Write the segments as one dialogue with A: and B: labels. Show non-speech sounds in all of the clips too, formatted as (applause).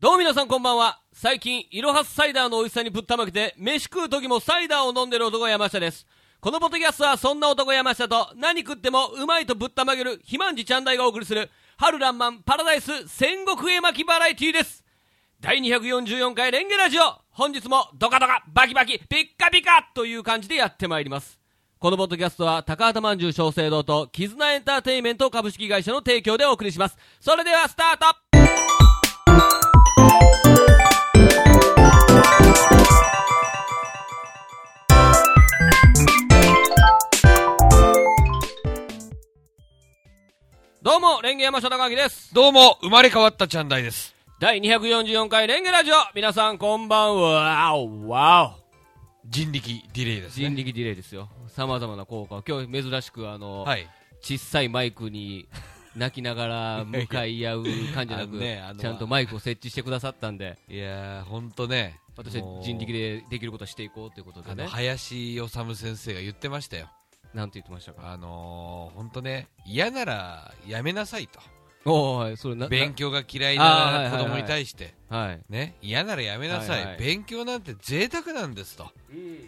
A: どうも皆さんこんばんは。最近、いろはすサイダーの美味しさにぶったまけて、飯食う時もサイダーを飲んでる男山下です。このポッドキャストはそんな男山下と、何食ってもうまいとぶったまげる、ひまんじちゃんだいがお送りする、春らんまんパラダイス戦国絵巻バラエティーです。第244回レンゲラジオ本日もドカドカバキバキピッカピカという感じでやってまいりますこのポッドキャストは高畑まんじゅう小生堂と絆エンターテインメント株式会社の提供でお送りしますそれではスタートどうも、レンゲ山下隆明です。
B: どうも、生まれ変わったちゃんだいです。
A: 第244回レンゲラジオ皆さんこんばんは。わお。
B: 人力ディレイですね。
A: 人力ディレイですよ。様々な効果を。今日珍しくあの、
B: はい。
A: 小さいマイクに泣きながら向かい合う感じじゃなく、
B: いやいやあのねあの
A: ちゃんとマイクを設置してくださったんで、
B: いやー、ほんとね。
A: 私は人力でできることはしていこうということ
B: あ
A: で
B: の、
A: ね。
B: 林修先生が言ってましたよ。
A: なんて言ってましたか。
B: あのー、ほんとね、嫌ならやめなさいと。
A: おーはい、それな、
B: 勉強が嫌い
A: あーはい
B: な
A: はいは
B: 子
A: い
B: 供に対して、
A: なはい。
B: ね、嫌ならやめなさ
A: はいはい
B: い。勉強なんて贅沢なんですと。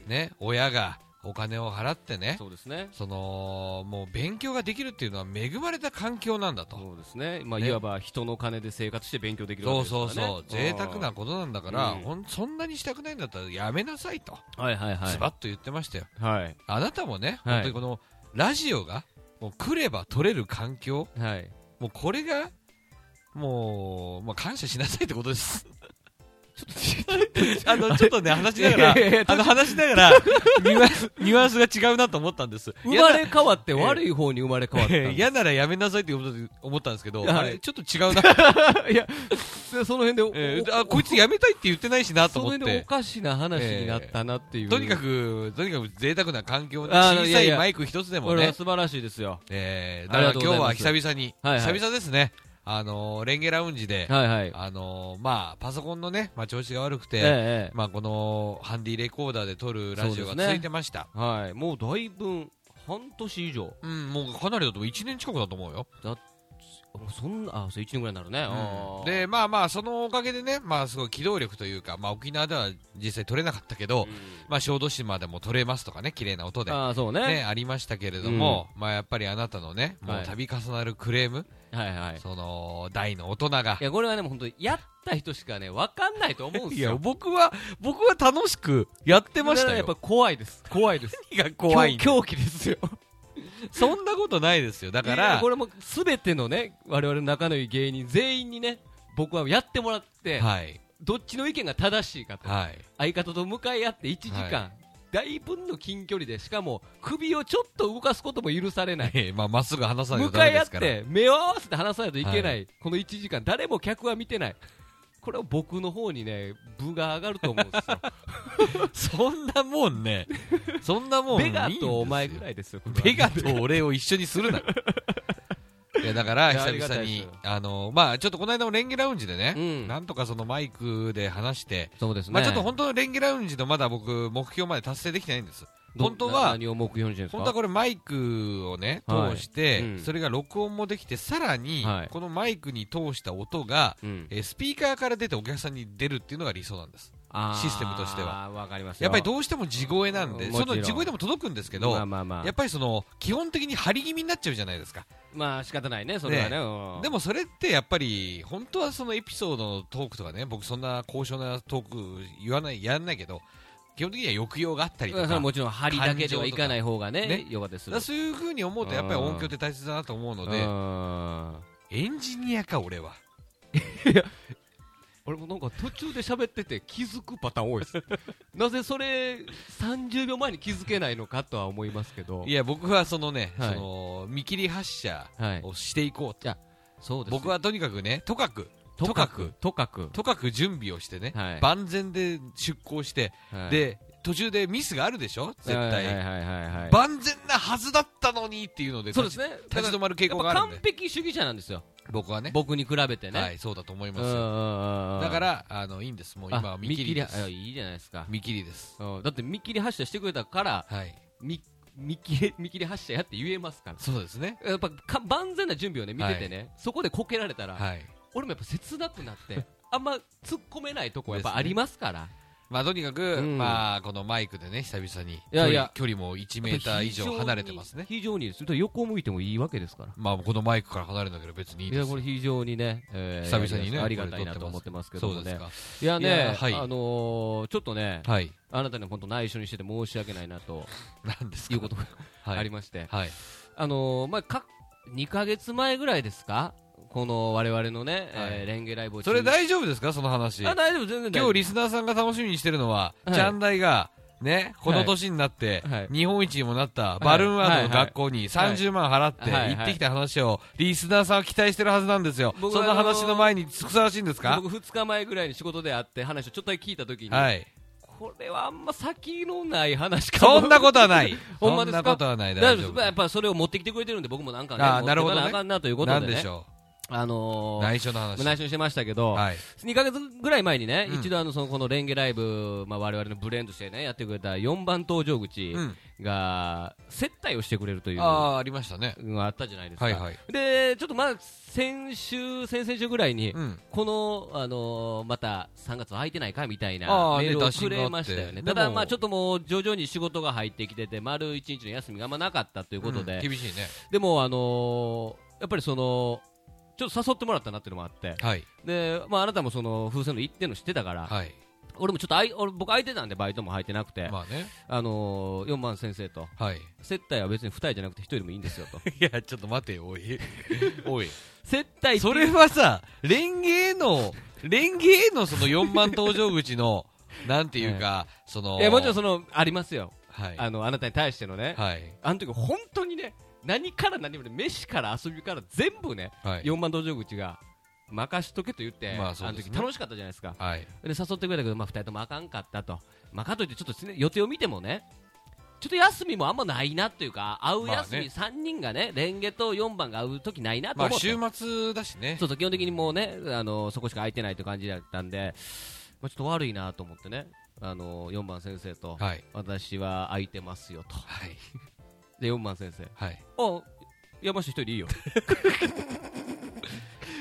B: ね、親がお金を払ってね、
A: そうですね。
B: その、もう勉強ができるっていうのは恵まれた環境なんだと。
A: そうですね。まあ、
B: ね
A: いわば人の金で生活して勉強できるわ
B: そ
A: け
B: う
A: ですから
B: そ
A: ね
B: う。そう、贅沢な
A: うん。
B: ことなんだから、
A: うん
B: ほんそんなにしたくないんだったらやめなさいと、
A: はいはいは
B: ズバッ
A: い。
B: と言ってましたよ、
A: はい。
B: あなたもね、
A: はい
B: 本当にこのラジオが、もう来れば取れる環境、
A: はい。
B: もうこれが、もう、まあ、感謝しなさいってことです。 (laughs) あのちょっとね、話しながら
A: いやいやいや、
B: あの話しな (laughs) がらニュアンス、ニュアンスが違うなと思ったんです。
A: 生まれ変わって悪い方に生まれ変わ (laughs) ったんだ
B: 嫌ならやめなさいって思った思ったんですけど、
A: はい
B: あれ、ちょっと違うな、
A: いや、その辺で、
B: えー
A: お
B: あこいつやめたいって言ってないしなと
A: その
B: 思っ
A: 辺でお
B: て。
A: かしな話になったなっていう。
B: とにかく、とにかく贅沢な環境で、
A: あー
B: 小
A: いや
B: さ
A: い
B: い
A: や
B: マイク一つでも
A: これは
B: ね、
A: 素晴らしいですよ。
B: えー、だから今日は久々に、
A: ありがとうございますはいはい
B: 久々ですね、あのーレンゲラウンジで、
A: はいはい。
B: あのーまあ、パソコンのね、まあ、調子が悪くて、
A: えええ
B: まあ、このハンディレコーダーで撮るラジオ
A: そう
B: がつ
A: ですね
B: いてました。
A: えはい。もうだいぶ、半年以上。
B: うん、もうかなりだと思う、1年近くだと思うよ。
A: あそんな、あ、そう1年ぐらいになるね。あー
B: で、まあまあ、そのおかげでね、まあ、すごい機動力というか、まあ、沖縄では実際撮れなかったけど、
A: うん
B: まあ、小豆島でも撮れますとかね、綺麗な音で。
A: あー、そうね。
B: ね、ありましたけれども、まあやっぱりあなたのね、も
A: は
B: う
A: い
B: 度重なるクレーム、
A: はいはい。
B: その大の大人が
A: い。や、これはね、もう本当にやった人しかね、わかんないと思うんですよ。
B: 僕は、僕は楽しくやって
A: だからやっぱ怖いです。怖いです。
B: が怖いんだ
A: 狂狂気ですよ。
B: そんなことないですよ。だか
A: いや
B: ら
A: こ、れも全てのね我々の仲のいい芸人全員にね僕はやってもらって、
B: はい。
A: どっちの意見が正しいかと、
B: はい。
A: 相方と向かい合って1時間、
B: は
A: 大分の近距離でしかも首をちょっと動かすことも許され
B: (laughs)
A: ない
B: ええまあ、まっすぐ話さない
A: 向
B: と
A: か
B: ダメ
A: い合
B: で
A: っ
B: すから。
A: て目を合わせて話さないといけない、
B: は
A: この1時間誰も客は見てないこれは僕の方にね部が上がると思うんですよ
B: そんなも
A: (laughs)
B: んね。 (laughs) そんなもんいい
A: ベ
B: んですよ。
A: ガとお前ぐらいですよこれは
B: ベガと俺を一緒に
A: (laughs)
B: するな。いやだから
A: いやあ
B: 久
A: りがた
B: 々
A: いです
B: に、あのまあちょっとこの間もレンゲラウンジでね、
A: うん
B: なんとかそのマイクで話して、
A: そうですね、
B: まあちょっと本当のレンゲラウンジのまだ僕、目標まで達成できてないんです。
A: ど
B: 本当
A: な
B: は、
A: 何を目標にしてるんですか
B: 本当はこれマイクをね、
A: はい
B: 通して、
A: うん
B: それが録音もできて、さらに
A: はい、
B: このマイクに通した音が、
A: うん
B: えースピーカーから出てお客さんに出るっていうのが理想なんです。
A: あー
B: システムとしては
A: わかりますよ
B: やっぱりどうしても地声なんで、
A: もちろ
B: そ
A: ん
B: の地声でも届くんですけど、
A: まあまあまあ
B: やっぱりその、基本的に張り気味になっちゃうじゃないですか。
A: まあ仕方ないね、それはね。
B: ね
A: うん
B: でもそれってやっぱり、本当はそのエピソードのトークとかね、僕そんな高尚なトーク言わない、やんないけど、基本的には抑揚があったりと
A: うんそれ
B: か
A: は、もちろん針だけではいかない方がね
B: ね、
A: ヨガです
B: だ
A: る
B: から。そういうふうに思うとやっぱり音響って大切だなと思うので
A: うん
B: エンジニアか俺は
A: 俺もなんか途中で喋ってて気づくパターン多いです。 (laughs) なぜそれ30秒前に気づけないのかとは思いますけど
B: い。や僕はそのね、
A: はい
B: その見切り発車
A: はい。
B: をしていこうと、
A: そうです。
B: 僕、はとにかくねとかく
A: とか
B: とか
A: く
B: く。
A: とかく。
B: とかく準備をしてね、
A: はい
B: 万全で出航して、
A: はい、
B: で途中でミスがあるでしょ絶対、
A: はいはいはいはいはい。
B: 万全なはずだったのにっていうので
A: そうですね。
B: 立ち立ち止まる傾向があるん
A: やっぱ完
B: で
A: 璧主義者なんですよ。
B: 僕はね
A: 僕に比べてね。
B: はいそうだと思い
A: うん
B: ます
A: うんう
B: よ
A: んうん
B: だからあのいいんですもう今は
A: あ
B: 見切りで
A: あ
B: す
A: いいじゃないですか。
B: 見切りです
A: うんだって見切り発車してくれたから、
B: はい
A: 見見切れ見切り発車やって言えますから。
B: そうですね
A: やっぱか万全な準備をね見ててね、そこでこけられたら、
B: はい (laughs)
A: 俺もやっぱ切なくなって、あんま突っ込めないとこやっぱありますから。
B: まあとにかく、
A: うん
B: まあこのマイクでね久々に
A: いやいや
B: 距離距離も1メーター以上離れてますね
A: 非常にです。それと横向いてもいいわけですから。
B: まあこのマイクから離れなければ別にいい
A: い
B: で
A: や、
B: す
A: これ非常にね、えー
B: 久々にね
A: ありがたいなと思ってますけど
B: そ
A: も
B: うです
A: ね。
B: か
A: いや
B: いや
A: ね、あ
B: はい
A: のー、ちょっとね、
B: はい
A: あなたに本当内緒にしてて申し訳 (laughs) ないなと
B: なんですか
A: いうことが
B: はい
A: ありまして、
B: はい
A: あのー、まあ、か、2ヶ月前ぐらいですかこの我々のね、
B: はい
A: えーレンゲライブを中
B: それ大丈夫ですかその話
A: あ、大丈夫、全然大
B: 今
A: 丈夫
B: 日。リスナーさんが楽しみにしてるのは、
A: はい
B: チャンダイがねこの年になって、
A: はい
B: 日本一にもなった
A: い
B: バルーンアートの
A: はいはい
B: 学校に30万払って
A: はい
B: 行ってきた話をリスナーさんは期待してるはずなんですよ、
A: 僕
B: そんな話
A: あの
B: の前にふさわしいんですか
A: 僕2日前ぐらいに仕事で会って話をちょっとだけ聞いたときに、
B: はい
A: これはあんま先のない話かも
B: そんなことはない
A: ほんまですか
B: そんなことはな
A: (laughs)
B: い
A: 大
B: 大
A: 丈
B: 丈
A: 夫
B: 夫
A: ですやっぱそれを持ってきてくれてるんで僕もなんかね持っ
B: あー
A: てか
B: なるほどね
A: あかんなということ
B: な
A: で
B: ん
A: ね
B: でしょ
A: あの
B: う
A: ー
B: 内緒の話
A: 内緒にしてましたけど、
B: はい
A: 2ヶ月ぐらい前にね、
B: うん
A: 一度あのそのこのレンゲライブ、まあ、我々のブレンドしてねやってくれた4番登場口
B: うん
A: が接待をしてくれるという
B: あ
A: の
B: あありましたね
A: があったじゃないですか、
B: はいはい
A: でちょっとまあ先週先々週ぐらいに、
B: うん
A: この、あのーまた3月は空いてないかみたいな
B: あー
A: メー
B: ね
A: ルを
B: 打
A: く
B: 診があって
A: れましたよね、
B: で
A: た
B: も
A: だ、まあちょっともう徐々に仕事が入ってきてて、丸1日の休みがあんまなかったということで、
B: うん厳しいね
A: でも、あのーやっぱりその、ちょっと誘ってもらったなっていうのもあって、
B: はい
A: でまあ、あなたもその風船の行ってんの知ってたから、
B: はい
A: 俺もちょっとあい俺、僕、空いてたんで、バイトも入ってなくて、
B: まあね
A: あの4番先生と、
B: はい
A: 接待は別に2人じゃなくて1人でもいいんです
B: (laughs)
A: よと、
B: いやちょっと待てよお (laughs) いおい
A: 接待
B: それはさ、レンゲへの、レンゲへのその4万登場
A: (laughs)
B: 口の、なんていうか、その、
A: いやもちろん
B: そ
A: その、ありますよ、
B: はい。
A: あのあなたに対してのね。
B: はい。
A: あの時本当にね、何から何まで、飯から遊びから全部ね、
B: はい。
A: 四万道場口が任しとけと言って、あ
B: まあそう
A: の
B: ですね
A: 時楽しかったじゃないですか。
B: はい。
A: で誘ってくれたけど、まあ、2人ともあかんかったと、まあ、かといってちょっと、ね、予定を見てもね、ちょっと休みもあんまないなというか、会う休み、3人がね、レンゲと4番が会う時ないなと
B: まあ
A: 思って、
B: 週末だしね
A: そ。うそう基本的にもうね、あのそこしか空いてないという感じだったんで、まあ、ちょっと悪いなと思ってね、あの4番先生と、
B: はい。
A: 私は空いてますよと、
B: はい。
A: (laughs) で4番先生、
B: はい。
A: あ山下一人でいい (laughs) よ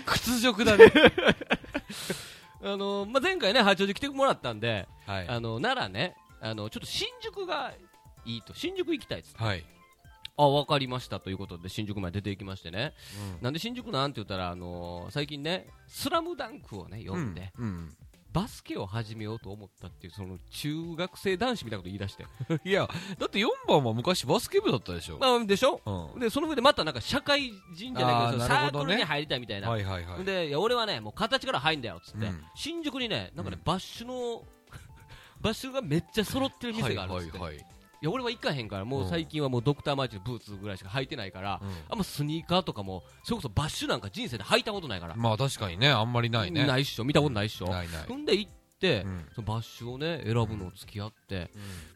B: 屈辱だね。
A: (laughs) あの、まあ、前回ね八王子来てもらったんで、
B: はい。
A: あのならねあのちょっと新宿がいいと新宿行きたいっつって
B: はい。
A: あ分かりましたということで新宿まで出て行きましてね
B: うん
A: なんで新宿なんて言ったらあの最近ね「スラムダンクをね読んで、
B: うん。
A: バスケを始めようと思ったっていうその中学生男子みたいなこと言い出して
B: うん (laughs) いや、だって4番は昔バスケ部だったでしょ。
A: まあでしょ
B: うん。
A: でその上でまたなんか社会人じゃないけど
B: あ
A: そ
B: ー
A: の
B: なる
A: サ
B: ほ
A: ー
B: ど
A: クル
B: ね
A: に入りたいみたいな
B: はいはいはい。
A: でいや俺はねもう形から入んだよっつって、
B: うん
A: 新宿にねなんかね、
B: うん
A: バッシュの (laughs) バッシュがめっちゃ揃ってる店があるんですって、い
B: はいはいはい。
A: や俺は行かへんからもう最近はもうドクターマーチのブーツぐらいしか履いてないから、
B: うん
A: あんまスニーカーとかもそれこそバッシュなんか人生で履いたことないから、
B: まあ確かにね、あんまりないね。
A: っしょ見たことないっしょ、
B: ないない
A: ほんで行って、
B: うん
A: そのバッシュをね選ぶのを付き合って、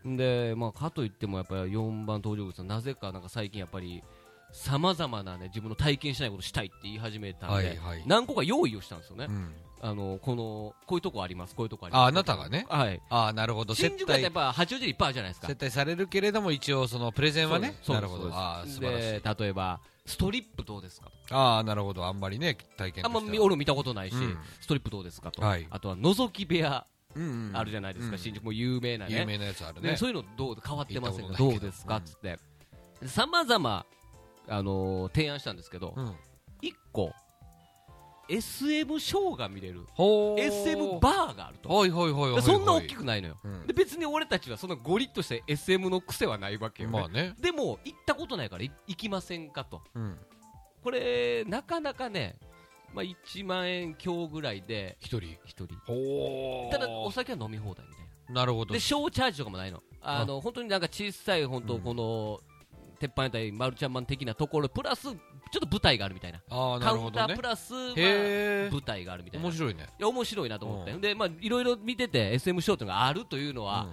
A: んでまあかといってもやっぱり4番登場口さんなぜかなんか最近やっぱりさまざまなね自分の体験しないことしたいって言い始めたんで、
B: はいはい
A: 何個か用意をしたんですよね、
B: うん。
A: あのこのこういうとこあります、こういうとこあります
B: あ、あなたがね。
A: はい、
B: ああ、なるほど。接
A: 新宿だとやっ
B: 待、
A: ぱ八王子いっぱいあるじゃないですか、
B: 接待されるけれども、一応そのプレゼンはね。
A: そう
B: な
A: で
B: る
A: す
B: ほ
A: そうです
B: ど。ああ、素晴らしい。
A: で例えば、ストリップどうですかと
B: ああ、なるほど。あんまりね、体験
A: あんま
B: とし
A: 見
B: ては
A: 俺も見たことないし、
B: うん
A: ストリップどうですかと、
B: はい
A: あとは覗き部屋
B: うんうん
A: あるじゃないですか、
B: うん
A: 新宿も有名なね
B: 有名なやつある
A: で
B: ね。
A: そういうのどう変わってませんか、
B: 行ったこと
A: ど
B: ないうけど
A: ですか
B: う
A: っ
B: ん
A: つって、さまざま、あのー提案したんですけど、
B: うん
A: 一個、SM ショーが見れる、
B: ほー
A: SM バーがあると、
B: はいはいはいはい。
A: でそんな大きくないのよ。
B: うん
A: で別に俺たちはそんなゴリッとした SM の癖はないわけよ、ね
B: まあね。
A: でも行ったことないからい行きませんかと
B: うん。
A: これなかなかね、まあ、1万円強ぐらいで
B: 一人。
A: 1人
B: ほー
A: ただお酒は飲み放題みたい
B: なるほ
A: な
B: ど
A: で。小チャージとかもないのあの本当になんか小さい本当
B: うん
A: この、鉄板屋台マルちゃんマン的なところプラスちょっと舞台があるみたいな
B: ああ、
A: カ
B: なる
A: ウ
B: ほ
A: ンタ
B: ど
A: ー
B: ね
A: プ。ラスまあ
B: へ
A: 舞台があるみ
B: え。
A: たいな
B: 面白いね。
A: いや面白いなと思って、
B: う
A: でまあいろいろ見てて SM ショーっていうのがあるというの
B: う
A: は、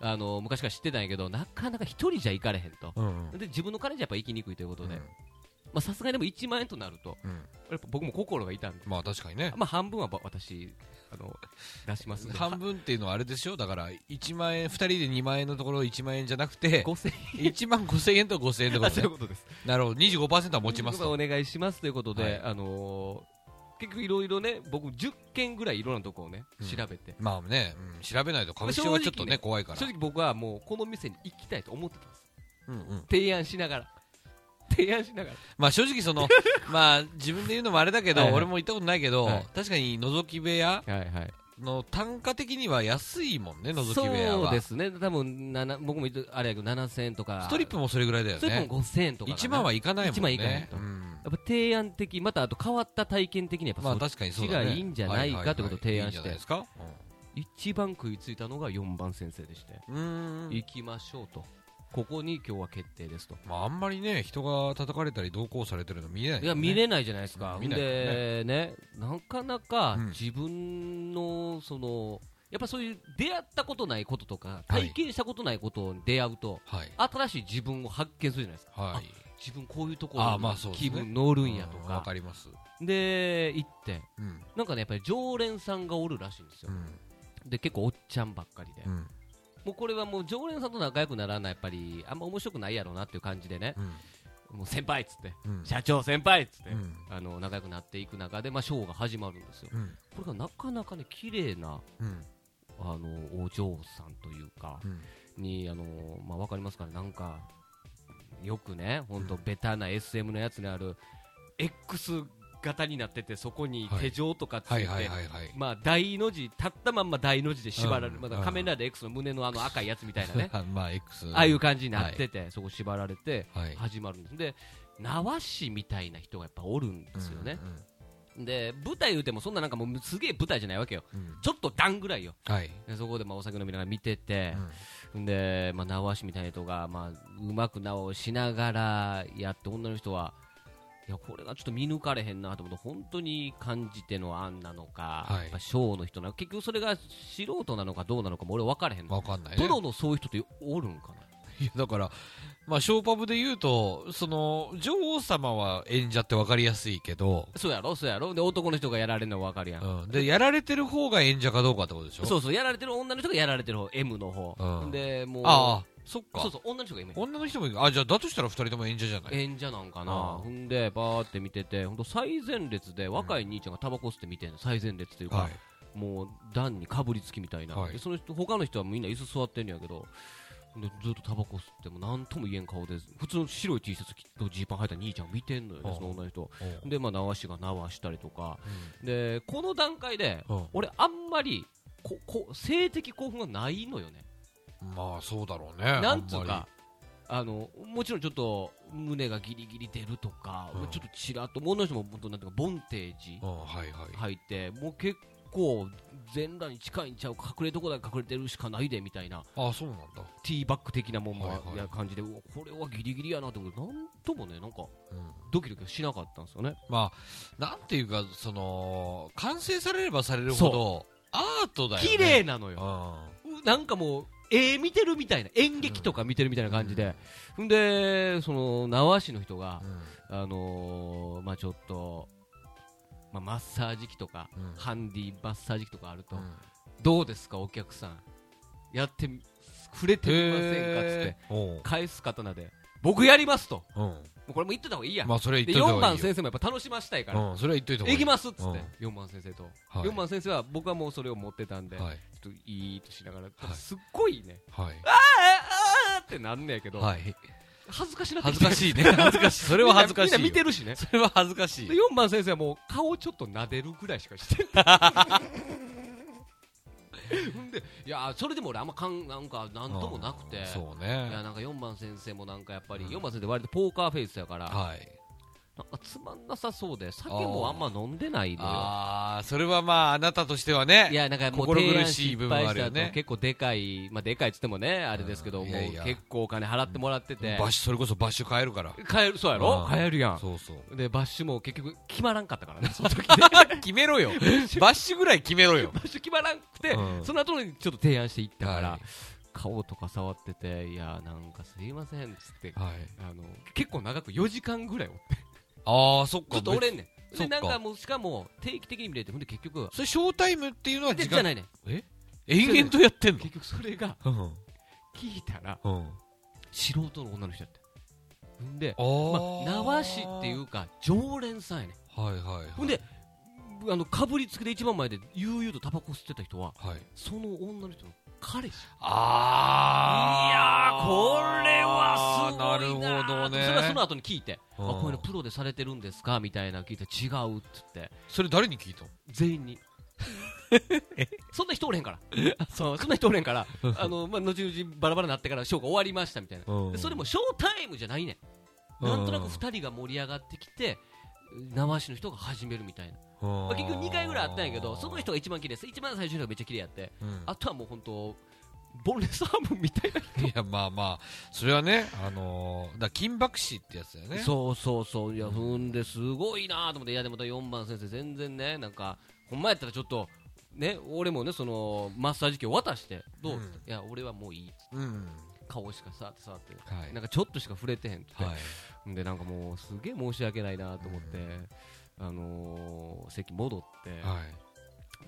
A: あの昔から知ってたんやけどなかなか一人じゃ行かれへんと、
B: んうん
A: で自分の金じゃやっぱ行きにくいということ
B: うん
A: で、まあさすがにでも1万円となると、
B: うん
A: やっぱ僕も心が痛んで、
B: まあ確かにね。
A: まあ半分はば私、あの、出しますんで
B: 半分っていうのはあれでしょだから、1万円、2人で2万円のところ1万円じゃなくて、
A: 5000
B: 1万5千円と5千円って
A: 円
B: こ
A: そ
B: と
A: ういう
B: ね。
A: ことです。
B: なるほど。25%は持ちます
A: お
B: と。
A: 願いしますということで、
B: はい
A: あの結局いろいろね僕10件ぐらいいろんなとこをね
B: うん
A: 調べて、
B: まあね、うん調べないと歌舞伎町はちょっとね
A: 正直ね
B: 怖いから
A: 正直僕はもうこの店に行きたいと思ってたんです
B: うんうん
A: 提案しながら (laughs) 提案しながら
B: まあ正直そ
A: (laughs)
B: のまあ自分で言うのもあれだけど
A: はいはい
B: 俺も行ったことないけど、
A: はい
B: 確かに覗き部屋
A: はいはい
B: の単価的には安いもんね覗き部屋
A: そう
B: は
A: ですね多分七僕も言ったあれやけど7000円とか
B: ストリップもそれぐらいだよ
A: ストリッ
B: ね
A: プも5000円とかかな
B: 1万はいかないもんね
A: 一万いかないと
B: うん
A: やっぱ提案的またあと変わった体験的にやっぱ
B: ま
A: そ
B: あ
A: う
B: 確かにそうだ
A: こっ
B: ね
A: ちがいいんじゃないかってことを提案して
B: はいはいはいいいんじゃないですか
A: 一番食いついたのが4番先生でして、
B: うんうーん
A: 行きましょうとここに今日は決定ですと
B: まああんまりね人が叩かれたり同行されてるの見えないよね
A: いや見れないじゃないですか、
B: うん
A: ほん
B: 見ないから
A: でねなかなか
B: うん
A: 自分のそのやっぱそういう出会ったことないこととか
B: はい
A: 体験したことないことに出会うと、
B: はい
A: 新しい自分を発見するじゃないですか
B: はい
A: 自分こういうとこ
B: あ
A: ろ
B: ーまあ
A: に
B: そうですね
A: 気分乗るんやと
B: うわ
A: か
B: かります
A: で行って
B: うん
A: なんかねやっぱり常連さんがおるらしいんですよ
B: うん
A: で結構おっちゃんばっかりで
B: うん
A: もうこれはもう常連さんと仲良くならないやっぱりあんま面白くないやろうなっていう感じでね
B: うん
A: もう先輩っつって
B: うん
A: 社長先輩っつって、
B: うん
A: あの仲良くなっていく中で、まあ、ショーが始まるんですよ
B: うん
A: これがなかなかね綺麗な
B: うん
A: あのお嬢さんというか
B: うん
A: にあの、まあ、わかりますかねなんかよくね本当ベタな SM のやつにある X 型になっててそこに手錠とかつ
B: はいい
A: て
B: はいはいはい
A: まあ大の字立ったまんま大の字で縛られる、
B: うん
A: まだ仮面ライダー X の胸のあの赤いやつみたいなね
B: まあ X
A: ああいう感じになってて、そこ縛られて
B: はい
A: 始まるんですで縄師みたいな人がやっぱおるんですよね、で舞台言うてもそんななんかもうすげえ舞台じゃないわけよ
B: うんうんうん
A: ちょっと段ぐらいよ
B: はい
A: でそこでまあお酒飲みながら見てて
B: う、ん
A: で、まあ、縄足みたいな人が、まあ、うまく縄をしながらやって女の人はいやこれがちょっと見抜かれへんなと思って本当に感じての案なのか、
B: はい
A: やっぱショーの人なのか結局それが素人なのかどうなのかも俺分からへんの
B: わかんないね
A: プロのそういう人っておるんか
B: いやだからまあショーパブで言うとその女王様は演者ってわかりやすいけど
A: なそうやろそうやろで男の人がやられるのは分かるやん、
B: うんでやられてる方が演者かどうかってことでしょ
A: そうそうやられてる女の人がやられてる方 M の方、
B: うん
A: でもう
B: ああそっか
A: そうそう女の人が M や
B: 女の人もいるあじゃあだとしたら二人とも演者じゃない
A: 演者なんか
B: う
A: なんほんでバーって見ててほんと最前列で若い兄ちゃんがタバコ吸って見てんの最前列というか、
B: はい
A: もう段にかぶりつきみたいな、
B: はい
A: でその人他の人はみんな椅子座ってんのやけどほんでずっとタバコ吸っても何とも言えん顔で普通の白い T シャツ着とジーパン履いた兄ちゃんを見てんのよね
B: うん
A: その女の人
B: おう
A: でまあ縄しが縄したりとか
B: う
A: でこの段階で
B: んうん
A: 俺あんまりここ性的興奮がないのよね
B: まあそうだろうね
A: なんつ
B: あ
A: うん
B: ま
A: か、あのもちろんちょっと胸がギリギリ出るとか、
B: うん
A: ちょっとちらっと、もの人も本当なんていうか、ボンテージ
B: りうんはいはい
A: 入って、もう結構、全裸に近いんちゃう、隠れるとこだけ隠れてるしかないでみたいな、
B: あそうなんだ
A: ティーバック的なもんも、
B: はいはい
A: や感じで、うわこれはギリギリやなってこと、なんともね、なんか、
B: うん
A: ドキドキしなかったんですよね。
B: まあなんていうかその完成されればされるほどアートだよね
A: 綺麗なの
B: うん
A: よ、
B: は
A: うなんかもう、絵見てるみたいな、演劇とか見てるみたいな感じで、ほんで、その縄師の人が
B: い、
A: あのーまあちょっと、まあ、マッサージ機とか、
B: うん
A: ハンディマッサージ機とかあると、
B: うん
A: どうですか、お客さん、やってみ、触れてみませんかっつって
B: へ、ーおう
A: 返す刀で、僕やりますと、も
B: うん
A: うこれも言ってた方がいいや、
B: まあそれは
A: で
B: 言っとい
A: 4
B: た方がい
A: 番
B: いよ
A: 先生もやっぱ楽しましたいから、
B: うんそれは言っといた方がい
A: 行
B: い
A: きますっつって、
B: う
A: 四4番先生と、
B: はい
A: 4番先生は僕はもうそれを持ってたんで、
B: はい
A: ちょっといいとしながら、
B: はい
A: すっごいね、
B: はい
A: あーあーってなんねやけど、
B: はい
A: 恥ずかしなってき
B: 恥ず
A: て
B: かしいね恥ずかしいそれは恥ずかしい
A: みんなみんな見て
B: よ
A: るし (laughs) ね。
B: それは恥ずかしい
A: で4番先生はもう顔ちょっと撫でるぐらいしかして
B: (laughs)
A: ない。ほんでいやーそれでも俺あんまかんなんかなんともなくて、
B: うん
A: い
B: そうね
A: やなんか4番先生もなんかやっぱり、
B: うん
A: 4番先生割とポーカーフェイスやから、
B: はい
A: なんかつまんなさそうで酒もあんま飲んでないのよ
B: ああそれはまああなたとしてはね
A: いやなんかもう
B: 心苦しい
A: 提案失
B: 部分
A: 敗
B: は
A: し
B: ある
A: た後、
B: よね
A: 結構でかいまあでかいっつってもねあれですけど、
B: うんいやいや
A: もう結構お金払ってもらってて
B: バッシュそれこそバッシュ変えるから
A: 買えるそうやろ
B: うん
A: 買えるやん
B: そ
A: (laughs)
B: うそう
A: でバッシュも結局決まらんかったからねその時ね
B: 決め
A: (laughs)
B: ろよバッシュぐらい決めろよ
A: 場所決まらんくて、
B: うん
A: その後にちょっと提案していったから、
B: はい
A: 顔とか触ってて、いや、なんかすいませんっつって、
B: はい
A: あの結構長く4時間ぐらいおって、
B: ああそっか
A: ずっと俺んねん。
B: そ
A: で、
B: っか
A: なんかもう、しかも定期的に見れて、ほんで結局、
B: それショータイムっていうのは
A: で
B: 時
A: じゃ
B: 間
A: ないねん
B: え延々とやってんの
A: 結局それが
B: うん
A: 聞いたら、
B: うん
A: 素人の女の人やって。んで、
B: あ
A: ま
B: ー
A: あ、縄師っていうか、常連さんやねん。
B: はいはいはい
A: ほんで、あのかぶりつきで一番前で悠々とタバコ吸ってた人は
B: はい。
A: その女の人の彼氏
B: あー。
A: あー
B: なるほどね。
A: それはその後に聞いて、
B: うん
A: あこういうのプロでされてるんですかみたいな聞いて違うって言って
B: それ誰に聞いたの
A: 全員
B: (laughs)
A: にそんな人おれへんからそうそんな人おれへんからあの、まあ、後々バラバラになってからショーが終わりましたみたいな、
B: うん
A: でそれもショータイムじゃないねん、
B: うん
A: なんとなく2人が盛り上がってきて縄しの人が始めるみたいな、まあ、結局2回ぐらいあったんやけどその人が一番綺麗です一番最初の人がめっちゃ綺麗やって
B: うん
A: あとはもう本当ボンレスハーブみたいな、
B: いや、まあまあ、それはね、あのー、だから金箔師ってやつだよね。
A: そうそうそういや踏んですごいなと思っていやでも4番先生全然ねなんかほんまやったらちょっとね俺もねそのマッサージ機を渡してどう、
B: うん
A: いや俺はもういい
B: うん。
A: 顔しか触って触って
B: はい
A: なん。かちょっとしか触れてへんって、
B: はい。
A: でなんかもうすげえ申し訳ないなと思って、あのー席戻って、
B: はい。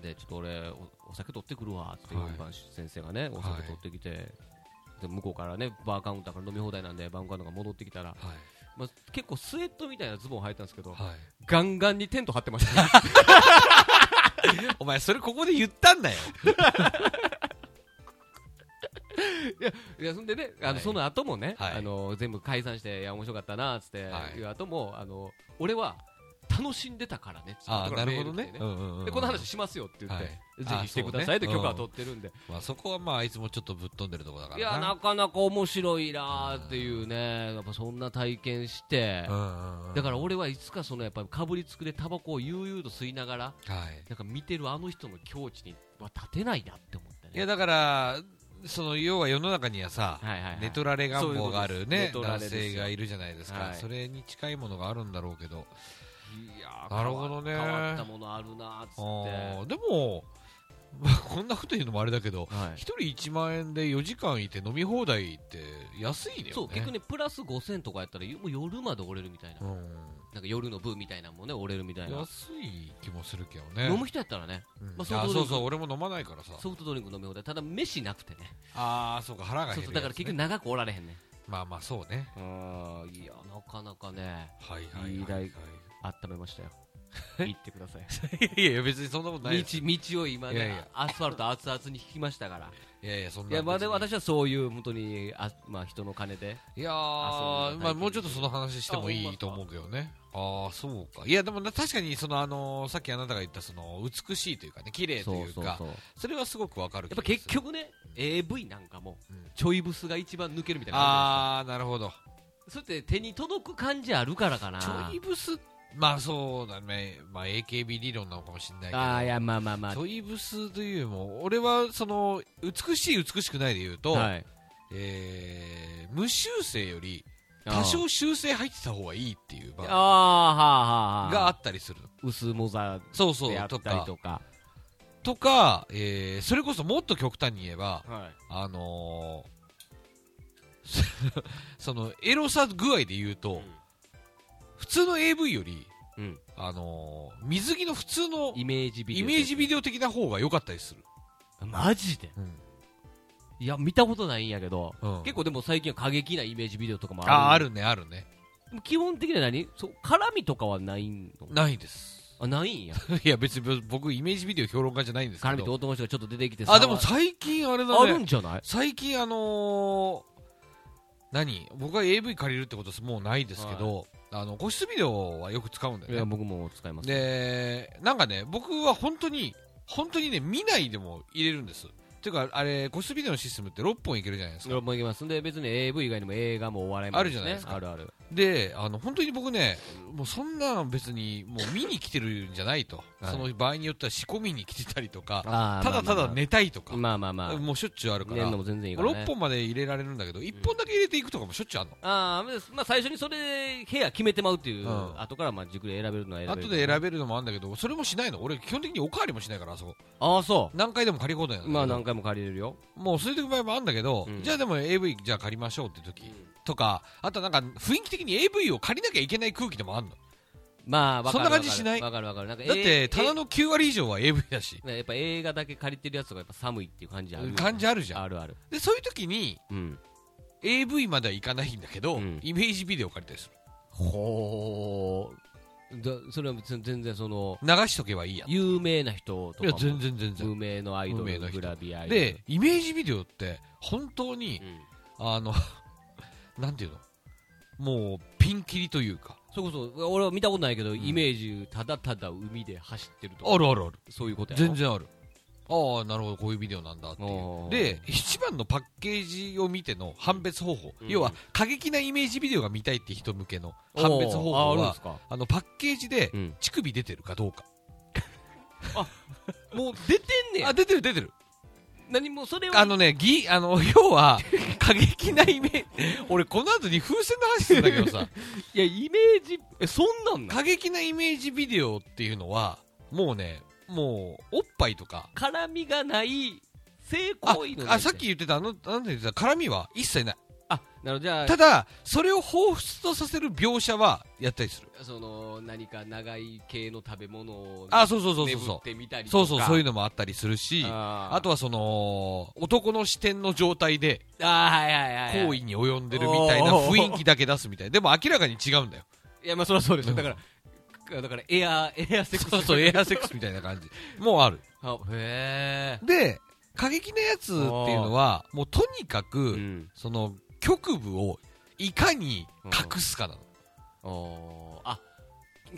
A: でちょっと俺おお酒取ってくるわって
B: はい
A: 4番先生がねお酒取ってきて、で向こうからねバーカウンターから飲み放題なんでバーカウンターが戻ってきたら、
B: はい。
A: まあ、結構スウェットみたいなズボン履いたんですけど、 (laughs)
B: はい。
A: ガンガンにテント張ってました、
B: (laughs)
A: ね、
B: お前、それここで言ったんだよ。
A: いやそんでねあ
B: は
A: の
B: い
A: その後もね、
B: はい
A: あの全部解散していや面白かったなっつって、
B: はい
A: いう後もあの俺は楽しんでたからねっつって
B: ああ、
A: 後か
B: な
A: ら
B: る
A: メール来。
B: ほどね
A: て
B: うんうんうん
A: でこの話しますよって言って、
B: はい
A: ぜひしてくださいと
B: あそう
A: 許
B: ね
A: 可は取ってるんで、
B: まあそこはまああいつもちょっとぶっ飛んでるとこだか
A: いや
B: らな。
A: なかなか面白いなーっていうねやっぱそんな体験して、
B: うんうんうん
A: だから俺はいつかそのやっぱりかぶりつくでタバコを悠々と吸いながら
B: はい。
A: なんか見てるあの人の境地には立てないなって思ったね
B: いやだから、その要は世の中にはさ、
A: はいはいはい
B: ネトラレ願望があるね
A: そういうことですネト
B: 男
A: ラレです
B: 性
A: よ
B: がいるじゃないですか、
A: はい
B: それに近いものがあるんだろうけど、
A: いやー
B: なるほどね
A: 変わ変わったものあるなーっつ
B: あ
A: っ
B: ーでも、 (laughs) まあ、こんなこと言うのもあれだけど、
A: て、は
B: 1人1万円で4時間いて飲み放題って安いねよね。
A: そう逆にプラス5000とかやったらもう夜まで折れるみたいな,、
B: う
A: なんか夜の部みたいなのもね折れるみたい
B: ん、
A: な、
B: 安い気もするけどね。
A: 飲む人やったらね
B: うん
A: まあ
B: あ
A: そう
B: そうそう、俺も飲まないからさ。
A: ソフトドリンク飲み放題ただ飯なくてね
B: ああ、そうか、腹が
A: そ
B: 減る
A: う
B: やつ
A: そう
B: ね
A: だから結局長くおられへんね
B: まあまあ、そうね。
A: うんいやなかなかね
B: はいはい
A: いい
B: はい、はい
A: 大。温めま (laughs) したよ行ってください
B: いやいや、別にそんなことないです。
A: 道道を今ね
B: いやいや
A: アスファルト熱々に引きましたから
B: いやいや、そんな。
A: いやまあで
B: 別に
A: 私はそういう本当にあまあ人の金で
B: いや
A: あそ
B: ー
A: う
B: まあ、もうちょっとその話してもい
A: あほんまっ
B: い
A: すか
B: と思うけどね。ああ、そうか。いや、でもな確かに、その、あのーさっきあなたが言った、その、美しいというかね、綺麗と
A: そ
B: いうう
A: そう
B: か、
A: そう
B: それはすごくわかる
A: や
B: 気
A: っぱ
B: がする
A: 結局ね AV なんかも
B: うん
A: ちょいブスが一番抜けるみたいな感
B: ああ、なるほど。
A: じじゃないですかそれって手に届く感じあるからかな
B: ちょいブス、まあそうだね。まあ、AKB 理論なのかもしれないけど。
A: ああいやまあまあまあ
B: ちょいブスというよりも、俺は、その、美しい、美しくないで言うと、
A: はい
B: えー、無修正より、多少修正入ってた方がいいっていう
A: あ
B: 場
A: ーあーは
B: 合
A: あはあ
B: があったりするの。
A: 薄モザ
B: そうそう
A: であ、っ
B: と
A: たり
B: か。
A: とか
B: とか、えーそれこそもっと極端に言えば、
A: は
B: あのー (laughs) その、エロさ具合で言うと、
A: うん
B: 普通の AV より、
A: うん
B: あのー水着の普通の
A: イメージビデ
B: イ
A: オ
B: メージビデオ的な方が良かったりする。
A: マジで
B: うん
A: いや見たことないんやけど
B: うん
A: 結構でも最近は過激なイメージビデオとかもある
B: あ、あるね、あるね。
A: でも基本的には何そう絡みとかはないの
B: ないです。 (laughs)
A: あないんや
B: いや、別に僕、イメージビデオ評論家じゃないんですけ
A: 絡みと
B: ど。
A: 男の人がちょっと出てきて
B: あ、でも
A: さ
B: 最近あれ
A: あ
B: だ
A: る
B: ね。
A: んじゃない
B: 最近あのー何僕が AV 借りるってことすもうないですけど、あの、個室ビデオはよく使うんだ
A: い
B: よね
A: や。僕も使います
B: で、なんかね、僕は本当に、本当にね、見ないでも入れるんです。っていうか、あれ、個室ビデオのシステムって6本いけるじゃないですか。
A: もういけますんで別に AV 以外にも映画もお笑いも
B: あるじゃないですか
A: あるある
B: で、あの、本当に僕ね、もうそんなの別に、もう見に来てるんじゃないと。
A: はい
B: その場合によっては仕込みに来てたりとか、
A: あー
B: ただただ寝たいとか、
A: まあまあまあまあま
B: もうしょっちゅうある
A: あ
B: か
A: 寝る
B: ら、
A: のも全然いいからね
B: 6本まで入れられるんだけど、1本だけ入れていくとかもしょっちゅうあるの。
A: ああまあ最初にそれで部屋決めてまうっていう
B: うん
A: 後からまあ軸で選べるのは選べる
B: 後で選べるのもあるんだけど、それもしないの。俺、基本的におかわりもしないから、あそこ。
A: ああそ
B: 何回でも借り放題な
A: う
B: んだけど
A: まあ何回も借りれるよ
B: もうそういう場合もあるんだけど、
A: うん
B: じゃあでも AV じゃあ借りましょうって時とか、あとなんか雰囲気的に AV を借りなきゃいけない空気でもあるの。
A: まあわかる
B: そんな感じしない
A: わかるわかるわかる
B: だ
A: なん
B: っ
A: か
B: て、ただ
A: の
B: の9割以上は AV だし、
A: やっぱ映画だけ借りてるやつとかやっぱ寒いっていう感じある
B: 感じあるじゃん。
A: あるある
B: で、そういう時に
A: うん。
B: AV まではいかないんだけど、
A: うん
B: イメージビデオ借りたりする。
A: ほー。だそれは別に全然その
B: 流しとけばいいやんい
A: 有名な人とか
B: や
A: も
B: 全然全然
A: 無名のアイド
B: 無名
A: ル
B: な人
A: グラビアアイドル
B: でイメージビデオって本当に
A: うん
B: あの (laughs) なんていうのもうピンキリというか
A: それこそ俺は見たことないけど、イメージただただ海で走ってるとか
B: あるあるある
A: そういうことやろ
B: 全然あるああなるほどこういうビデオなんだってい
A: おー
B: うで一番のパッケージを見ての判別方法、
A: うん
B: 要は過激なイメージビデオが見たいって人向けの
A: おー
B: 判別方
A: ああ
B: 法
A: るんで
B: は
A: すか
B: あのパッケージで
A: うん
B: 乳首出てるかどうか、
A: もう出てんね
B: あ
A: や
B: 出てる出てる
A: 何もそれは
B: あのねぎあの (laughs) 要は過激なイメージ俺この後に風船の話するんだけ
A: (laughs)
B: どさ
A: いやイメージえそんなんな
B: 過激なイメージビデオっていうのはもうねもうおっぱいとか
A: 絡みがない性
B: あ
A: 行為の
B: あさっき言ってたあのなんて言ってた絡みは一切ない
A: あなのじゃあ
B: ただそれを彷彿とさせる描写はやったりする
A: その何か長い系の食べ物を
B: あそうそうそうそう
A: 巡っ
B: そう
A: てみたり
B: そうそうそういう
A: う
B: のもあったりするしあ
A: あー
B: とはその男の視点の状態で
A: あーはいはいはい
B: 行
A: はい
B: 為に及んでるみたいな
A: おー
B: 雰囲気だけ出すみたいなでも明らかに違うんだよ
A: いやまあそりゃそうですよ
B: うん
A: だからだからエアーエアーセックス
B: そうそうエアセックスみたいな感じもうある
A: あへ
B: で過激なやつっていうのはもうとにかく、
A: えうん
B: その局部をいかに隠すかなの、
A: おーあ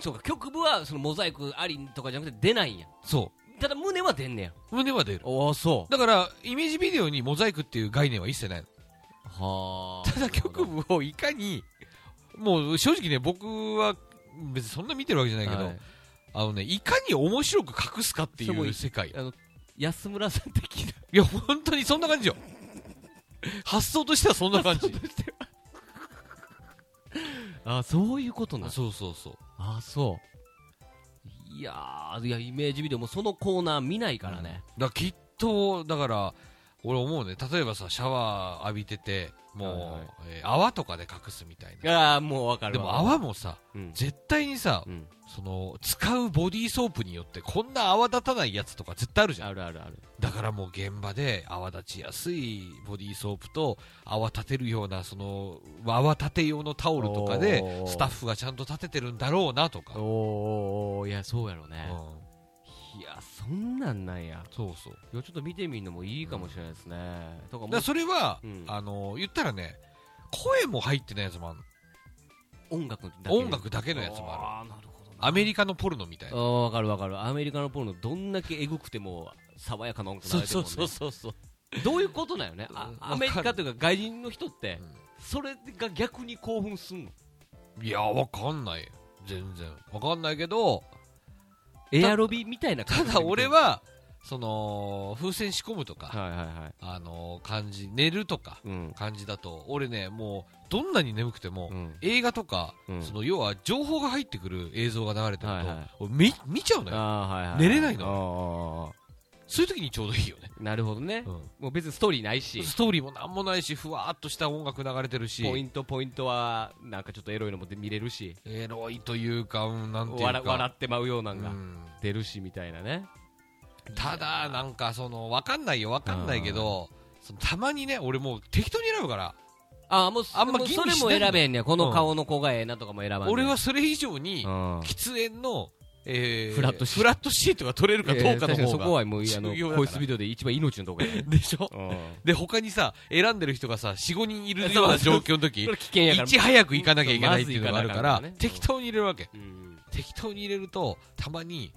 A: そうか局部はそのモザイクありとかじゃなくて出ないんや
B: そ
A: ただ胸は出んねや
B: う胸は出る
A: おおそ
B: だからイメージビデオにモザイクっていう概念は一切ないの
A: うはあ
B: ただ局部をいかにもう正直ね僕は別にそんな見てるわけじゃないけど、
A: はい
B: あのねいかに面白く隠すかって
A: それも
B: い
A: いう
B: 世界
A: 安村さん的ない
B: や本当にそんな感じよ発想としてはそんな
A: (laughs)
B: 感じ
A: あそういうこと
B: あそうそうそう
A: あそういやーいやイメージビデオもそのコーナー見ないからね、
B: だからきっとだから俺思うね例えばさシャワー浴びててもう、
A: はいはい
B: えー泡とかで隠すみたいな
A: ああもうわかる
B: で
A: わ
B: も泡もさ
A: うん、
B: 絶対にさ、
A: うん
B: その使うボディーソープによってこんな泡立たないやつとか絶対あるじゃん
A: あるあるある
B: だからもう現場で泡立ちやすいボディーソープと泡立てるようなその泡立て用のタオルとかで
A: おー
B: スタッフがちゃんと立ててるんだろうなと
A: お
B: か、
A: ー
B: う
A: お
B: ん
A: ーおーいやそうやろね、いやそんなんなんや
B: そうそう
A: いやちょっと見てみるのもいいかもしれないですね、とか
B: だ
A: も
B: からそれは、
A: うん
B: あの言ったらね声も入ってないやつもある
A: 音楽だけ
B: 音楽だけのやつもある
A: ああなるほどな
B: アメリカのポルノみたい
A: あ
B: な
A: ーわかるわかるアメリカのポールのどんだけエグくても爽やかな音楽流れてるもん、ね、
B: そうそう
A: どういうことなんよねあ
B: うん
A: アメリカというか外人の人って、
B: うん
A: それが逆に興奮すんの
B: いやわかんない全然わかんないけど
A: エアロビみたいな
B: た
A: 感じ
B: だ俺はその風船仕込むとか、
A: はいはいはい
B: あの感じ寝るとか
A: うん、
B: 感じだと俺ねもうどんなに眠くても、
A: うん、
B: 映画とか、
A: うん
B: その要は情報が入ってくる映像が流れてると、
A: はいはい
B: 俺見見ちゃうのよ
A: あーはいはい
B: 寝れない
A: の
B: そういう時にちょうどいいよ
A: (laughs)
B: ね、
A: なるほどね、もう別にストーリーないし
B: ストーリーもなんもないしふわーっとした音楽流れて
A: ポ
B: る
A: イ
B: し
A: ントポイントはなんかちょっとエロいのも見れるし
B: エロいというか、うん、なんていうか
A: 笑笑ってまうようなんが
B: うん
A: 出るしみたいなね
B: ただなんかそのわかんないよわかんないけどそのたまにね俺もう適当に選ぶから
A: あーもう
B: あんま
A: もう
B: 吟
A: そ
B: 味
A: れ
B: しないんだ
A: も選べんねやこの顔の子がええなとかも選ばんねん
B: 俺はそれ以上に
A: うん
B: 喫煙のえー
A: フラットシート
B: フラットシートが取れるかどうか
A: えー確
B: の
A: に
B: 方
A: そ
B: が
A: こはもうあの
B: 重要だか
A: ボ
B: ら
A: イスビデオで一番命のとこやね
B: でしょ
A: うん
B: で他にさ選んでる人がさ45人いるような状況の時
A: これ危険や
B: い
A: から
B: ち早く行かなきゃいけないっていうのがあるか
A: ま
B: ら
A: ず行かなきゃいけないからね
B: 適当に入れるわけ
A: うん
B: 適当に入れるとたまに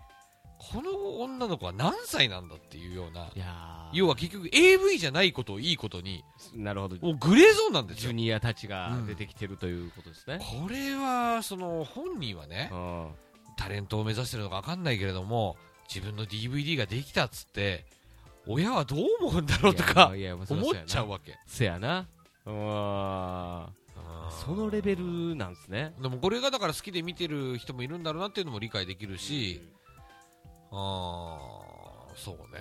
B: この女の子は何歳なんだっていうようない
A: やー
B: 要は結局 AV じゃないことをいいことに
A: なるほど
B: もうグレーゾーンなんです
A: ジュ
B: よ
A: ニアたちが出てきてるということですね、
B: これはその本人はね
A: うん
B: タレントを目指してるのか分かんないけれども自分の DVD ができたっつって親はどう思うんだろうとか
A: いやいやそり
B: 思
A: ゃ
B: っちゃうわけ
A: そうやなせやなうんそのレベルなんですね
B: でもこれがだから好きで見てる人もいるんだろうなっていうのも理解できるし、あーそうね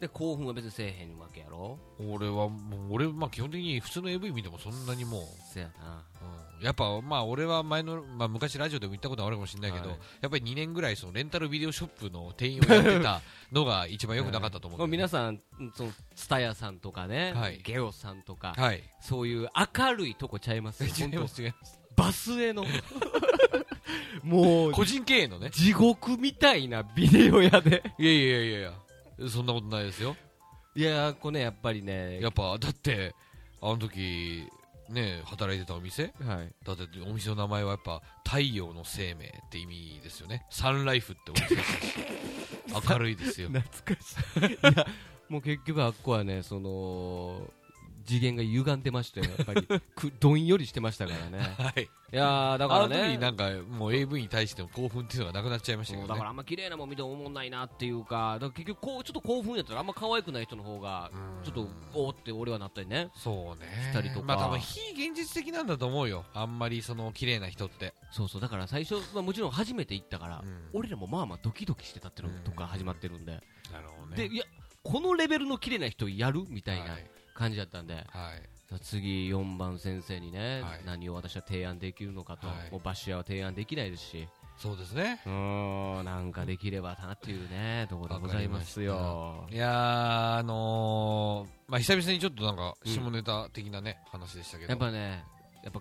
A: で興奮は別にせえへんわけやろ
B: 俺はもう俺まあ基本的に普通の AV 見てもそんなにもう、
A: せやな
B: うんやっぱまあ俺は前の、まあ、昔ラジオでも言ったことはあるかもしれないけど、
A: はい
B: やっぱり2年ぐらいそのレンタルビデオショップの店員をやってたのが一番良くなかったと
A: (laughs)
B: 思
A: も
B: う
A: うん
B: だ
A: 皆
B: よね、
A: さんそのツタヤさんとかね、
B: はい
A: ゲオさんとか、
B: はい
A: そういう明るいとこちゃいますよ
B: 違います違います
A: 本当バスへの (laughs) もう、
B: (laughs) 個人経
A: (laughs)
B: 営のね。
A: 地獄みたいなビデオ屋で。
B: いやいやいやいや、そんなことないですよ。
A: いやー、これね、やっぱりね、
B: やっぱ、だって、あの時、ね、働いてたお店
A: はい。
B: だってお店の名前はやっぱ太陽の生命って意味ですよねサンライフってお
A: (laughs)
B: 店明るいですよ
A: 懐かしい。いや、もう結局あっこはね、その、次元が歪んでましたよ、やっぱ (laughs) り。くどんよりしてましたからね。
B: はい
A: いやー、だか
B: あ
A: ら
B: の時
A: ね。
B: なんかもう AV に対しての興奮っていうのがなくなっちゃいました
A: そ
B: け
A: うだ
B: ど
A: か
B: ね
A: らあんま綺麗なもん見ても思んないなっていうかだから結局こうちょっと興奮やったらあんま可愛くない人の方が
B: うん
A: ちょっとおーって俺はなったりね
B: そうね
A: したりとか
B: まあ多分非現実的なんだと思うよあんまりその綺麗な人って
A: そうそうだから最初、まあ、もちろん初めて行ったから、
B: うん
A: 俺らもまあまあドキドキしてたっていうのとこから始まってるんで、
B: なるほど
A: でいやこのレベルの綺麗な人やるみたいな
B: はい
A: 感じだったんで、
B: はい
A: さあ次4番先生にね、
B: はい
A: 何を私は提案できるのかと、
B: はい
A: もうバシアは提案できないですし
B: そうですね
A: うーんなんかできればなっていうねところでございますよ
B: いやーあのー、まあ久々にちょっとなんか下ネタ的なね、話でしたけど
A: やっぱねやっぱ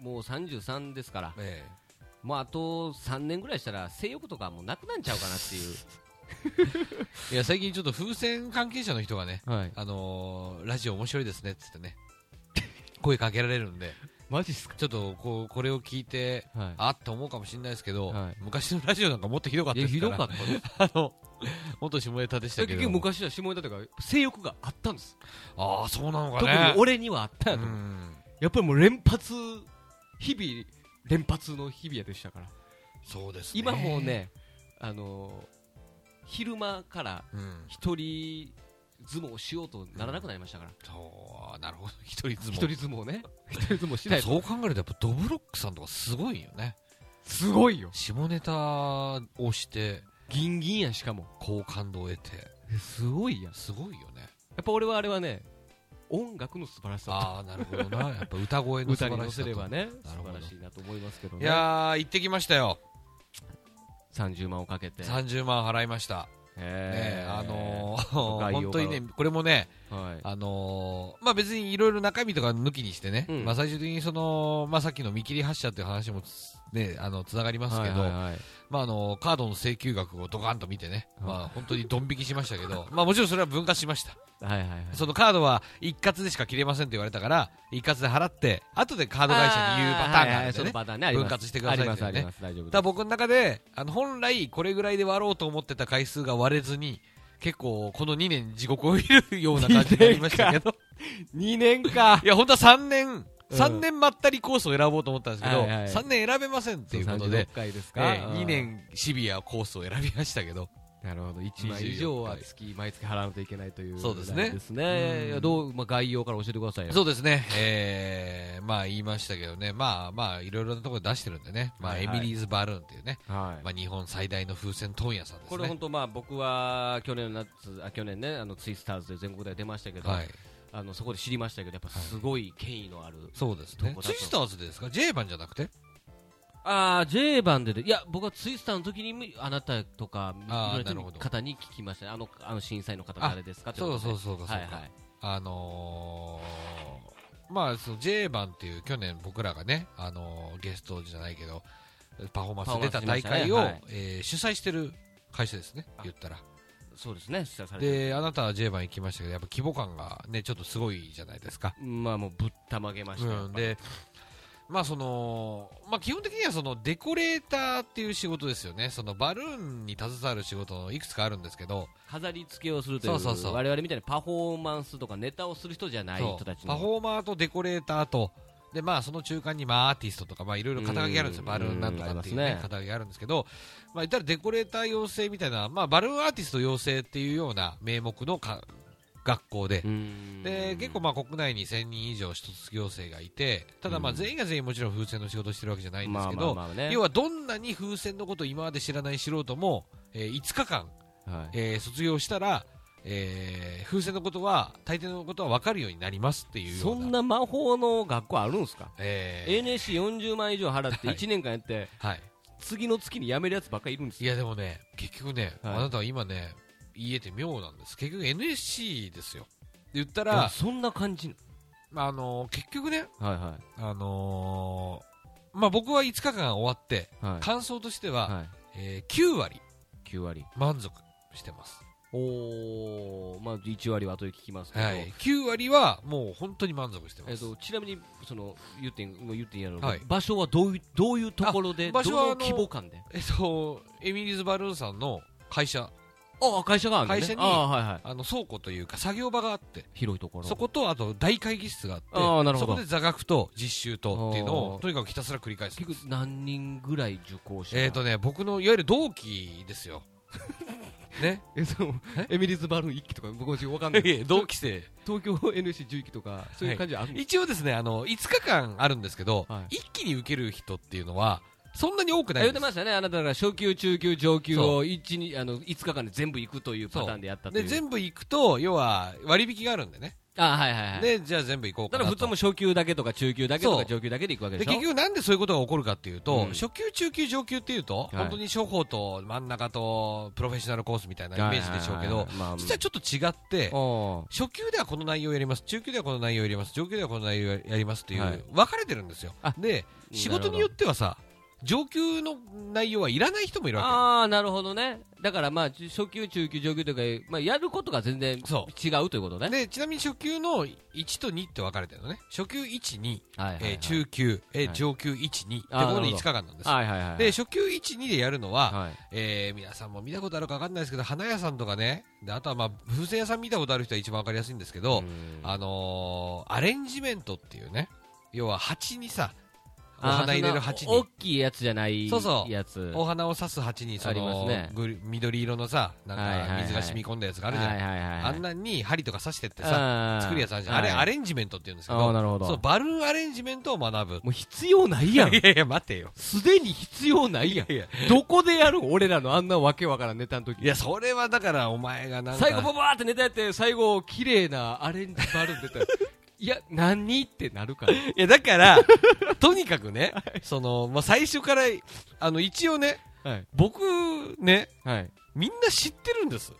A: もう33ですから
B: ええ
A: もうあと3年ぐらいしたら性欲とかもうなくなっちゃうかなっていう、
B: いや最近ちょっと風船関係者の人がね
A: (laughs) はい、
B: あのー、ラジオ面白いですねっつってね (laughs) 声かけられるんで
A: マジっすか
B: ちょっとこうこれを聞いて
A: はい
B: あって思うかもしれないですけど、
A: はい
B: 昔のラジオなんかもっとひどかった
A: いや
B: です
A: ひ
B: から
A: どかったです
B: あの (laughs) 元下ネタでしたけ
A: 結
B: ど
A: 局昔は下ネタとか性欲があったんです、
B: ああそうなのか
A: 特に
B: ね
A: 俺にはあったんやと
B: う
A: 思うんやっぱりもう連発日々連発の日々やでしたから
B: そうですね
A: 今もう、ね、あのー昼間から
B: うん、
A: 一人相撲をしようとならなくなりましたから
B: そうなるほど一人相撲
A: 一、人相撲ね一人相撲しないと
B: そう考えるとやっぱドブロックさんとかすごいよね
A: すごいよ
B: 下ネタをして
A: ギンギンやんしかも
B: 好感度を得て
A: すごいやんや
B: すごいよね
A: っぱ俺はあれはね音楽の素晴らしさ
B: ああなるほどなやっぱ歌声の素
A: (laughs) 歌
B: 晴
A: に
B: ら
A: 乗
B: しさ
A: せ
B: と
A: ればね
B: な
A: 素
B: るほど
A: 晴らしいなと思いますけど
B: い
A: ね
B: やー行ってきましたよ
A: 30万をかけて
B: 30万払いました、ね
A: えー
B: あの
A: 概 (laughs)
B: ー、
A: 要が
B: 本当にねこれもね
A: はい
B: あのーまあ別にいろいろ中身とか抜きにしてね、
A: うん
B: まあ最終的にその、まあさっきの見切り発車っていう話もつね、あの、つながりますけど、
A: はいはいはい
B: まああのカードの請求額をドカンと見てね、
A: はい
B: まあ本当にドン引きしましたけど、 (laughs) まあもちろんそれは分割しました。
A: はいはいはい
B: そのカードは一括でしか切れませんって言われたから、一括で払って、後でカード会社に言うパターンがあるんで
A: その
B: ね。
A: パターンねあります
B: 分割してくださいって
A: あ
B: ね
A: りますあります大丈夫
B: だから僕の中で、あの本来これぐらいで割ろうと思ってた回数が割れずに、結構この2年地獄を見るような感じになりましたけど、
A: 2年か
B: いや、本当は3年、3年まったりコースを選ぼうと思ったんですけど、
A: はいはい
B: 3年選べませんっていうことで
A: 36、回です
B: え
A: か
B: ー2年シビアコースを選びましたけど、
A: なるほど1万
B: 24
A: 以上は月毎月払わないといけないという
B: そうですね
A: ですね
B: うん
A: いやどうまあ概要から教えてくださいよ
B: そうですね、えー、まあ言いましたけどね、まあまあいろいろなところで出してるんでね、まあ
A: はい
B: エ
A: はい
B: ミリーズバルーンっていうね、
A: はい
B: まあ日本最大の風船問屋さんですね。
A: これ本当まあ僕は去年の夏あ去年ねあのツイスターズで全国で出ましたけど、
B: はい、
A: あのそこで知りましたけどやっぱすごい権威のある、
B: そうですね
A: ど。こだ
B: ツ
A: と
B: イスターズですか ?J 版じゃなくて
A: ああ J 版ででいや僕はツイスターの時にもあなたとかい
B: あー
A: ろいろ
B: なる
A: な
B: ほど
A: 方に聞きましたねあのあの審査員の方誰ですかってこ
B: そ
A: と
B: う
A: で
B: そうそうか、そうか。
A: はいはい
B: あのー、まあその J 版っていう去年僕らがね、あのーゲストじゃないけどパフォーマンス出た大会を、
A: パフォーマンスしましたねはい
B: えー主催してる会社ですね言ったら
A: そうですね出演されてる
B: であなたは J 版行きましたけどやっぱ規模感がねちょっとすごいじゃないですか、
A: まあもうぶったまげましたよ、
B: うん、でまあそのまあ基本的にはそのデコレーターっていう仕事ですよねそのバルーンに携わる仕事のいくつかあるんですけど、
A: 飾り付けをするという
B: そうそうそう
A: 我々みたいなパフォーマンスとかネタをする人じゃない
B: そう
A: 人たちの
B: パフォーマーとデコレーターとでまあその中間にまあアーティストとかまあいろいろ肩書きあるんです
A: う
B: よ
A: ん
B: バルーンなんとかっていうね
A: ありますね
B: 肩書きあるんですけどまあ言ったらデコレーター養成みたいなまあバルーンアーティスト養成っていうような名目のか学校で
A: う。ん
B: で結構まあ国内に1000人以上一卒業生がいてただまあ
A: うん
B: 全員が全員もちろん風船の仕事をしてるわけじゃないんですけ
A: まあ
B: ど
A: まあまあね
B: 要はどんなに風船のことを今まで知らない素人も、えー5日間
A: はい
B: えー卒業したら、えー風船のことは大抵のことは分かるようになりますっていうよ
A: そう
B: なん
A: な魔法の学校あるんですか、
B: えー
A: NSC40 万以上払って1年間やって、
B: はい、
A: 次の月に辞めるやつばっかりいるんです
B: い
A: よ
B: やでもね結局ね、
A: はい
B: あなたは今ね言えて妙なんです結局 NSC ですよ言った
A: あ
B: ら、
A: そんな感じ
B: まああのー結局ね、
A: はいは
B: あのーまあ、僕は5日間終わって、
A: はい
B: 感想としては、
A: はい、
B: えー9割
A: 9割
B: 満足してます、
A: おおまあ1割は後で聞きますけど、
B: はい、9割はもう本当に満足してます、
A: えっとちなみにその言ってんもう言ってんやろうけど、
B: はい
A: 場所はどういうどういうところで
B: あ場所は
A: ど
B: あの
A: の規模感で
B: えっと、エミリーズ・バルーンさんの会社
A: ああ会社があるのね
B: 会社に
A: ああはいはい
B: あの倉庫というか作業場があって
A: 広いところ
B: そことあと大会議室があって
A: あーなるほど
B: そこで座学と実習とっていうの
A: あ
B: を
A: ー
B: とにかくひたすら繰り返す
A: 結局何人ぐらい受講した
B: えっ、とね僕のいわゆる同期ですよね
A: (laughs) えその
B: え
A: エミリーズ・バルーン1期とか僕も分 (laughs) かんない
B: いや同期生
A: 東京 (laughs) NSC11 期とかそういう感じあるんです
B: 一応ですねあの5日間あるんですけど、
A: はい
B: 一気に受ける人っていうのはそんなに多くない
A: 言
B: ん
A: って
B: です
A: ましたね、あなたが初級、中級、上級を1にあの5日間で全部行くというパターンでやったとい
B: で
A: う、
B: 全部行くと要は割引があるんでね、
A: あはいはいはい、
B: でじゃあ全部行こう
A: だ
B: か
A: か
B: な
A: ら
B: と
A: 普通も初級だけとか中級だけと
B: そ
A: か
B: う
A: 上級だけで行くわけで
B: で
A: しょ、
B: 結局なんでそういうことが起こるかっていうと、
A: うん
B: 初級、中級、上級っていうと、
A: い
B: 本当に処方と真ん中とプロフェッショナルコースみたいなイメージでしょう
A: は
B: け
A: い
B: ど
A: はい、はいまあ、
B: 実はちょっと違って、
A: あ
B: 初級ではこの内容をやります、中級ではこの内容をやります、上級ではこの内容をやりますってい、
A: はいう
B: 分かれてるんですよ
A: あ。
B: で、
A: ど
B: 仕事によってはさ、上級の内容はいらない人もいるわ
A: あーなるほどね、だからまあち初級、中級、上級というか、まあ、やることが全然違
B: そう
A: ということ
B: け。
A: ね、
B: で、ちなみに初級の1と2って分かれてるのね。初級1、2、
A: はいはいはい
B: えー中級、え
A: はい
B: ー上級1、2ってこ
A: あーなるほ
B: の
A: ど
B: 5日間なんですよ。
A: はいはいはいはい、
B: で、初級1、2でやるのは、
A: はい、
B: えー皆さんも見たことあるか分かんないですけど花屋さんとかねであとはまあ風船屋さん見たことある人は一番分かりやすいんですけど、
A: うん
B: あのーアレンジメントっていうね要は鉢にさお
A: あー
B: 花入れる
A: そ
B: 鉢
A: の大
B: に
A: きいやつじゃない
B: そうそう
A: やつ、
B: お花を刺す鉢にそ
A: あります
B: の、
A: ね
B: ぐる緑色のさな
A: はいはい
B: ん
A: は
B: か
A: い
B: 水が染み込んだやつがあ
A: はい
B: るじゃ
A: は
B: ない,、
A: いはい
B: あんなんに針とか刺してってさ
A: あー
B: 作るやつあるじゃん、
A: はい
B: あれアレンジメントって言うんですけ
A: あー
B: ど
A: なるほど
B: そうバルーンアレンジメントを学ぶ
A: もう必要ないやん
B: (laughs) いやいや待てよ
A: すでに必要ないやん
B: いや
A: どこでやるん俺らのあんなわけわからんネタの時
B: いやそれはだからお前がなんか
A: 最後ババーってネタやって最後綺麗なアレンジバルーン出たら (laughs) いや何ってなるから
B: いや、だから、とにかくね、 (laughs) その、まあ、最初から、あの、一応ね、
A: (laughs) はい
B: 僕、ね、
A: はい
B: みんな知ってるんです。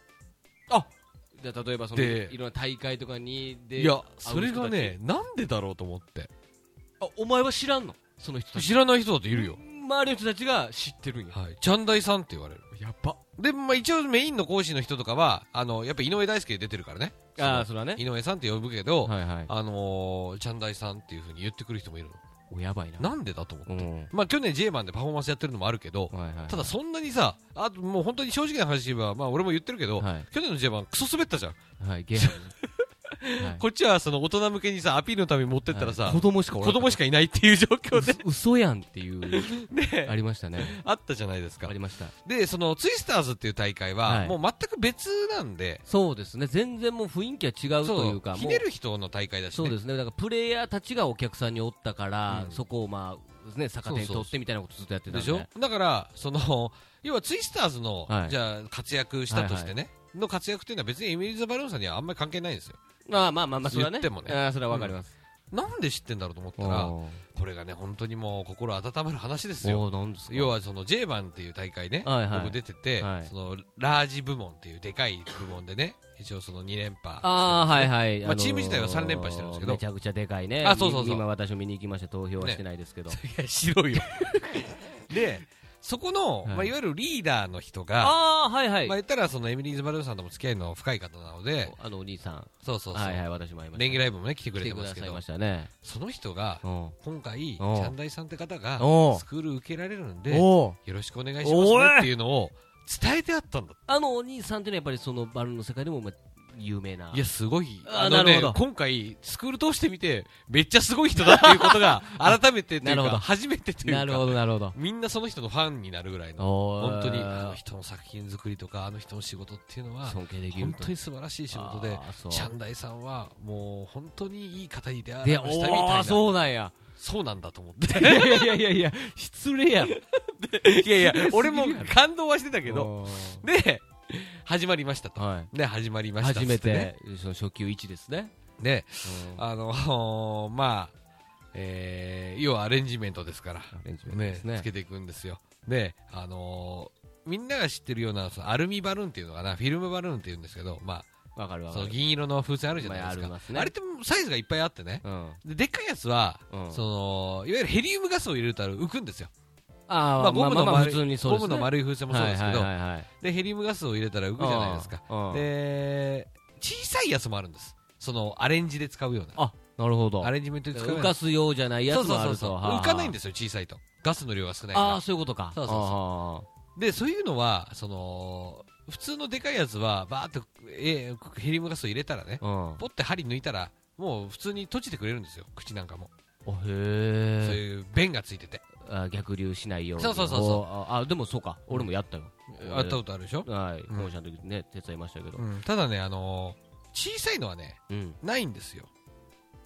A: で例えばその
B: で
A: いろんな大会とかにで
B: いや、
A: 会
B: そうれ
A: 人たち
B: がね、なんでだろうと思って。
A: あお前は知らんのその人たち
B: 知らない人だっているよ。
A: 周りの人たちが知ってるんや
B: はい。ちゃんだいさんって言われる。
A: やっぱ
B: で、まあ、一応メインの講師の人とかは、あの、やっぱ井上大輔出てるからね。
A: ああそれはね
B: 井上さんって呼ぶけど、
A: はいはい
B: あのー、ちゃんだいさんっていう風に言ってくる人もいるの。
A: おやばいな
B: なんでだと思って。
A: うん
B: まあ、去年 J マンでパフォーマンスやってるのもあるけど、
A: はいはい
B: ただそんなにさ、あともう本当に正直な話は、まあ俺も言ってるけど、
A: はい
B: 去年の J マンクソ滑ったじゃん。
A: はいゲー
B: (laughs)
A: ムはい
B: こっちはその大人向けにさ、アピールのために持ってったらさ、
A: はい子供しかおら
B: 子
A: んかった
B: 供しかいないっていう状況
A: (laughs)
B: で
A: う嘘やんって
B: (laughs)
A: いうありましたね
B: あったじゃないですか
A: あ。りました
B: で、そのツイスターズっていう大会は、
A: はい
B: もう全く別なんで、
A: そうですね全然もう雰囲気は違うというか
B: ひねる人の大会だし
A: そう
B: ね。
A: ですね、だからプレイヤーたちがお客さんにおったから、
B: うん
A: そこをまあ、ね、逆手に取ってみたいなことずっとやってたん
B: でしょだから、その、要はツイスターズの、
A: はい
B: じゃあ活躍したとしてね、の活躍っていうのは別にエミリーズ・バルーンさんにはあんまり関係ないんですよ。
A: まあまあまあまあ、それはね、
B: 言ってもね
A: あーそれはわかります。
B: なんで知ってんだろうと思った
A: お
B: ら、
A: ー
B: これがね、本当にもう心温まる話ですよ。
A: おーなんですか
B: 要はその J バンっていう大会ね、
A: はいはい
B: 僕出てて、
A: はい
B: そのラージ部門っていうでかい部門でね、一応その2連覇。
A: ああ、はいはい。
B: まあチーム自体は三連覇してるんですけど
A: めちゃくちゃでかいね。
B: あそうそうそう
A: み今私も見に行きました、投票はしてないですけど。
B: いや、白いよ。で、そこ
A: は
B: の、
A: い
B: まあ、いわゆるリーダーの人が、
A: ああ、はいは
B: まあ、
A: い。
B: 言ったらそのエミリーズ・バルーンさんとも付き合いの深い方なので、
A: あのお兄さん。
B: そうそうそう。
A: はいはい、私も会いました。
B: レンゲライブもね、来てく
A: 来
B: れ
A: て
B: て
A: く
B: ま
A: だ
B: すけ
A: さい
B: ど
A: ま、したね。
B: その人が、
A: お
B: 今回、チ
A: お
B: ャンダイさんって方が
A: お、
B: スクール受けられるんで、よ
A: お
B: ろしくお願いします
A: お
B: ね
A: い
B: っていうのを伝えてあったんだって
A: あのお兄さんっていうのはやっぱりそのバルーンの世界でもまあ有名な。
B: いや、すごい。
A: あー
B: あのね
A: なるほど
B: 今回、スクール通してみて、めっちゃすごい人だっていうこ
A: (laughs)
B: とが、改めてと
A: な
B: いう
A: るほど
B: か、初めてというか、
A: なるほど、なるほど。
B: みんなその人のファンになるぐらいの、
A: 本
B: 本当に、あの人の作品作りとか、あの人の仕事っていうのは、
A: 尊敬できる
B: 本当に素晴らしい仕事で、チャンダイさんは、もう、本当にいい方に出会
A: で
B: いましたみたい
A: お
B: な。
A: おそうなんや
B: そうなんだと思って。
A: (laughs) い
B: (laughs)
A: やいやいやいや失礼やろ
B: いや
A: (laughs)
B: いや、
A: 俺
B: 俺
A: も
B: も感動はしてたけど、
A: おー
B: で、始まりましたと。
A: は
B: で、始まり
A: い
B: ましたっ
A: 初
B: つ
A: め
B: ってね。
A: てその初級1ですね
B: で、
A: ア
B: あのまあ、えー要はアレンジメントですから、
A: レンジメントで
B: ね
A: す、ね
B: つけていくんですよ。で、あのーみんなが知ってるような、そのアルミバルーンっていうのかな、フィルムバルーンっていうんですけど、まあ、
A: わかるわか
B: その
A: る
B: 銀色の風船あるじゃないです
A: まああり
B: か
A: ますね
B: あれってもうサイズがいっぱいあってね
A: うん
B: ででっかいやつは、
A: うん
B: そのいわゆるヘリウムガスを入れると浮くんですよ、
A: あー、
B: まあ、ゴムの
A: まあまあ
B: 丸
A: 普
B: い
A: 通にそうです、
B: ゴ
A: ね、
B: ムの丸い風船もそうですけど、
A: はいはいはいはい、
B: でヘリウムガスを入れたら浮くじゃないですか
A: うん。うん
B: で小さいやつもあるんですそのアレンジで使うような
A: あなるほど
B: アレンジメントで使うよう
A: 浮
B: な
A: かすようじゃないやつもあると
B: そうそうそう
A: はあ
B: 浮かないんですよ小さいとガスの量が少ない
A: ああ
B: か
A: そういうことか
B: そうそうそう
A: あ
B: らでそういうのはその普通のでかいやつはバーッと、えーヘリウムガスを入れたらね
A: ーうん
B: ポッて針抜いたらもう普通に閉じてくれるんですよ口なんかも
A: おへ
B: そう
A: え
B: いう弁がついてて
A: 逆流しないように
B: そうそうそうそう
A: おーああでもそうか俺もやったよ
B: あったことあるでしょ、
A: 俺はい
B: うん
A: 本社の時ね手伝いましたけど
B: うんただねあのー小さいのはね
A: うん
B: ないんですよ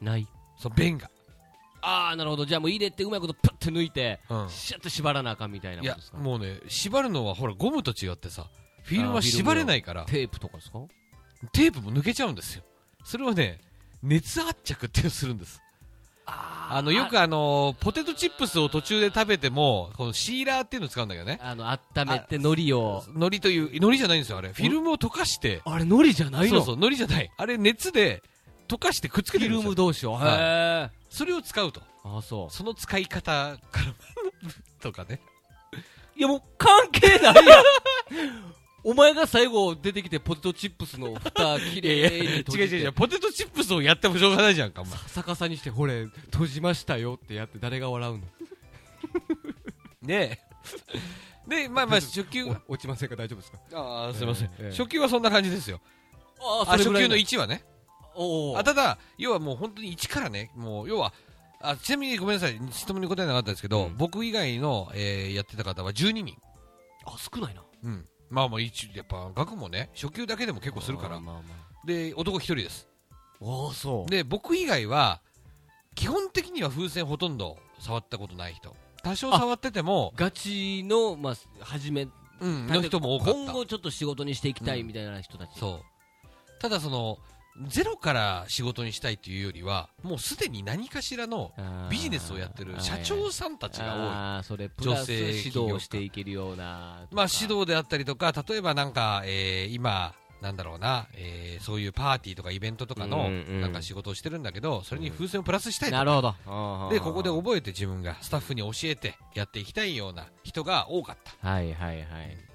A: ない
B: その弁が、
A: ああなるほどじゃあもう入れてうまいことプッて抜いて
B: うん
A: シュッと縛らなあかんみたいないこと
B: や
A: ですか
B: もうね縛るのはほらゴムと違ってさフィルム
A: あー
B: は
A: フィルム
B: 縛れないから
A: テープとかですか
B: テープも抜けちゃうんですよそれはね熱圧着っていうのをするんです
A: あ
B: あのよくあのーポテトチップスを途中で食べてもこのシーラーっていうのを使うんだけどね
A: あの温めて海苔を
B: 海苔という海苔じゃないんですよあれフィルムを溶かして
A: あれ海苔じゃな
B: そうそう海苔じゃないあれ熱で溶かしてくっ
A: フ
B: つけて
A: ィ
B: るん
A: ル
B: です
A: ム
B: よ
A: 同士を
B: はい
A: へえ
B: それを使うと
A: ああそう
B: その使い方から (laughs) とかね
A: いやもう関係ない
B: (laughs)
A: やんお前が最後出てきてポテトチップスの蓋きれいに閉
B: 違う
A: じて
B: 違う違うポテトチップスをやってもしょうがないじゃんかお前
A: 逆さにしてほれ閉じましたよってやって誰が笑うの
B: ねえでまあまあ初級
A: 落ちませんか大丈夫ですか
B: ああすいません、
A: ええ
B: 初級はそんな感じですよ
A: あ
B: あ初級の1はね
A: お
B: あただ要はもう本当に1からねもう要はあちなみにごめんなさい質問に答えなかったですけど、
A: うん
B: 僕以外の、えーやってた方は12人
A: あ少ないな
B: うんまあまあ一やっぱ額もね初級だけでも結構するから
A: まあまあ
B: で男1人です
A: ああそ
B: で僕以外は基本的には風船ほとんど触ったことない人多少触ってても
A: ガチのまあ始め
B: うんの人も多かった
A: 今後ちょっと仕事にしていきたいみたいな人たち
B: そうただそのゼロから仕事にしたいというよりはもうすでに何かしらの
A: あー
B: ビジネスをやってる社
A: はいは
B: 長
A: い
B: さんたちが多い
A: あーそれプラ
B: 女
A: ス
B: 性
A: 指
B: 起
A: 導
B: 業家
A: をしていけるような
B: まあ、指導であったりとか例えばなんか、えー今なんだろうな、えーそういうパーティーとかイベントとかの
A: うんうん
B: なんか仕事をしてるんだけどそれに風船をプラスしたいと
A: なるほど
B: でここで覚えて自分がスタッフに教えてやっていきたいような人が多かった
A: はいはいはい。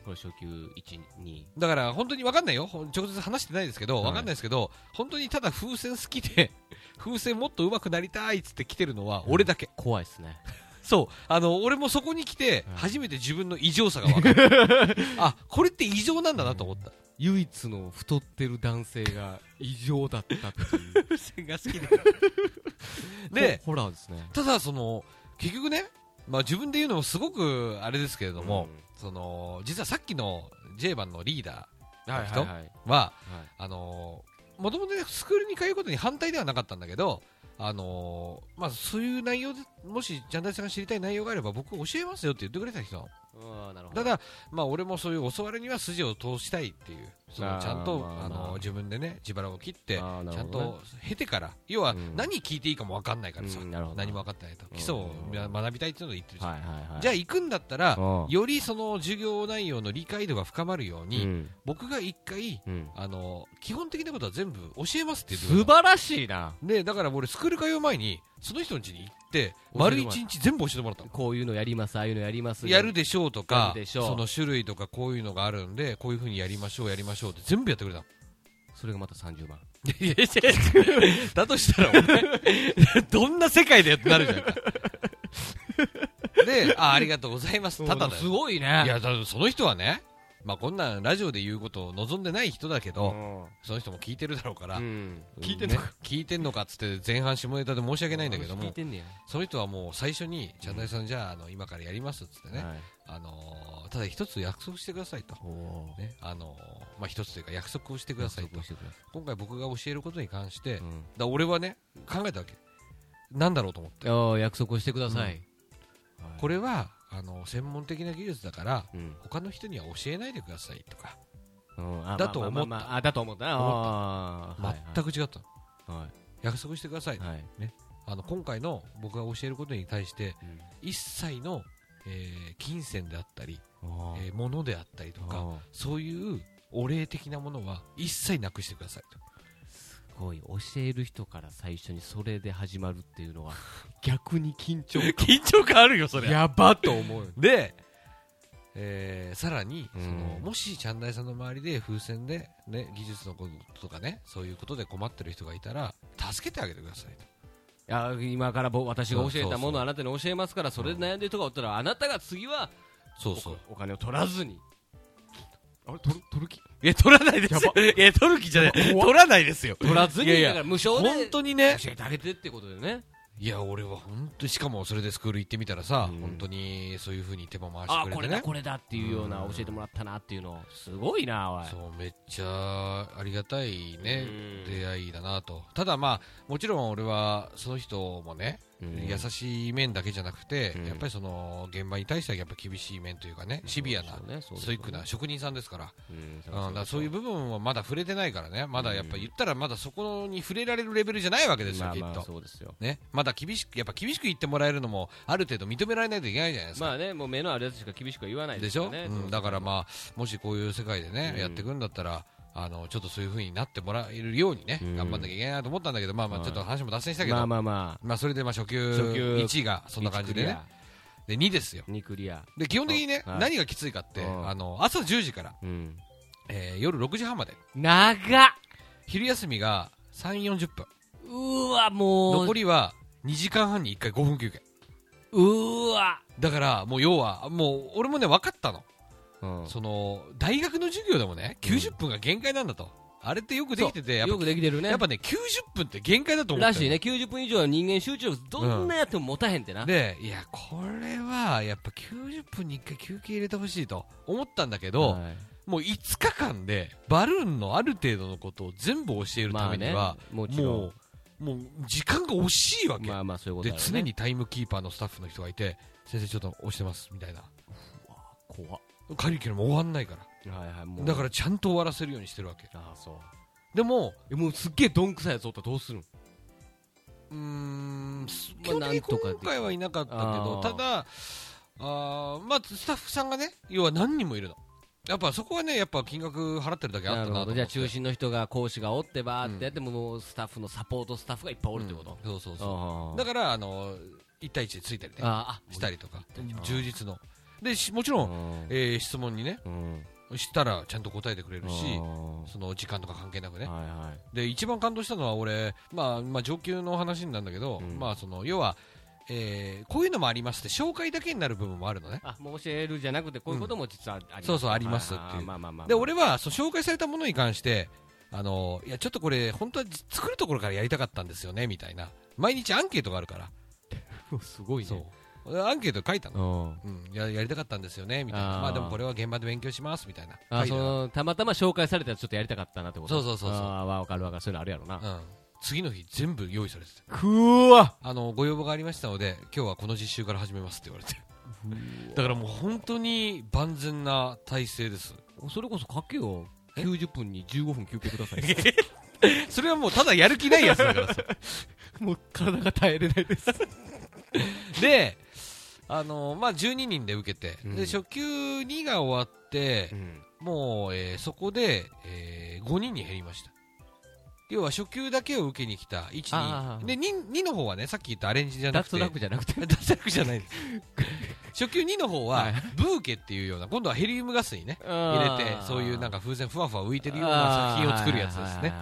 A: これ初級1、2。
B: だから本当に分かんないよほん直接話してないですけど
A: はい
B: 分かんないですけど、本当にただ風船好きで (laughs) 風船もっと上手くなりたいっつって来てるのは俺だけ、
A: 怖いですね。
B: そうあの俺もそこに来て
A: はい
B: 初めて自分の異常さが分
A: (laughs)
B: かるあこれって異常なんだなと思った
A: 唯一の太ってる男性が異常だったっていう。 (laughs)
B: 風船が好きだ (laughs) からで
A: ホラーですね。
B: ただその結局ね、まあ、自分で言うのもすごくあれですけれども、その実はさっきの J 番のリーダ
A: うん、はいはいはい。
B: ーは
A: はい
B: あのもともとスクールに通うことに反対ではなかったんだけど、あのーまあ、そういう内容でもしジャンダイさんが知りたい内容があれば僕教えますよって言ってくれた人なの
A: うんなるほ
B: た
A: ど。
B: だ、まあ、俺もそういう教わるには筋を通したいっていうその
A: あー
B: ちゃんと、
A: まあまあ
B: あのー自分でね自腹を切って
A: あーな
B: ち
A: る
B: ゃ
A: ほ
B: ん
A: どね
B: と経てから要は
A: うん
B: 何聞いていいかも分かんないからさ、
A: うんなるほど
B: 何も分かってないと基礎を学びたいっていうのを言ってるじゃん、
A: はいはいはい。
B: じゃあ
A: あ、
B: 行くんだったら
A: うん
B: よりその授業内容の理解度が深まるように、
A: うん
B: 僕が一回
A: うん
B: あの基本的なことは全部教えますって言っ
A: 素
B: てくれ
A: 晴らしいな。
B: たでだから俺スクール通う前にその人の家に行って
A: もらっ
B: 丸
A: た
B: 一日全部教えてもらったの
A: こういうのやります、ああいうのやります。
B: やるでしょうと
A: や
B: か
A: るでしょう
B: その種類とかこういうのがあるんでこういうふうにやりましょうやりましょうって全部やってく
A: (laughs)
B: れたの
A: それがまた30万。
B: いやいやいやだとしたら俺どんな世界でってなるじ
A: (laughs)
B: ゃんかであありがとうございますただだ
A: す
B: よ
A: ごいね。
B: いやだからその人はねまあこんなんラジオで言うことを望んでない人だけど、その人も聞いてるだろうから、
A: うん。
B: 聞いてんのか、聞いてんのかっつって前半下ネタで申し訳ないんだけど
A: 聞い
B: も
A: てんね
B: その人はもう最初に「チャンダイさんじゃああの今からやります」っつって
A: や。
B: ね、
A: はい
B: あのーただ一つ約束してくださいと、
A: おー
B: ねあのーまあ、一つというか約束をしてくださいと
A: そうしてくださ
B: 今回僕が教えることに関して、
A: い
B: だ俺はね考えたわけなんだろうと思って
A: うんあー約束をしてください。
B: こ
A: れ、
B: れはあの専門的な技術だから
A: うん。
B: 他の人には教えないでくださいとか
A: うんあ
B: だと思った
A: まあまあまああだと思ったな
B: 思っ
A: あーはい
B: 全く違ったの
A: は
B: 約束してください
A: いはい
B: あの今回の僕が教えることに対して
A: うん
B: 一切の、えー金銭であったり
A: あー
B: えー、ものであったりとか
A: あ
B: そういうお礼的なものは一切なくしてくださいと
A: すごい教える人から最初にそれで始まるっていうのは (laughs) 逆に (laughs) 緊張感
B: 緊張感あるよそ
A: やば (laughs) と思うよ
B: で、えーさらに、
A: うん
B: そのもしチャンダイさんの周りで風船で、ね、技術のこととかねそういうことで困ってる人がいたら助けてあげてくださいと
A: いや今から僕私が教えたも
B: そうそう
A: の
B: そう
A: をあなたに教えますからそれで悩んでる人がおったらあなたが次は
B: そ
A: お
B: うそう
A: お金を取らずにあれ取る取る気
B: いや取らないです
A: やば
B: いや取る気じゃない
A: 怖
B: 取らないですよ
A: 取らずに
B: いやいや
A: だから無償で
B: 本当にね
A: 教えてあげてってことでね
B: いや俺は本当にしかもそれでスクール行ってみたらさ、
A: うん
B: 本当にそういうふうに手間回
A: あ
B: して
A: こ
B: くれ
A: れ
B: て
A: だ
B: ね
A: これだっていうような
B: うん
A: 教えてもらったなっていうのすごいなおい
B: そうめっちゃありがたいね
A: うん
B: 出会いだなとただまあもちろん俺はその人もね
A: うん
B: 優しい面だけじゃなくて、
A: うん
B: やっぱりその現場に対してはやっぱ厳しい面というかね、シビアな、
A: そうですよね
B: ストイックな職人さんですから、
A: うん
B: うんだからそういう部分はまだ触れてないからね、まだやっぱ
A: うん
B: 言ったら、まだそこに触れられるレベルじゃないわけですよ、
A: まあ
B: きっ
A: まあ
B: と。
A: そうですよ
B: ね、まだ厳しく、やっぱ厳しく言ってもらえるのも、ある程度認められないといけないじゃないですか。
A: まあねもう目のあるやつしか厳しくは言わない
B: で
A: で
B: し
A: すから
B: ょ、
A: ね
B: うん、だからまあ、もしこういう世界でね、
A: うん
B: やっていくんだったら、あのちょっとそういう風になってもらえるようにね、
A: うん
B: 頑張んなきゃいけないなと思ったんだけど、まあまあ、
A: はい
B: ちょっと話も脱線したけど、
A: まあ
B: まあ
A: まあまあ
B: それでまあ初級
A: 初級
B: 1位がそんな感じでね、で2ですよ
A: 2クリア
B: で基本的にね、
A: はい
B: 何がきついかって、
A: うん
B: あの朝10時から、
A: うん
B: えー夜6時半まで
A: 長っ
B: 昼休みが3 4 0分
A: うわもう
B: 残りは2時間半に1回5分休憩
A: うわ
B: だからもう要はもう俺もね分かったの、
A: うん
B: その大学の授業でもね90分が限界なんだと、あれってよくできててやっぱ
A: よくできてるね
B: やっぱね90分って限界だと思った
A: ら
B: の
A: しいね90分以上は人間集中力どんなやっても持たへんってな
B: でいやこれはやっぱ90分に1回休憩入れてほしいと思ったんだけど、
A: はい
B: もう5日間でバルーンのある程度のことを全部教えるた
A: まあ
B: めに
A: ね
B: は、
A: もちろ
B: もうもう時間が惜しいわ
A: ん
B: け、
A: まあまあそういうこと
B: で
A: だろうね
B: 常にタイムキーパーのスタッフの人がいて先生ちょっと押してますみたいな
A: 怖っ
B: カリキュラム終わんないから
A: はいはいもう
B: だからちゃんと終わらせるようにしてるわけ
A: ああそう
B: でも
A: えもうすっげえどんくさいやつおったらどうするん
B: うーん基
A: まあ
B: 本
A: な
B: 的
A: んと
B: に
A: かで
B: 今回はいなかったけど
A: あー
B: ただあーまあスタッフさんがね要は何人もいるのやっぱそこはねやっぱ金額払ってるだけあっ
A: な
B: たな
A: る
B: と思
A: ほ
B: って
A: どじゃあ中心の人が講師がおってばーってやって、もうスタッフのサポートスタッフがいっぱいおるってこと、
B: うんそうそうそう
A: あ
B: だからあの1対1でついたりね
A: ああ
B: したりとか
A: あ
B: 充実のでしもちろん、
A: ん
B: えー質問にね
A: うん
B: したらちゃんと答えてくれるし
A: うん
B: その時間とか関係なくね
A: はいは
B: で一番感動したのは俺、まあ、まあ上級の話なんだけど、
A: うん
B: まあその要は、えーこういうのもありますって紹介だけになる部分もあるのね
A: あもう教えるじゃなくてこういうことも実はあります、
B: そうそうありますっていう
A: あーまあまあまあ
B: で俺はその紹介されたものに関してあのいやちょっとこれ本当はじ作るところからやりたかったんですよねみたいな毎日アンケートがあるから、
A: すごいね
B: そう俺アンケート書いたの、
A: うん
B: うん、ややりたかったんですよねみたいな
A: あー
B: まあでもこれは現場で勉強しますみたいな
A: あ
B: 書い
A: そ
B: たの
A: のたまたま紹介されたらちょっとやりたかったなってこと
B: そうそうそうそう
A: ああ分かる分かるそういうのあるやろな
B: うん、次の日全部用意されてて
A: くーわ
B: あのご要望がありましたので今日はこの実習から始めますって言われてだからもう本当に万全な体制です
A: それこそかけよ90分に15分休憩ください
B: それはもうただやる気ないやつだからさ
A: もう体が耐えれないです
B: であのまあ12人で受けて、
A: うん
B: で初級2が終わって、もう、えーそこで、え5人に減りました要は初級だけを受けに来た
A: あ
B: 1
A: ー
B: で 2, 2の方はねさっき言ったアレンジじゃなく
A: 脱
B: て
A: 落じゃなくて
B: 脱落じゃないです初級2の方は、
A: はい
B: ブーケっていうような今度はヘリウムガスにね入れてそういうなん
A: か
B: か風船ふわふわ浮いてるような作品を作るやつですね。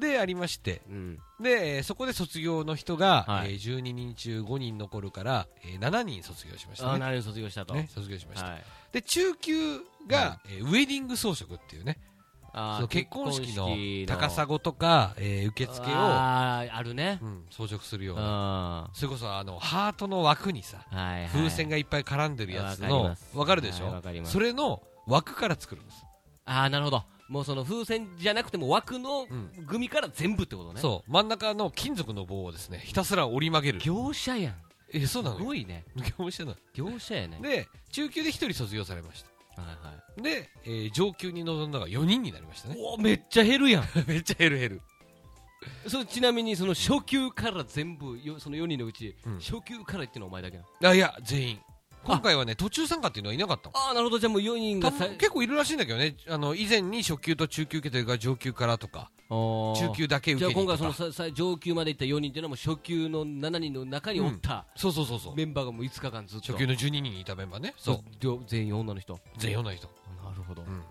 B: でありまして
A: うん、
B: でえーそこで卒業の人が、
A: はい
B: えー12人中5人残るから、えー7人卒業しまし
A: あ
B: た
A: あ
B: ね
A: なるほど卒業したと、
B: ね卒業しました、
A: はい、
B: で中級が、
A: は
B: えーウェディング装飾っていうね
A: あー
B: その結婚式の高
A: を
B: 砂とか、えー受付を、
A: あーあるね
B: うん装飾する
A: う
B: よ
A: ん
B: うな
A: は
B: それこそあのハートの枠にさ
A: いはい
B: 風船がいっぱい絡んでるやつ
A: わかり
B: の
A: ます
B: わかるでし
A: はい
B: ょ
A: わかります
B: それの枠から作るんです
A: ああなるほどもうその風船じゃなくても枠の
B: うん
A: 組から全部ってことね、
B: そう真ん中の金属の棒をですねひたすら折り曲げる
A: 業者やん
B: えそうなの
A: す
B: よ
A: ごい
B: (laughs)
A: ね
B: 業者な
A: 業者やね
B: ので中級で1人卒業されまし
A: はいは
B: たで、えー上級に臨んだが4人になりました
A: い
B: ね (laughs)
A: おめっちゃ減るやん
B: めっちゃ減る減る
A: それちなみにその初級から全部よその4人のうち、
B: うん
A: 初級からいってのはお前だけなの
B: あいや全員今回はね、途中参加っていうのはいなかったの
C: ああ、なるほど。じゃあもう4人
B: 多
C: がさ
B: 分結構いるらしいんだけどね、あの以前に初級と中級受けてるから上級からとか、中
A: 中
B: 級だけ受
C: じゃ
B: け
C: あ
B: に行
C: 今
B: くと
C: 回
B: か
C: そのささ上級まで行った4人っていうのはもう初級の7人の中におった、
B: そうそうそうそう、
A: メンバーがもう5日間ずっと
B: 初級の12人にいたメンバーね、そう、
A: 両全員女の人
B: 全員女の人、
A: なるほど、
B: う
A: ま
B: ん、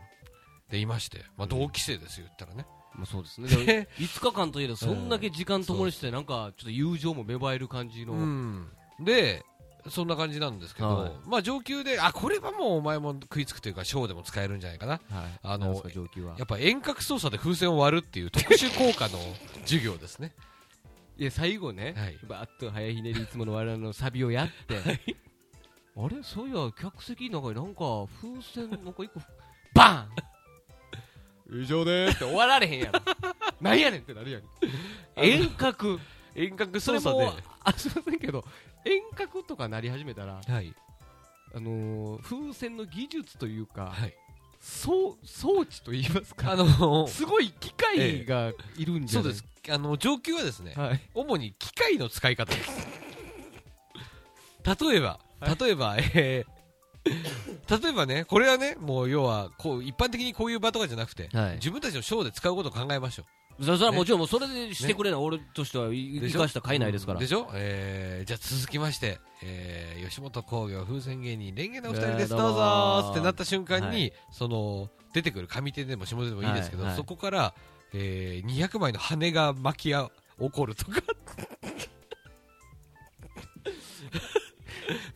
B: でいまして、まあ、同期生ですよ、言ったらね、
A: あ、そうですねでも5日間といえどそんだけ時間ともにしてなんかちょっと友情も芽生える感じの、
B: うん、で、そんな感じなんですけど、
A: はい
B: まあ上級で、あこれはもうお前も食いつくというか、ショーでも使えるんじゃないかな、
A: はい、
B: あ
A: な
B: の
A: んですか上級は
B: やっぱ遠隔操作で風船を割るっていう特殊効果の授業ですね。
A: いや最後ね、
B: はい
A: バーッと早ひねりいつもの我々のサビをやって、あれそういや客席の中になんか風船なんか一個バーン以上
B: (laughs)
A: でーって終わられへ
C: (laughs)
A: んやろなんやねんってなるやん遠隔
B: 遠隔
A: そ
B: 操
A: れ
B: 作
A: も
B: で
A: う。あすいませんけど遠隔とかなり始めたら
B: はい。
A: あのー風船の技術というか、
B: はい。
A: そう装置と言いますか
B: あ
A: (laughs)
B: の
A: すごい機械がいるんじ
B: そ
A: ゃ
B: う
A: ない
B: です。あの、上級はですね、
A: はい
B: 主に機械の使い
A: (laughs)
B: 方です。例えば、例えば、えー例えばね、これはね、もう要は、こう、一般的にこういう場とかじゃなくて、
A: はい
B: 自分たちのショーで使うことを考えましょ
C: そそれはもちろんもうそれでしてくれない、俺としては
B: う。で
C: 生
B: しょ
C: かした買えないですから、
B: でしょえーじゃあ続きまして、えー吉本興業風船芸人、レンゲのお二人です、
C: えー
B: ど
C: ど
B: う
C: う
B: ぞ
C: も
B: ーってなった瞬間に、
C: はい
B: その、出てくる上手でも下手でもいいですけど、
C: はいはい
B: そこから、えー200枚の羽が巻きあ起こる
C: (laughs)
B: とか。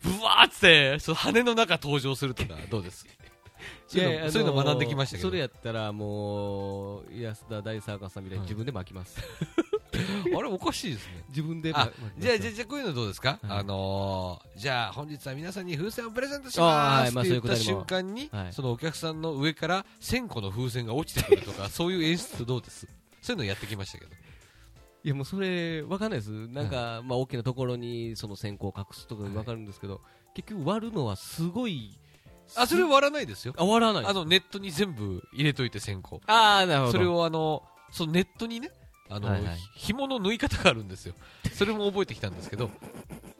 B: ブワーって、その羽の中登場するとか、どうですそういうのそういうの学んできましたけど。
A: それやったらもう安田大サーカスさんみたいに自分で巻き
B: (laughs)
A: ます、
B: あれおかしいですね。
A: 自分で
B: あ
A: 巻きます
B: じゃあ、じゃあ、じゃあこういうのどうですか、あのー、じゃあ、本日は皆さんに風船をプレゼントしま
A: あーは
B: す
A: い
B: って
A: まあ
B: 言っ
A: そうい
B: た
A: うくだり
B: 瞬
A: も
B: 間に、
A: はい
B: そのお客さんの上から1000個の風船が落ちてくる
A: (laughs)
B: とか、そういう演出どうですそういうのやってきましたけど。
A: いやもうそれわかんないですなんか、まあ大きなところにその線香を隠すとかわかるんですけど、結局割るのはすごい
B: あ、それ割らないですよ。
A: あ割らない
B: あの、ネットに全部入れといて1000個。
A: あーなるほど
B: それをあの、そのネットにね、あの、
A: はいはい
B: ひ紐の縫い方があるんですよ。それも覚えてきたんですけど、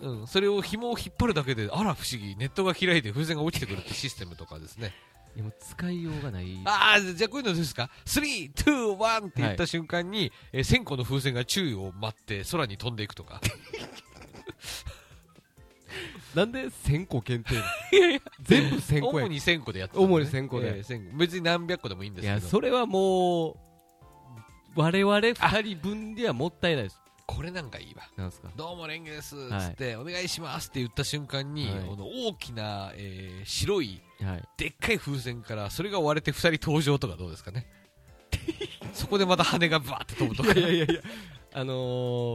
B: うん、それを紐を引っ張るだけで、あら不思議、ネットが開いて風船が落ちてくるってシステムとかですね。
A: いやもう使いようがない
B: ああ、じゃあこういうのどうですか ?3、2、1って言った瞬間に、えー1000個の風船が注意を待って空に飛んでいくとか。
A: なんで線香限
B: (laughs)
A: 定なの全部線香
B: 主
A: や
B: に1000個でやって
A: 主に1000個で
B: えー1000個別に何百個でもいいんで
A: い
B: すけ
A: や
B: ど。
A: それはもう我々2人分ではもったいないです
B: これなんかいいわ。
A: なんですか
B: どうもレンゲです。
A: い
B: つって、お願いしますって言った瞬間に、
A: はい
B: この大きな、えー白い、
A: はい
B: でっかい風船から、それが割れて2人登場とかどうですか
A: (laughs)
B: ね。そこでまた羽がバーって飛ぶとか。
A: いやいやいや、あの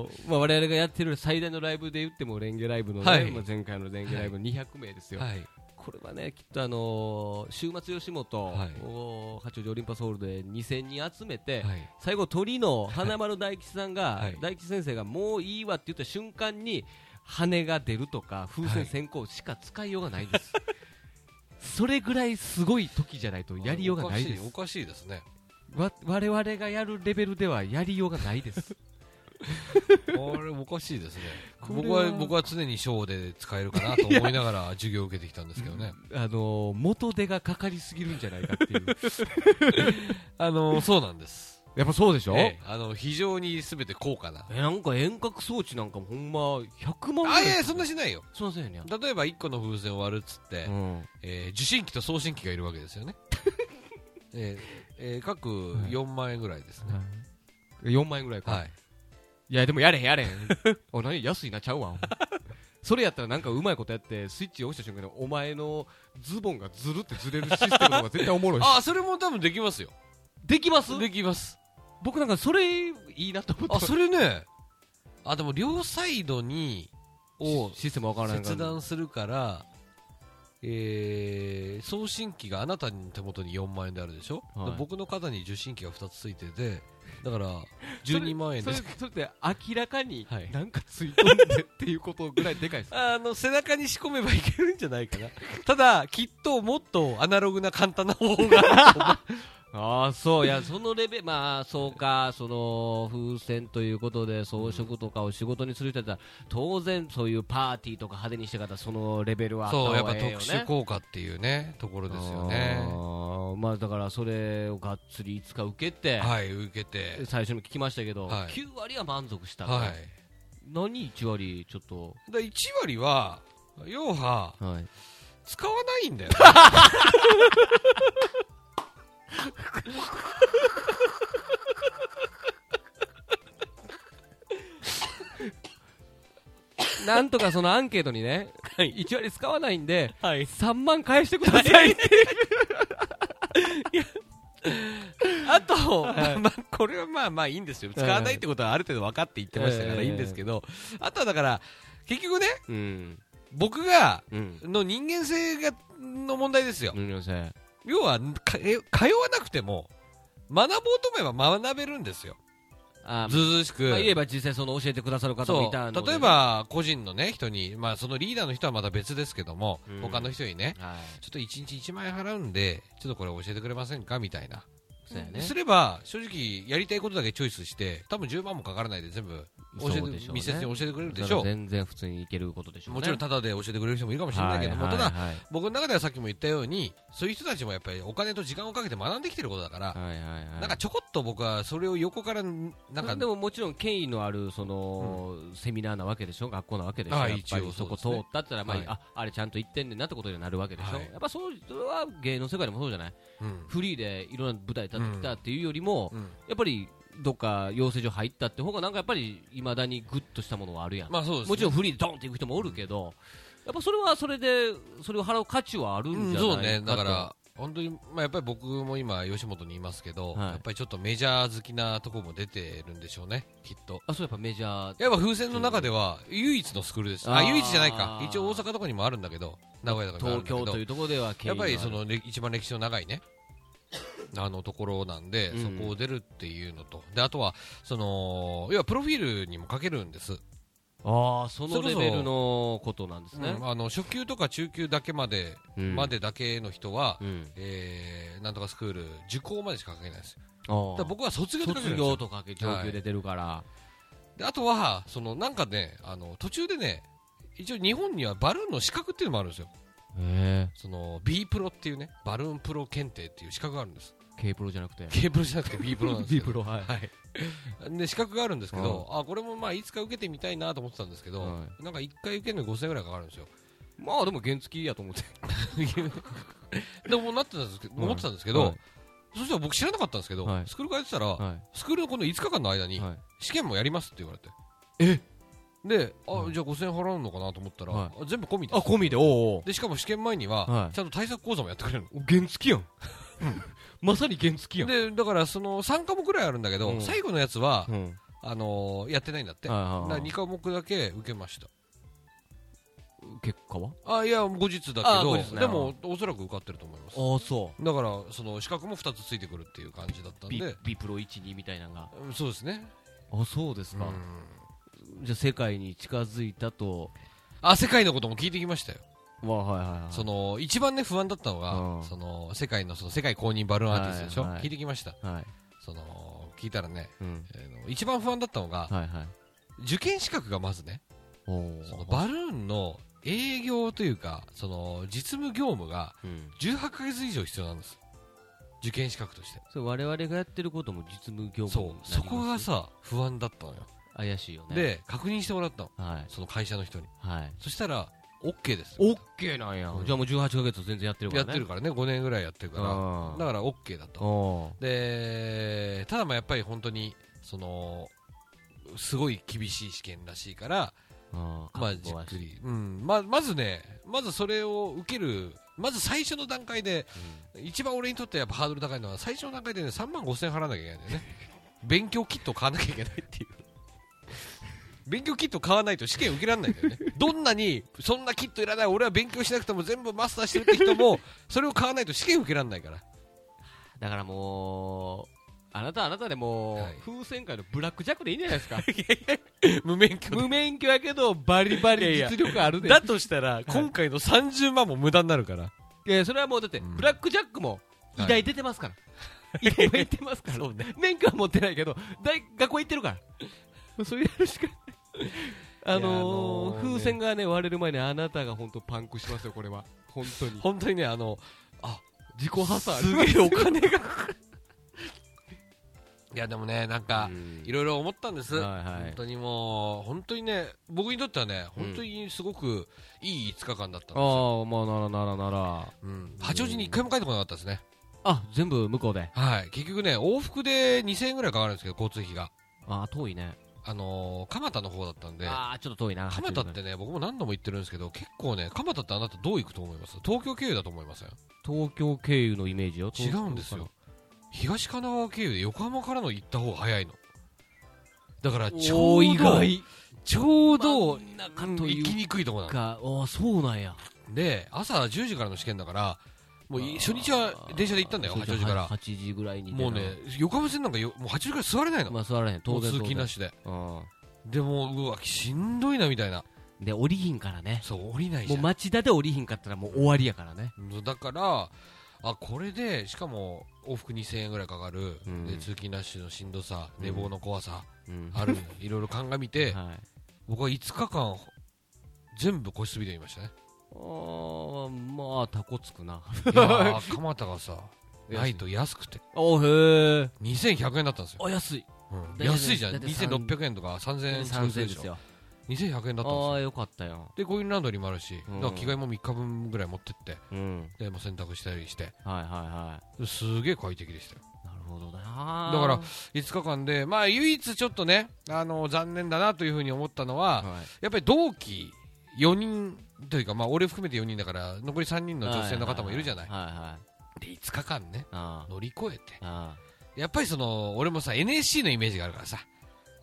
A: ーまあ、我々がやってる最大のライブで言っても、レンゲライブの、ね
B: はい
A: まあ、前回のレンゲライブの200名ですよ、
B: はい。
A: これはね、きっと、あのー週末吉本、
B: はい
A: おー八王子オリンパスホールで2000人集めて、
B: はい。
A: 最後、鳥の花丸大吉さんが、
B: はい
A: 大吉先生がもういいわって言った瞬間に、羽が出るとか、風船先行しか使いようがないんです。 (laughs) それぐらいすごい時じゃないとやりようがないです
B: お。かしいおかしいですね。
A: わ我々がやるレベルではやりようがないです。
B: あれおかしいですね
A: これ
B: 僕
A: は
B: は僕は常にショーで使えるかなと思いながら授業を受けてきたんですけどね
A: あのー元手がかかりすぎるんじゃないかっていう
B: (laughs)
A: (laughs)
B: あのそうなんです
A: やっぱそうでしょ、
B: ええあの非常に全て高価な
A: えなんか遠隔装置なんかもほんま100万ぐ
B: あ
A: らい
B: いやいやそんなしないよ
A: そうなんですよね
B: 例えば1個の風船を割るっつって、
A: うん
B: えー受信機と送信機がいるわけですよ (laughs) ねえええー各
A: はい
B: 4万円ぐらいですね
A: 4万円ぐらいか、
B: はい、
A: いやでもやれへんや (laughs) れへんお何安いなちゃうわそれやったらなんかうまいことやってスイッチ押した瞬間にお前のズボンがずるってずれるシステムの方が絶対おもろいし
B: ああそれも多分できますよ
A: できます
B: できます
A: 僕なんかそれいいなと思
B: あ
A: って
B: それねあでも両サイドにを
A: システムわからないから
B: 切断するから、えー送信機があなたの手元に4万円であるでしょ、
A: はい
B: で僕の肩に受信機が2つついてて
A: (laughs)
B: だから12万円
A: そ
B: で
A: れ
B: す
A: それって明らかに
B: はい
A: なんかつい込んでっていうことぐらいでかいです
B: あの背中に仕込めばいけ (laughs)
A: (laughs)
B: るんじゃないかなただきっともっとアナログな簡単な方法があると思う
A: (laughs) ああそういやそのレベルまあそうかその風船ということで装飾とかを仕事にする人だったら当然そういうパーティーとか派手にして方そのレベルはあった
B: そうや
A: 方
B: っぱ
A: がええよ、ね、
B: 特殊効果っていうねところですよ
A: あ
B: ね
A: ーまあだからそれをがっつりいつか受けて、
B: はい受けて
A: 最初に聞きましたけど、
B: はい
A: 9割は満足した、
B: は
A: 何1割ちょっと
B: いだ1割は要は
A: はい
B: 使わないんだよ、ね、
A: なんとかそのアンケートにね、1割使わないんで、
C: はい
A: 3万返してくださいって
B: あと、まあ、これはまあまあいいんですよ、使わないってことはある程度分かって言ってましたから
A: ええ
B: いいんですけど、あとはだから、結局ね、
A: うん
B: 僕が
A: うん
B: の人間性がの問題ですよ、
A: うんよせ
B: 要はかえ通わなくても、学ぼうと思えば学べるんですよ、
A: あ
B: ずうずうしく。
A: まあ言えば実際その教えてくださる方も
B: そ
A: いたので
B: う例えば個人のね人に、まあ、そのリーダーの人はまた別ですけども、
A: うん
B: 他の人にね、
A: はい
B: ちょっと1日1万円払うんで、ちょっとこれ教えてくれませんかみたいな、
A: そうやね
B: すれば正直やりたいことだけチョイスして多分10万もかからないで全部教えて、
A: そうでしょうね
B: 密接に教えてくれるでしょう、
A: 全然普通にいけることでしょうね
B: もちろんタダで教えてくれる人もいるかもしれないけども、
A: はいはい
B: ただ
A: はい
B: 僕の中ではさっきも言ったようにそういう人たちもやっぱりお金と時間をかけて学んできてることだから、
A: はいはいはい
B: なんかちょこっと僕はそれを横からなんか
A: でももちろん権威のあるその、セミナーなわけでしょ学校なわけでしょ
B: ああ
A: やっぱ
B: 一応
A: りそ
B: そう
A: こ
B: です
A: 通
B: ね
A: ったったら、まあ
B: はい
A: ああれちゃんと言ってんねんなってことになるわけでしょ、
B: はい
A: やっぱそうそれは芸能世界でもそうじゃない
B: うん
A: フリーでいろんな舞台立ってきたっていうよりも、
B: うん
A: やっぱりどっか養成所入ったって方がなんかやっぱりいまだにグッとしたものはあるやん、
B: まあそうですね
A: もちろんフリーでドンっていく人もおるけど、やっぱそれはそれでそれを払う価値はあるんじゃないかと、
B: うんそうねだから本当に、まあ、やっぱり僕も今吉本にいますけど、
A: はい
B: やっぱりちょっとメジャー好きなとこも出てるんでしょうねきっと
A: あそうやっぱメジャー
B: やっぱ風船の中では唯一のスクールです。あ
A: あー
B: 唯一じゃないか。一応大阪とかにもあるんだけど、名古屋とかにもある
A: 東京
B: んだけど
A: というところでは権
B: や
A: 威が
B: っぱ
A: ある
B: りその歴一番歴史の長いね、あのところなんで、
A: うん
B: そこを出るっていうのと、であとは、その、要はプロフィールにも書けるんです。
A: ああそ
B: そ
A: の
B: れこ
A: レベ
B: そ
A: ルのことなんですね
B: う、んあの初級とか中級だけまで、
A: うん
B: までだけの人は、
A: うん
B: えーなんとかスクール、受講までしか書けないです。
A: あー
B: だから僕は卒業とか
A: 卒業とか上級で出るから、
B: であとは、そのなんかね、あの途中でね、一応日本にはバルーンの資格っていうのもあるんですよ。
A: へえ
B: その B プロっていうねバルーンプロ検定っていう資格があるんです
A: K プロじゃなくて
B: K プロじゃなくて B プロなんで
A: (laughs)
B: す
A: B
B: けど
A: プロはい、
B: で資格があるんですけど、あこれもまあいつか受けてみたいなと思ってたんですけど、
A: は
B: なんか1回受けるのに5000円ぐらいかかるんですよ
A: まあでも原付きやと思って
B: でもなってたんですけど、
A: はい
B: 思ってたんですけど、
A: はい
B: そしたら僕知らなかったんですけど、
A: はい
B: スクールからやってたら、
A: は
B: スクールのこの5日間の間
A: い
B: に
A: はい
B: 試験もやりますって言われてえであ、
A: は
B: じゃあ5000円払うのかなと思ったら、
A: は
B: あ全部込みで
A: あ
B: す
A: 込みでおうおう
B: でしかも試験前には、
A: はい
B: ちゃんと対策講座もやってくれるの
A: 原付やん (laughs) まさに原付やん
B: でだからその3科目くらいあるんだけど、
A: うん
B: 最後のやつは、
A: うん
B: あのーやってないんだって、
A: はいはいはい
B: だ2科目だけ受けました
A: 結果は
B: あいや後日だ
A: あ
B: け
A: ー
B: ど、
A: 後日ね
B: でもおそらく受かってると思います
A: ああそ
B: だからその資格も2つついてくるっていう感じだったん
A: B,
B: で
A: B プロ12みたいなのが
B: うんそうですね
A: あそうです
B: うん
A: か、じゃあ世界に近づいたと
B: あ世界のことも聞いてきましたよ、
A: わはいはいはい
B: その一番ね不安だったのが、
A: うん
B: その世界のその世界公認バルーンアーティストでしょ、
A: はいはい
B: 聞いてきました
A: はい、
B: その聞いたらね、
A: うん、
B: えーの一番不安だったのが
A: はいはい
B: 受験資格がまずね
A: おお
B: そのバルーンの営業というかその実務業務が
A: うん、
B: 18ヶ月以上必要なんです受験資格として
A: それ我々がやってることも実務業務に
B: そ
A: なりま
B: う
A: す
B: そこがさ不安だったのよ、
A: 怪しいよね
B: で確認してもらったの
A: はい
B: その会社の人に
A: はい
B: そしたら OK です
A: オッケーなんや、
B: うん
A: じゃあもう18ヶ月全然やってるか
B: や
A: ら
B: っ
A: ね
B: てる
A: か
B: からね5年ぐらいやってるか
A: あ
B: ら
A: だ
B: だから OK だと
A: お
B: でただまあやっぱり本当にそのすごい厳しい試験らしいから
A: ま
B: まあじっく、り、うんまあまずねまずそれを受けるまず最初の段階で一番俺にとってやっぱハードル高いのは最初の段階でね3万5千円払わなきゃいけないんだよね勉強キットを買わなきゃいけないっていう勉強キット買わないと試験受けられないんだよねどんなにそんなキットいらない俺は勉強しなくても全部マスターしてるって人 (laughs) もそれを買わないと試験受けられないから
A: うんだからもうあなたはあなたでもう、
B: はい
A: 風船界のブラックジャックでいいんじゃない (laughs) ですか
B: 無免許
A: 無免許やけどバリバリ実力あるで
B: だとしたら今回の30万も無駄になるから
A: いやそれはもうだって、
B: うん
A: ブラックジャックも
B: はい
A: 偉大出てますから、いろいろ行ってますから、免許は持ってないけど大学校行ってるから (laughs) それやるしかないあ
B: いやあ
A: のー
B: のーね
A: 風船がね割れる前にあなたが本当パンクしますよこれは本当 (laughs) に
B: 本当にね、あの、あ、
A: 自己破産
B: すげえお金がかかる。いや、でもね、なんか、いろいろ思ったんです。
A: はいはい
B: 本当にもう、本当にね、僕にとってはね、
A: うん
B: 本当にすごくいい5日間だったんですよ。
A: ああまあならならなら
B: うん八王子に一回も帰ってこなかったですね。
A: あ全部向こうで
B: はい。結局ね、往復で2000円ぐらいかかるんですけど、交通費が。
A: ああ遠いね
B: あのー、蒲田の方だったんで。
A: ああちょっと遠いな
B: 蒲田ってね、僕も何度も言ってるんですけど、結構ね、蒲田ってあなたどう行くと思います東京経由だと思いません
A: 東京経由のイメージよ
B: 違うんですよ東神奈川経由で横浜からの行った方が早いのだからちょ
A: 超
B: う
A: 意
B: ど
A: 外
B: ちょうど、うん
A: 中
B: 行
A: という
B: きにくいとこなの
A: かああそうなんや
B: で朝10時からの試験だからもうい初日は電車で行ったんだよ
A: そう
B: 八
A: じゃ
B: 王子から
A: 8時ぐらいに出
B: も
A: な
B: うね横浜線なんかよもう8時から座れないの、
A: まあ座らへん当然
B: もう
A: 当
B: 通勤
A: 然
B: なしで
A: うん
B: でもううわしんどいなみたいな
A: で降りひんからね
B: そう降りないじ
A: も
B: ゃ
A: うん町田で降りひんかったらもう終わりやからね
B: だからあこれでしかも往復2000円ぐらいかかる、
A: うん
B: で通勤ラッシュのしんどさ寝坊の怖さ、
A: うん
B: あるいろいろ鑑みて、
A: はい
B: 僕は5日間全部個室ビデオ見まし
A: (laughs)
B: たね
A: あーまあタコつくない
B: やー蒲田がさ
A: 安い
B: ないと安くて
A: おへえ
B: 2100円だったんですよ、
A: あ安い
B: う
A: だい
B: ん
A: たい
B: 安いじゃん
A: だいたい三
B: 2600円とか3000円近くす
A: 3000円
B: るで
A: で
B: し
A: す
B: ょ
A: よ
B: 2100円だったんです
A: あ
B: よ
A: あよかったよ
B: でコインランドリーもあるし、
A: うん
B: だから着替えも3日分ぐらい持ってって
A: うん
B: でもう洗濯したりして
A: はいはいは
B: すげえ快適でしたよ
A: いなるほどな
B: だから5日間でまあ唯一ちょっとね、あの残念だなというふうに思ったのは、
A: はい
B: やっぱり同期4人というかまあ俺含めて4人だから残り3人の女性の方もいるじゃない
A: はいはいはい
B: で5日間ね
A: あー
B: 乗り越えて
A: あー
B: やっぱりその俺もさ NSC のイメージがあるからさ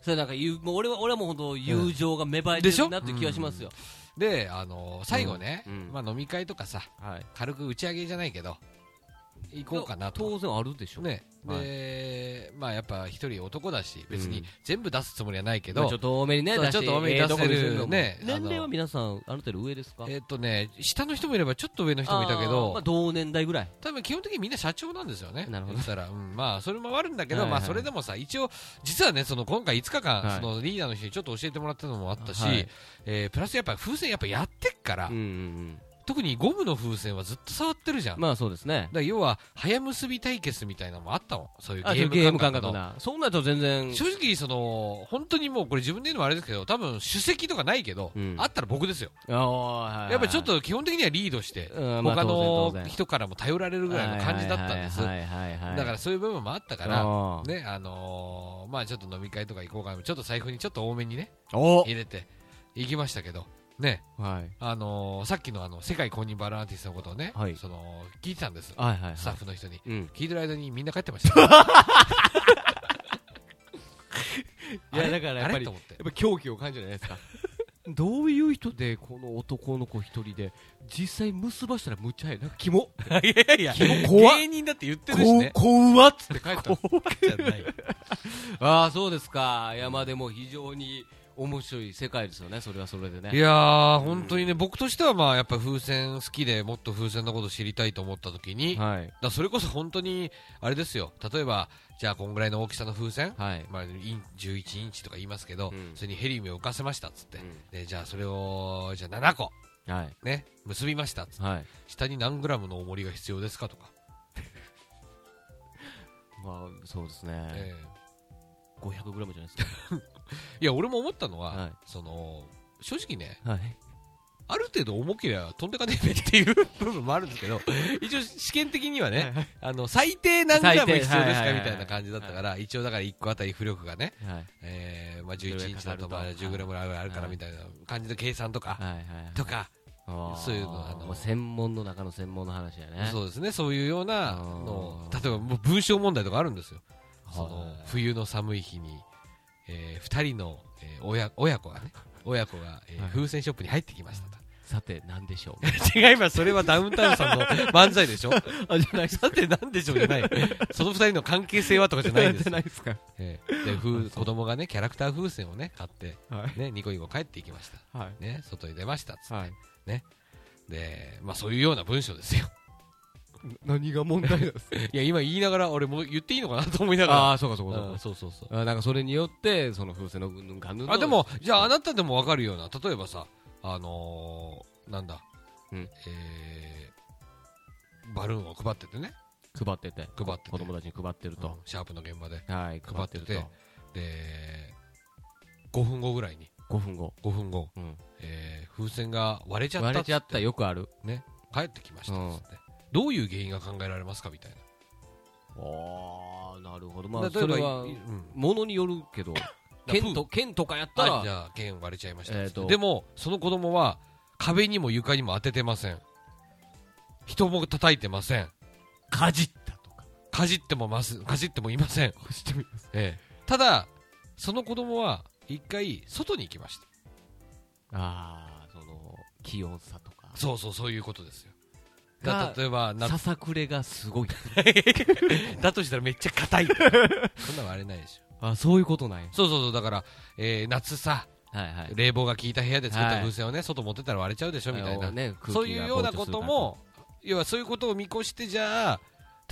A: それなんか言うもう俺は俺はもう本当友情が芽生えて
B: でし
A: る
B: ょ
A: なって気がしますよ
B: であの最後ね、
A: うん
B: まあ、飲み会とかさ
A: はい
B: 軽く打ち上げじゃないけど行こうかなと
A: 当然あるでしょ
B: ね
A: はい
B: で、まあやっぱ一人男だし別
A: う
B: に
A: ん
B: 全部出すつもりはないけ
A: まあ
B: ど
A: ちょっと多めにね
B: そう
A: 出して
B: ちょっと多めに出せる
A: ええとこ見せのも
B: ねあの
A: 年齢は皆さんある程度上ですか
B: えっとね下の人もいればちょっと上の人もいたけ
A: あーまあ
B: ど
A: 同年代ぐらい
B: 多分基本的にみんな社長なんですよね
A: なるほど
B: 言ったら、うん、まあそれもあるんだけど、
A: はいはい
B: まあそれでもさ一応実はねその今回5日間、
A: はい
B: そのリーダーの人にちょっと教えてもらったのもあったし、
A: はい
B: えープラスやっぱり風船やっぱやってっから、
A: うんうんうん
B: 特にゴムの風船はずっと触ってるじゃん、
A: まあそうですね
B: だから要は早結び対決みたいなのもあったもんそういう
A: あ
B: ゲ
A: ゲ
B: ーム
A: ーム
B: 感
A: 感
B: 覚
A: 覚
B: の
A: なそんなと全然
B: 正直その本当にもうこれ自分で言うのもあれですけど多分首席とかないけど、
A: うん
B: あったら僕ですよ
A: や
B: やっぱりちょっと基本的にはリードして、
A: うんまあ当
B: 他
A: 然当
B: の
A: 然
B: 人からも頼られるぐらいの感じだったんです、
A: はいはいはいはいはい
B: だからそういう部分もあったから、
A: あー
B: ね、あのーまあちょっと飲み会とか行こうかな、ちょっと財布にちょっと多めにね、
A: お
B: 入れて行きましたけど、ね、
A: はい
B: あのーさっきのあの、世界公認バラアーティストのことをね、
A: はい
B: その、聞いてたんです。
A: はいはいはい
B: スタッフの人に。
A: うん
B: 聞いてる間にみんな帰って
A: (laughs)
B: ました。
A: いやだからやっ
B: あ
A: ぱ
B: れ
A: り
B: と
A: やっ
B: 思って。
A: ぱ狂気を感じるじゃないですか (laughs) どういう人でこの男の子一人で実際結ばしたらむっちゃ (laughs) 早いなんかキモ
B: いやいや
A: 怖っ
B: 芸人だって言ってるし
A: こ
B: ね。
A: こうわっつ
B: って帰ったのじゃない
A: (laughs) ああそうですか山でも非常に面白い世界ですよねそれはそれでね
B: いやー、本当にね、僕としてはまあ、やっぱ風船好きで、もっと風船のこと知りたいと思った時に、
A: はい
B: だからそれこそ本当に、あれですよ。例えば、じゃあこんぐらいの大きさの風船、
A: はい
B: まあ、イン11インチとか言いますけど、
A: うん
B: それにヘリウムを浮かせましたっつって、
A: うん
B: でじゃあそれをじゃあ7個、
A: はい
B: ね、結びましたっつって
A: はい
B: 下に何グラムの重りが必要ですかとか、
A: まあそうですね
B: え
A: 5 0 0ムじゃないですか
B: えいや俺も思ったのは、
A: はい
B: その正直ね
A: はい
B: ある程度重けりゃ飛んでかねえべっていう部分もあるんです
A: (laughs)
B: けど一応試験的にはね、あの最低何グラム
A: 最低
B: 必
A: はい
B: 要です
A: はい
B: か
A: は
B: み
A: い
B: たいな感じだったから、一応だから1個あたり浮力がね、
A: はい
B: えーまあ、11インチだとまあ
A: どれぐらいかかると
B: 10グラムぐらいあるからみたいな感じの計算とか、
A: はいはい
B: とか
A: あー
B: そういうのあの
A: も専門の中の専門の話やね
B: そうですね、そういうような
A: あー
B: のを例えばもう文章問題とかあるんですよ、
A: はい
B: その冬の寒い日に、え2人の、えー親親子が (laughs) ね、親子が、えー
A: はい
B: 風船ショップに入ってきましたと。
A: さて何でしょ
B: 違います、それはダウンタウンさ (laughs) んの漫才でしょ。
A: う (laughs) あじゃない
B: さて、なんでしょうじゃない、その2人の関係性はとかじゃないです。
A: ないですか
B: えーでふう子供がね、キャラクター風船をね、買って、
A: は
B: ね、ニコニコ帰っていきました。
A: はい
B: ね、外に出ましたっつって
A: はい
B: で、まあそういうような文章ですよ。 (laughs)
A: 何が問題 (laughs) なんですか
B: いや、今言いながら、俺もう言っていいのかなと思いなが
A: ああそうかそうかそう
B: ら。うん
A: か
B: そうそうそう。
A: あーなんかそれによってその風船のうんぬんかんぬんの
B: あ、でも、じゃああなたでもわかるような、例えばさ、あのー、なんだ、
A: うん
B: えー、バルーンを配っててね、
A: 配ってて
B: 配ってて
A: 子供たちに配ってると、
B: シャープの現場で。
A: はい配ってると
B: 配ってで、5分後ぐらいに、
A: 5分後
B: 5分後、
A: うん
B: えー、風船が割れちゃった
A: 割れちゃった
B: よ。
A: よくある
B: 帰ってきました
A: うん
B: っつって。どういう原因が考えられますかみたいな。
A: ああなるほどまあ
B: 例え
A: そ
B: ば、
A: れは
B: うん
A: ものによるけど剣と剣とかやった
B: はい、じ
A: ら
B: ゃあ、剣割れちゃいました、
A: えーと
B: でも、その子供は、壁にも床にも当ててません。人も叩いてません。
A: かじったとか
B: かじってもます、かじってもいません。
A: してみます
B: ええ、ただ、その子供は、一回、外に行きました。
A: ああその気温差とか
B: そうそう、そういうことですよ。
A: が
B: だ例えば、な
A: ささくれがすごい
B: だとしたらめっちゃ硬い。 (laughs) そんなの割れないでしょ。
A: あそういうことなんや
B: そうそうそう、だから、えー夏さ、
A: はいはい
B: 冷房が効いた部屋で作った
A: はい
B: 風船をね、外持ってたら割れちゃうでしょ、みたい
A: あの
B: な。
A: ね空気が
B: そういうようなことも
A: 膨、
B: 要はそういうことを見越して、じゃあ、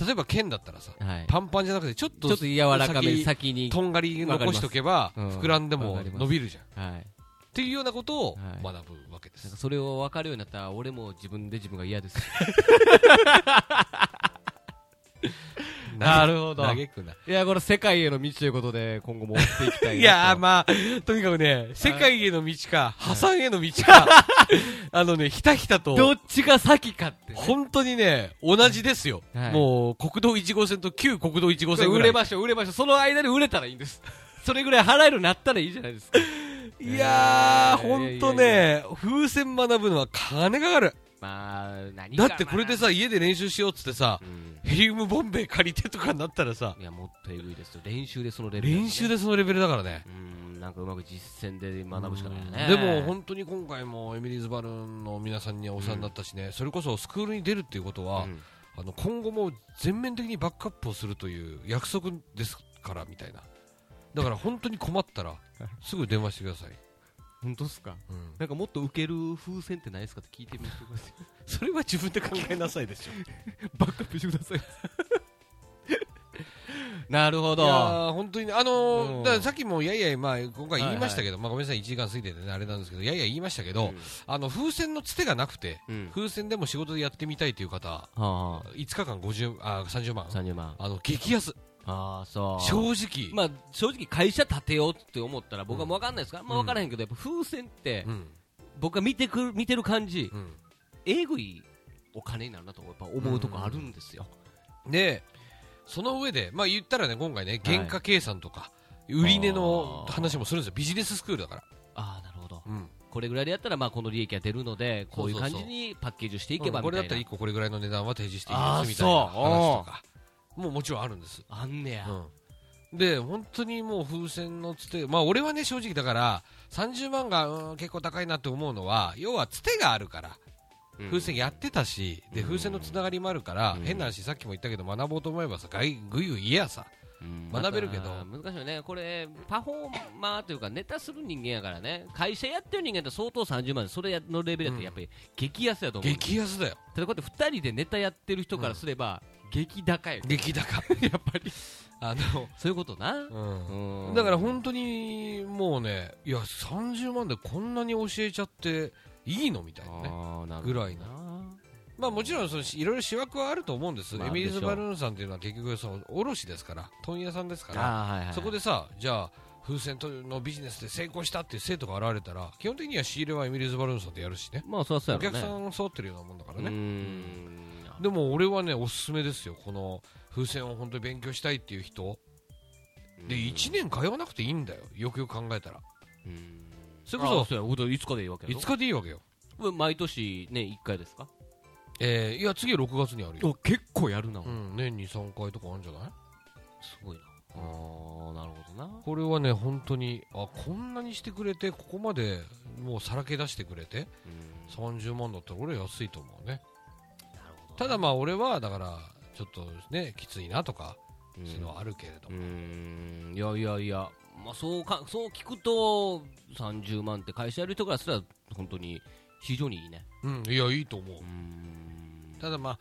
B: 例えば剣だったらさ、
A: 張するからはい
B: パンパンじゃなくて、ちょっ
A: ちょ
B: と
A: っと柔らかめ
B: 先
A: 先に
B: とんがり残しとけば、
A: わかりますうん
B: 膨らんで
A: わ
B: も
A: かります
B: 伸びるじゃん。っ
A: はい
B: ていうようなことを
A: はい
B: 学ぶわけで
A: なん
B: す。
A: かそれを分かるようになったら俺も自分で自分が嫌です (laughs) なるほど
B: 嘆く (laughs) な。
A: いやこれ世界への道ということで今後も追っていきたい
B: いやー、
A: ま
B: まあ、とにかくね、世界への道か、破産への道
A: (laughs)
B: か、あのね、ひたひた
A: ど
B: と、
A: っちが先かってね
B: 本当にね、同じですよ。
A: はい
B: もう、国道1号線と旧国道1号
A: これ
B: 線ぐ
A: 売
B: ら
A: れ
B: い。
A: ましょう売れましょうその間に売れたらいいんですそれぐらい払えるようになったらいいじゃないですか
B: い
A: い
B: やー、
A: や
B: ほ
A: いやいや
B: んとね、風船学ぶのは金かかる。
A: まあ何
B: だ
A: か
B: ってこれでさ、家で練習しようっつってさ
A: う、ん
B: ヘリウムボンベ借りてとかになったらさ、
A: いやもっとえぐいですよ練習でそのレベル、
B: 練習
A: で
B: でそのレベルだからね。
A: うんなんかうまく実践で学ぶしかないよね
B: でも本当に今回もエミリーズ・バルーンの皆さんにはお世話になったしね、それこそスクールに出るっていうことは、
A: うん
B: あの今後も全面的にバックアップをするという約束ですからみたいなだから本当に困っ
A: (laughs)
B: たらすぐ電話してください、
A: 本当っすか
B: うん
A: なんかもっとウケる風船ってないですかって聞いてみてください
B: それは自分で考えなさ (laughs) いでしょ
A: (laughs) バックアップしてください (laughs) なるほ
B: いや
A: ど
B: ー本当にねあのー
A: うん
B: だからさっきもやいやい、まあ、今回言いましたけど、まあ、ごめんなさい1時間過ぎててねあれなんですけどやいやい言いましたけ
A: う
B: ど、
A: ん
B: あの風船のつてがなくて
A: うん
B: 風船でも仕事でやってみたいという方
A: は
B: 5日間50あ30万
A: あ30万
B: あの激安
A: ああそう
B: 正直、
A: まあ正直会社建てようって思ったら僕はもう分かんないですから、まあ分からへんけどやっぱ風船って
B: うん
A: 僕が見てくる見てる感じ
B: うん
A: えぐいお金になるなとやっぱ思うとこあるんですよ、
B: でその上で、まあ、言ったらね今回ね原価計算とか、売値の話もするんですよビジネススクールだから、
A: ああなるほど
B: うん
A: これぐらいでやったらまあこの利益が出るのでこういう感じにパッケージをしていけばみ
B: こ
A: たいな、
B: れだったら1個これぐらいの値段は提示していい
A: あー
B: ですみたいな話とかもうもちろんあるんです、
A: あんねや、
B: うん、で本当にもう風船のつてまあ俺はね正直だから30万がうん結構高いなって思うのは要はつてがあるから
A: うん
B: 風船やってたし、で風船のつながりもあるから、変な話さっきも言ったけど学ぼうと思えばさがいぐいぐい言えやさ
A: うん
B: 学べるけど
A: また難しいよねこれパフォーマーというかネタする人間やからね会社やってる人間って相当30万でそれのレベルやったらやっぱり激安やと思う、
B: 激安だよ
A: ただこうやって2人でネタやってる人からすれば、 (laughs) 激高い
B: 激高
A: (laughs)
B: やっぱりあの
A: そういうことな、
B: うん
A: うん
B: だから本当にもうねいや30万でこんなに教えちゃっていいのみたいなね
A: あーなるほど
B: ぐらいなまあもちろんそのいろいろ仕枠はあると思うんです、
A: まあ
B: エミリー
A: で
B: ズ・
A: しょう
B: バルーンさんっていうのは結局その卸ですから問屋さんですから
A: あーはいはい
B: そこでさじゃあ風船とのビジネスで成功したっていう生徒が現れたら基本的には仕入れはエミリーズ・バルーンさんでやるしね
A: まあそりゃそう
B: お
A: やろ
B: 客
A: ね
B: さん揃ってるようなもんだからね
A: うーん
B: でも俺はねおすすめですよこの風船を本当に勉強したいっていう人で1年通わなくていいんだよよくよく考えたら
A: うん
B: それこ
A: あそうやほんといつかでいいわけ
B: そ
A: やろ
B: 5日でいいわけよ
A: これ毎年ね1回ですか
B: えー、いや次は6月にあるよ、
A: お結構やるな、
B: うん、年に3回とかあるんじゃない
A: すごいなあーなるほどな
B: これはね本当にあこんなにしてくれてここまでもうさらけ出してくれて
A: うん
B: 30万だったら俺は安いと思うね
A: なるほど
B: ただまあ俺はだからちょっとねきついなとか
A: うん
B: そういうのはあるけれど
A: うーんいやいやいや、まあ、そうかそう聞くと30万って会社やる人からすら本当に非常にいいね
B: うん、いやいいと思う
A: うーん
B: ただまあ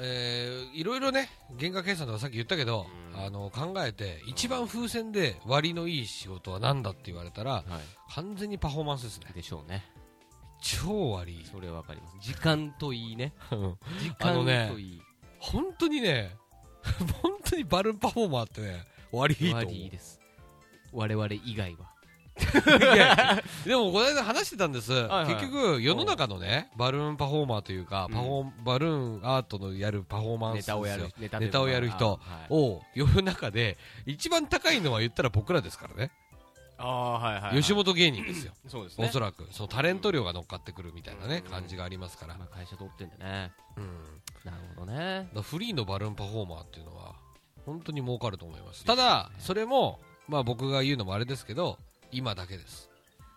B: えーいろいろね原価計算とかさっき言ったけど、あの考えて一番風船で割のいい仕事は何だって言われたら、
A: は
B: 完全にパフォーマンスですね
A: い。でしょうね。
B: 超割いい
A: それはわかります。時間といい
B: (laughs)
A: ね。時
B: あ
A: 間
B: のね
A: といい。
B: 本当にね (laughs) 本当にバルーンパフォーマーってね割いいと思
A: 割
B: う
A: りいいです。我々以外は。
B: でもこの間話してたんです、
A: いはい
B: 結局世の中のねバルーンパフォーマーというか、パフォーバルーンアートのやるパフォーマンス
A: ネタをやる。ネタ
B: ネタをやる人
A: はい
B: を世の中で一番高いのは言ったら僕らですからね、
A: ああ、はいはいはい。
B: 吉本芸人ですよ、
A: そうです
B: お
A: ね。
B: そらくそのタレント量が乗っかってくるみたいなね、
A: うん
B: 感じがありますから、
A: まあ会社取ってんだね。
B: うん
A: なるほどね。
B: だからフリーのバルーンパフォーマーっていうのは本当に儲かると思いますただそれも、まあ、僕が言うのもあれですけど今だけです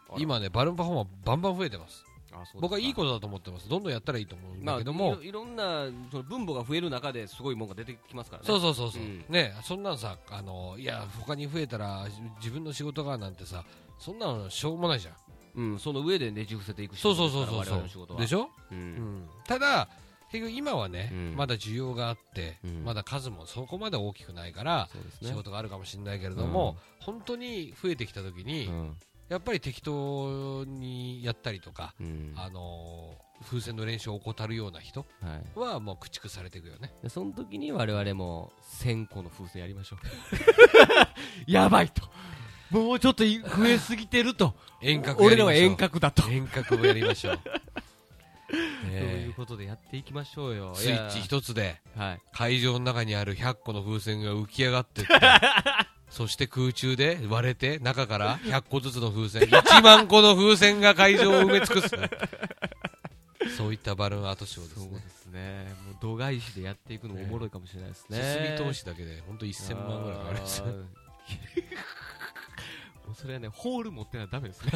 A: あら
B: 今ねバルーンパフォーマーバンバン増えてます
A: あそうですか
B: 僕はいいことだと思ってますどんどんやったらいいと思うん
A: ま
B: だ
A: あ、
B: け
A: い
B: ども、
A: ろいろんなその分母が増える中ですごいもんが出てきますからね。
B: そうそうそうそう、
A: うん
B: ねそんなんさあのいや他に増えたらじ自分の仕事がなんてさそんなのしょうもないじゃん
A: うん、その上でねじ伏せていく仕
B: そう
A: 事
B: そう
A: ですか
B: そう
A: ら我
B: そう
A: 々の仕事は。
B: でしょ、
A: う。
B: うんんただ結局今はね、
A: うん
B: まだ需要があって、
A: うん
B: まだ数もそこまで大きくないから
A: そうです
B: 仕
A: ね。
B: 事があるかもしれないけれども、本当に増えてきた時に、
A: うん
B: やっぱり適当にやったりとか、
A: うん
B: あのー風船の練習を怠るような人
A: はい。
B: はもう駆逐されていくよね
A: でその時に我々も1000個の風船やりましょ
B: (laughs)
A: うやばいともうちょっとい増えすぎてると
B: 遠隔や
A: 俺
B: り
A: ら
B: ま
A: は
B: しょう
A: 遠隔だと
B: 遠隔をやりまし
A: (laughs)
B: ょう。ね
A: とい
B: え
A: うことでやっていきましょうよ
B: スイッチ
A: い
B: 一つで
A: やはい
B: 会場の中にある100個の風船が浮き上がってって
A: (laughs)
B: そして空中で割れて中から100個ずつの風船1万個の風船が会場を埋め尽くすそういったバルーンアートショーです
A: そうで
B: ね
A: すねもう度外視でやっていくのもおもろいかもしれないですね
B: 設備投資だけで本当1000万ぐらいかかります
A: あー (laughs) もうそれはねホール持ってないとダメです
B: (laughs)
A: ね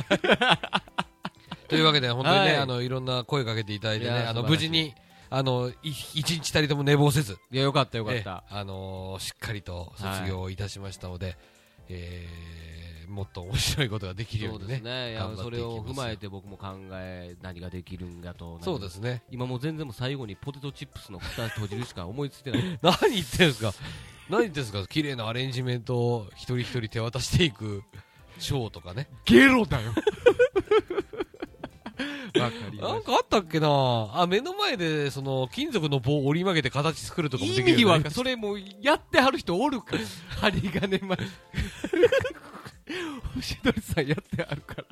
B: というわけで本当にね、
A: はい
B: い、あのいろんな声かけていただいてね
A: いやー
B: あの
A: 素晴
B: 無
A: らしい
B: 事にあのい一日たりとも寝坊せず
A: いやよかったよかっ
B: え
A: た
B: えあのーしっかりと卒業いたしましたので、えーもっと面白いことができるよ
A: そうう
B: に
A: で
B: ね
A: すねいや
B: 頑張っ
A: そ
B: て
A: れ
B: いきます
A: を
B: よ
A: 踏まえて僕も考え何ができるんだと
B: そうですね
A: 今もう全然もう最後にポテトチップスの蓋閉じるしか思いついてない
B: 何言ってんですか何言ってんですか綺麗なアレンジメントを一人一人手渡していくショーとかね
A: ゲロだよ
B: (laughs)
A: わかり
B: な
A: ま
B: んかあったっけなあ目の前でその金属の棒を折り曲げて形作るとかも
A: 意
B: できる
A: 味
B: よ
A: わ
B: ね
A: かそれもうやってはる人お
B: (laughs)
A: るから針金まで星取りさんやってはる
B: (laughs)
A: から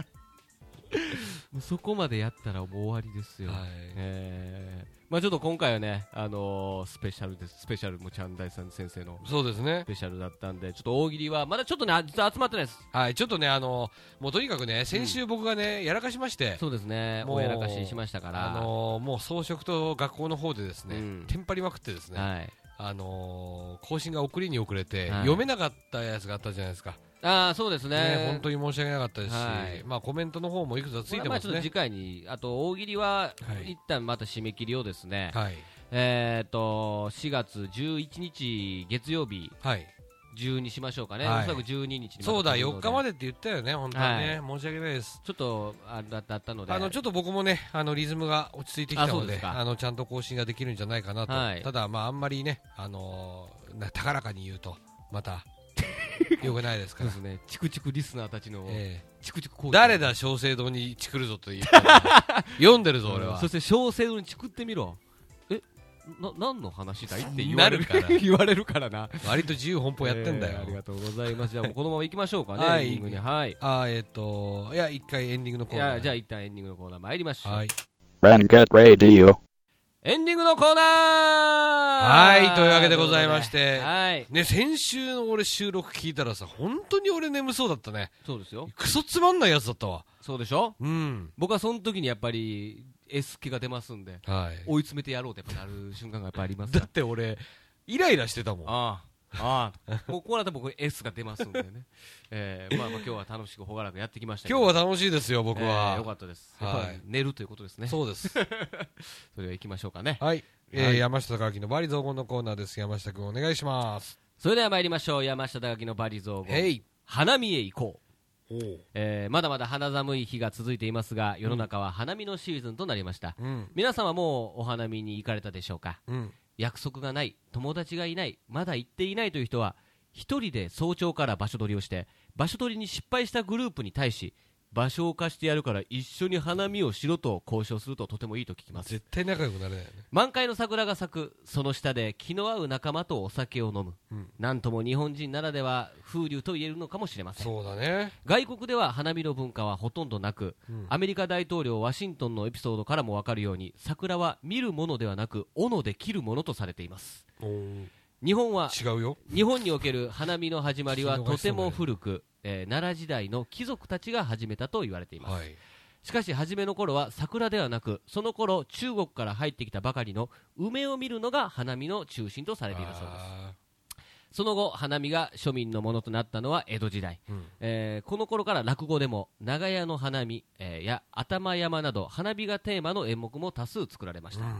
A: もうそこまでやったらもう終わりですよ、
B: はい
A: えーまあちょっと今回はね、あのースペシャルですスペシャルもチャンダイさん先生の
B: そうですね
A: スペシャルだったんでちょっと大喜利はまだちょっとねあ実は集まってないです
B: はいちょっとねあのもうとにかくね先週僕がね、やらかしまして
A: そうですね
B: もう
A: おやらかししましたから
B: あのーもう装飾と学校の方でですね、
A: うん
B: テンパりまくってですね、
A: はい、
B: あのー更新が送りに遅れ
A: はい
B: て、読めなかったやつがあったじゃないですか、
A: ああそうですね
B: ね、本当に申し訳なかったですし、
A: はい
B: まあ、コメントの方もいくつかつ
A: これ
B: いて
A: はま
B: ま
A: あ
B: す
A: ちょっと
B: ね
A: 次。回にあと大喜利は
B: はい
A: 一旦また締め切りをですね、
B: はい、
A: えっ、と4月11日月曜日
B: はい、
A: 12しましょうかね、
B: は
A: お
B: い
A: そらく12日にまた
B: そうだ、
A: 来るの
B: 4日までって言ったよね、本当にね、申し訳ないです。
A: ちょっとあれだったので
B: あのちょっと僕もね、あのリズムが落ち着いてきた
A: あそ
B: の
A: うで
B: で、
A: す
B: あ
A: か
B: のちゃんと更新ができるんじゃないかなと、
A: はい
B: ただ、まあ、あんまりね、あのーな高らかに言うと、ま
A: (laughs)
B: た、よくないですか
A: そう (laughs) で、す
B: ら
A: ねチクチクリスナーたちの
B: え
A: チクチク
B: え
A: 攻撃
B: 誰だ、小生堂にチクるぞと言ったら (laughs) 読んでるぞ、俺は
A: そ。して小生にチクってみろえな何の話だいって言われる
B: なる (laughs) から
A: 言われるからな
B: 割と自由奔放やってんだ
A: え
B: よ
A: ーあ。りがとうございますじゃあもうこのまま行きましょうかね、
B: はい
A: エンディングにはい
B: あーえっ、と、いや、一回エンディングのコ
A: い
B: ーナー。
A: やじゃあ一旦エンディングのコーナー参りましょう、
B: はい。
D: Rangat Radio.
A: エンディングのコーナー
B: はいというわけでございまして
A: はい
B: ね、先週の俺収録聞いたらさ、本当に俺眠そうだったね。
A: そうですよ
B: クソつまんないやつだったわ。
A: そうでしょ
B: うん。
A: 僕はその時にやっぱり S 気が出ますんで
B: はい。
A: 追い詰めてやろうってやっぱなる瞬間がやっぱありますか
B: だ
A: ら
B: って俺、イライラしてたもん。
A: ああああもうこうなったら僕 S が出ますんでね、えーまあ、まあ今日は楽しく朗らかやってきましたけ
B: 今
A: ど
B: 日は楽しいですよ、僕
A: えーよ
B: は。
A: かったです、
B: はい
A: やっぱり寝るということですね
B: そう
A: (laughs)
B: です。
A: それでは行きましょうかね
B: はい。えー
A: はい
B: 山下隆明のバリ雑言のコーナーです。山下くんお願いします。
A: それでは参りましょう山下隆のバリ雑
B: へ
A: 言
B: い。
A: 花見へ行こう
B: おう。
A: えーまだまだ肌寒い日が続いていますが世の中は花見のシーズンとなりました、
B: うん。
A: 皆さんはもうお花見に行かれたでしょうか
B: うん。
A: 約束がない友達がいないまだ行っていないという人は一人で早朝から場所取りをして場所取りに失敗したグループに対し場所を貸してやるから一緒に花見をしろと交渉するととてもいいと聞きます
B: 絶対仲良くなれないよね
A: 満開の桜が咲くその下で気の合う仲間とお酒を飲む、
B: うん
A: なんとも日本人ならでは風流と言えるのかもしれません
B: そうだね
A: 外国では花見の文化はほとんどなく、
B: うん
A: アメリカ大統領ワシントンのエピソードからも分かるように桜は見るものではなく斧で切るものとされています
B: おー
A: 日本は
B: 違うよ
A: 日本における花見の始まりは
B: 聞き逃
A: と
B: しそ
A: て
B: うだよ
A: も
B: ね
A: 古く、えー奈良時代の貴族たちが始めたと言われています、
B: はい
A: しかし初めの頃は桜ではなくその頃中国から入ってきたばかりの梅を見るのが花見の中心とされていたそうです
B: あ
A: その後花見が庶民のものとなったのは江戸時代、
B: ーうん
A: えーこの頃から落語でも長屋の花見、えーや頭山など花見がテーマの演目も多数作られました、
B: うん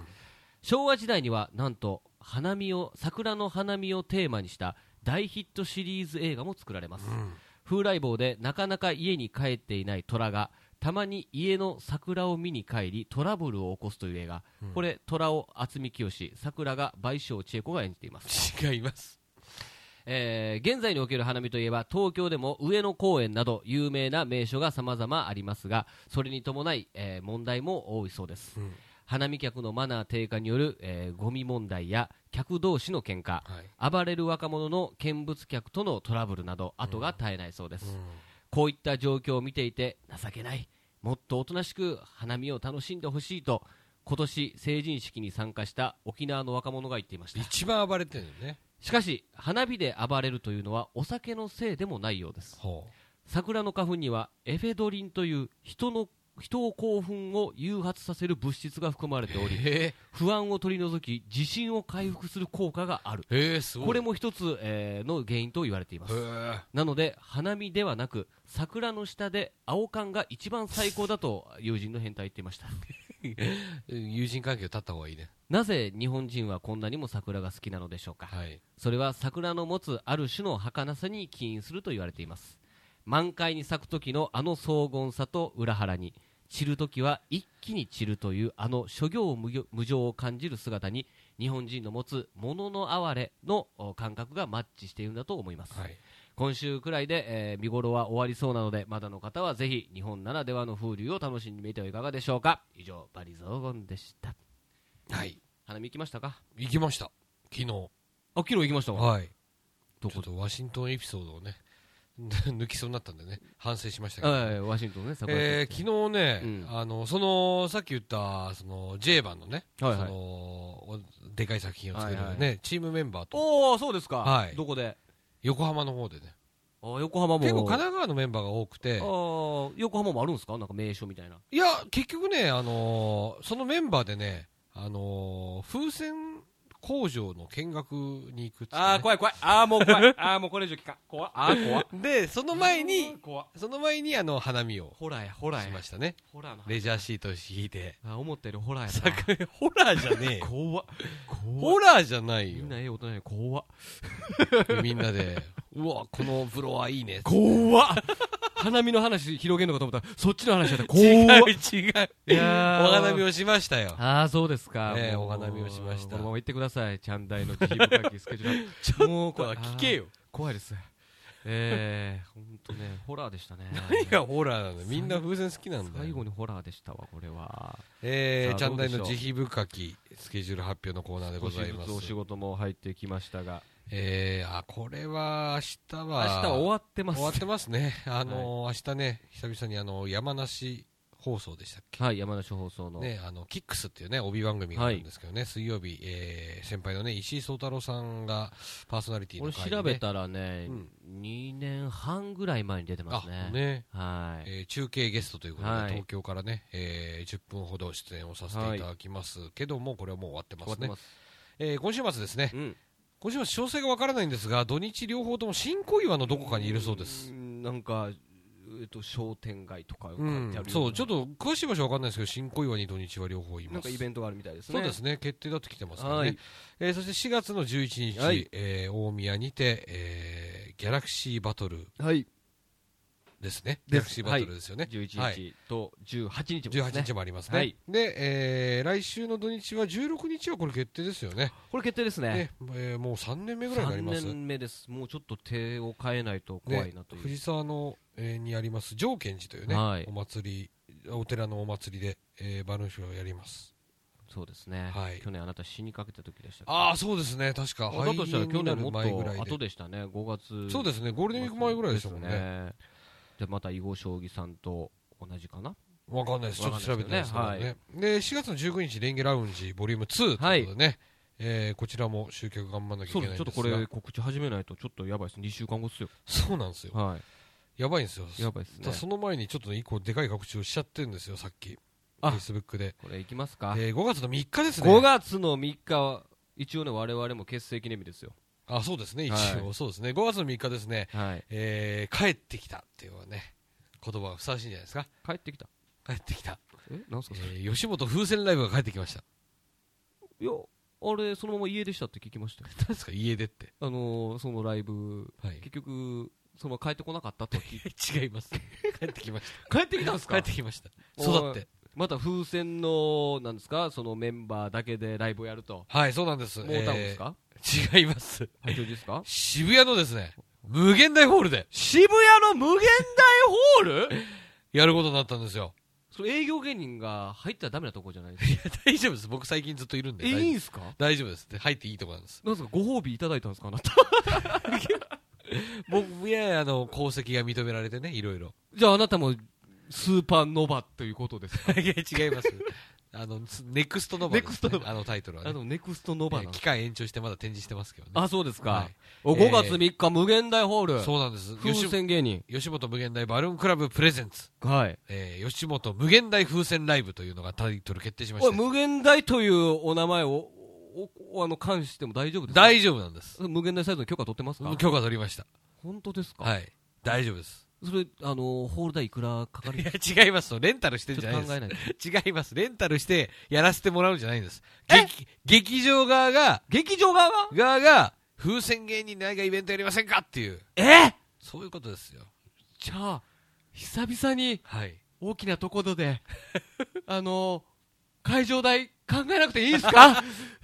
A: 昭和時代にはなんと花見を桜の花見をテーマにした大ヒットシリーズ映画も作られます、
B: うん
A: 風来坊でなかなか家に帰っていない虎がたまに家の桜を見に帰りトラブルを起こすという映画、
B: うん
A: これ虎を渥美清桜が倍賞千恵子が演じています
B: 違います
A: えー現在における花見といえば東京でも上野公園など有名な名所が様々ありますがそれに伴い、えー問題も多いそうです、
B: うん
A: 花見客のマナー低下による、えーゴミ問題や客同士の喧嘩
B: はい
A: 暴れる若者の見物客とのトラブルなど後が絶えないそうです、
B: う
A: こういった状況を見ていて情けないもっとおとなしく花見を楽しんでほしいと今年成人式に参加した沖縄の若者が言っていました
B: ん一番暴れてるよね
A: しかし花火で暴れるというのはお酒のせいでもないようです
B: ほ
A: 桜の花粉にはエフェドリンという人の人を興奮を誘発させる物質が含まれており
B: え
A: 不安を取り除き自信を回復する効果がある
B: ー、えー、すごい
A: これも一つ、えーの原因と言われています
B: へー
A: なので花見ではなく桜の下で青缶が一番最高だと友人の変態言っていました
B: 友人関係を立った方がいいね
A: なぜ日本人はこんなにも桜が好きなのでしょうか
B: はい
A: それは桜の持つある種の儚さに起因すると言われています満開に咲く時のあの荘厳さと裏腹に散る時は一気に散るというあの諸行無行無常を感じる姿に日本人の持つものの哀れのお感覚がマッチしているんだと思います、
B: はい
A: 今週くらいで、えー見頃は終わりそうなのでまだの方はぜひ日本ならではの風流を楽しんでみてはいかがでしょうか以上バリ雑言でした
B: はい
A: 花見行きましたか
B: 行きました昨日
A: あ昨日行きました
B: はい
A: ど
B: ちょ
A: こ
B: っとワシントンエピソードをね (laughs) 抜きそうになったんでね反省しましたけど、
A: はいワシントンね桜
B: えー昨日ね、
A: うん
B: あのそのさっき言ったその J 版のね、
A: はいはい
B: そのおでかい作品を作る、ね
A: はい
B: チームメンバーと
A: おおそうですか、
B: はい
A: どこで
B: 横浜の方でね
A: あ横浜も
B: 結構神奈川のメンバーが多くて
A: あー横浜もあるんですかなんか名所みたいない
B: や結局ね、あのーそのメンバーでね、あのー風船工場の見学に行くっつってね、
E: あー怖い怖いあーもう怖
A: (laughs)
E: いあーもうこれ以上聞かん怖っあー怖っ
B: でその前に
E: 怖っ
B: その前にあの花見を
A: ホラーやホラー
B: しましたね
A: ホラーの話
B: レジャーシートを敷いて
A: あ思ったよりホラーやな
B: 桜ホラーじゃねえよ
A: (laughs) 怖っ怖っ
B: ホラーじゃない
A: み
B: よ
A: んなええ大人や怖っ
B: みんなでうわこの風呂はいいね
A: 怖っ (laughs) 花見の話広げるのかと思ったらそっちの話や (laughs) った怖っ
B: 違
A: い
B: うお
A: やー
B: 花見をしましたよ
A: ああそうですか、
B: ねえ
A: もう
B: お花見をしました
A: このまま行ってくださいちゃん (laughs) だいの自由書きスケジュールちょっともうこれ
B: 聞けよ
A: あー怖いですええー、本当ねホラーでしたね (laughs)
B: いやホラーなのみんな風船好きなんだ
A: 最後
B: よ
A: にホラーでしたわこれは
B: えーち
A: さあ
B: ゃ
A: ど
B: ん
A: う
B: だ
A: で
B: い
A: しょう
B: の慈悲深きスケジュール発表のコーナーでご
A: 少し
B: ざいま
A: ずつお
B: す
A: 仕事も入ってきましたが
B: えー、あこれは明日
A: 明
B: は
A: 日は終わってます
B: 終わってますねあのー明日ね久々にあの山梨放送でしたっけ
A: はい山梨放送の、
B: ね、あのキックスっていうね帯番組があるんですけどね、水曜日、えー先輩のね石井聡太郎さんがパーソナリティの
A: 俺
B: 会にね
A: 調べたらね、
B: うん
A: 2年半ぐらい前に出てますね
B: あね、
A: はい、
B: えー中継ゲストということで、
A: はい
B: 東京からね、えー10分ほど出演をさせていただきますけども、これはもう終わってま
A: 終わっ
B: す
A: て
B: ね、
A: ます、
B: えー今週末ですね、
A: うん
B: 今週末、詳細がわからないんですが、土日両方とも新小岩のどこかにいるそうです。
A: んなんか、えっと、商店街とか書いて
B: う
A: あるよ
B: ん
A: な、
B: そうちょっと詳しい場所はわかんないですけど、新小岩に土日は両方います。
A: なんかイベントがあるみたいですね
B: そうですね、決定だって来てますからね、
A: はい
B: えーそして4月の11日、
A: はい
B: えー大宮にて、えーギャラクシーバトル
A: はい
B: ですね。
A: です
B: ギャラクシーバトルですよね。
A: 11
B: はい
A: 日と18日もです
B: 18
A: ね
B: 日もありますね。
A: はい
B: で、えー来週の土日は16日はこれ決定ですよね。
A: これ決定ですね
B: ねえーもう3年目ぐらいになり
A: 3
B: ます。
A: 年目ですもうちょっと手を変えないと怖
B: ね
A: いなと、いう、
B: 藤沢の、えーにあります上賢寺というね、
A: はい
B: お祭り、お寺のお祭りで、えーバルーンショーをやります。
A: そうですね、
B: はい
A: 去年あなた死にかけた時でしたっけ
B: ああ、そうですね、確か。
A: あだとしたら
B: 廃
A: 去
B: にな
A: 年
B: る
A: もっ
B: 前ぐらい
A: と後でしたね5月
B: そうですね、ゴールデンウィーク前ぐらいでしたもん
A: で
B: ね。
A: じゃあまた囲碁将棋さんと同じかな
B: わかんないです、ちょっと調べてないですけど
A: わかんないです
B: ね。で、4月の19日、レンゲラウンジ、ボリューム2ということでね、えーこちらも集客頑張んなきゃい
A: そ
B: け
A: う
B: ない
A: で
B: んですす
A: ちょっ
B: が
A: とこれ告知始めないとちょっとやばいです2週間後っすよ
B: そうなんですよ。
A: は
B: やばいんですよ。
A: いやばいですね
B: ただその前にちょっとね一個でかい告知をしちゃってるんですよ、さっき。
A: あ
B: Facebook で。
A: これいきますか、
B: えー5月の3日ですね。
A: 5月の3日は一応ね我々も結成記念日ですよ
B: あ、そうですね、一応。
A: は
B: そうですね。5月の3日ですね、
A: はい
B: えー帰ってきたっていうね、言葉がふさわしいんじゃないですか。
A: 帰ってきた
B: 帰ってきた。
A: えなんす
B: え
A: かそれ、
B: ー吉本風船ライブが帰ってきました。 (laughs)
A: いやあれそのまま家でしたって聞きましたよ
B: 何ですか、家出って。
A: あのーそのライブ
B: はい。
A: 結局そのまま帰ってこなかったとは聞いて
B: (laughs) 違います。帰ってきました。
A: 帰ってきたんです
B: 帰
A: か
B: ってきました。
A: おい
B: 育って。
A: また風船のなんですかそのメンバーだけでライブをやると
B: はい、そうなんです。
A: モータウンですか、
B: えー違います。
A: 八王子ですか
B: 渋谷のですね、無限大ホールで
A: 渋谷の無限大ホール
B: やることになったんですよ。
A: (laughs) それ営業芸人が入ったらダメなとこじゃないですか
B: 大丈夫です。僕最近ずっといるんで。
A: えい
B: 大
A: い
B: 丈夫
A: んすか
B: 大丈夫です。で入っていいとこなんです。
A: なんですかご褒美いただいたんですかあなた (laughs)
B: 僕、いやいや、あの、功績が認められてね、いろ
A: (laughs)
B: いろ。
A: じゃああなたもスーパーノバということですか
B: いや、違います。あの、つネクストノバです、
A: ネクストノバ
B: あのタイトルは
A: あ
B: ね。
A: のネクストノバ
B: え
A: な
B: ー
A: んです
B: 期間延長してまだ展示してますけどね。
A: あそうですか、
B: はい
A: お
B: えー
A: 5月3日無限大ホール、
B: そうなんです。
A: 風
B: 吉
A: 船芸人
B: 吉本無限大バルーンクラブプレゼンツ、
A: はい
B: えー吉本無限大風船ライブというのがタイトル決定しまし
A: おい
B: た。
A: 無限大というお名前をおおあの関しても大丈夫ですか
B: 大丈夫なんです。
A: 無限大サイズの許可取ってますか
B: 許可取りました。
A: 本当ですか、
B: はい。大丈夫です。
A: それあのホール代いくらかかる
B: (laughs) いや、違いますよ。レンタルしてん
A: ち
B: じ
A: ょ
B: ゃ
A: っ
B: な
A: と
B: い
A: 考え
B: で
A: ないと
B: す。違います。レンタルしてやらせてもらうんじゃないんです。劇劇場側が、
A: 劇場側が
B: 側が、風船芸人何かイベントやりませんかっていう、
A: え
B: そういうことですよ。
A: じゃあ久々に
B: はい。
A: 大きなところ (laughs) であの会場代考えなくていいですか
B: (laughs)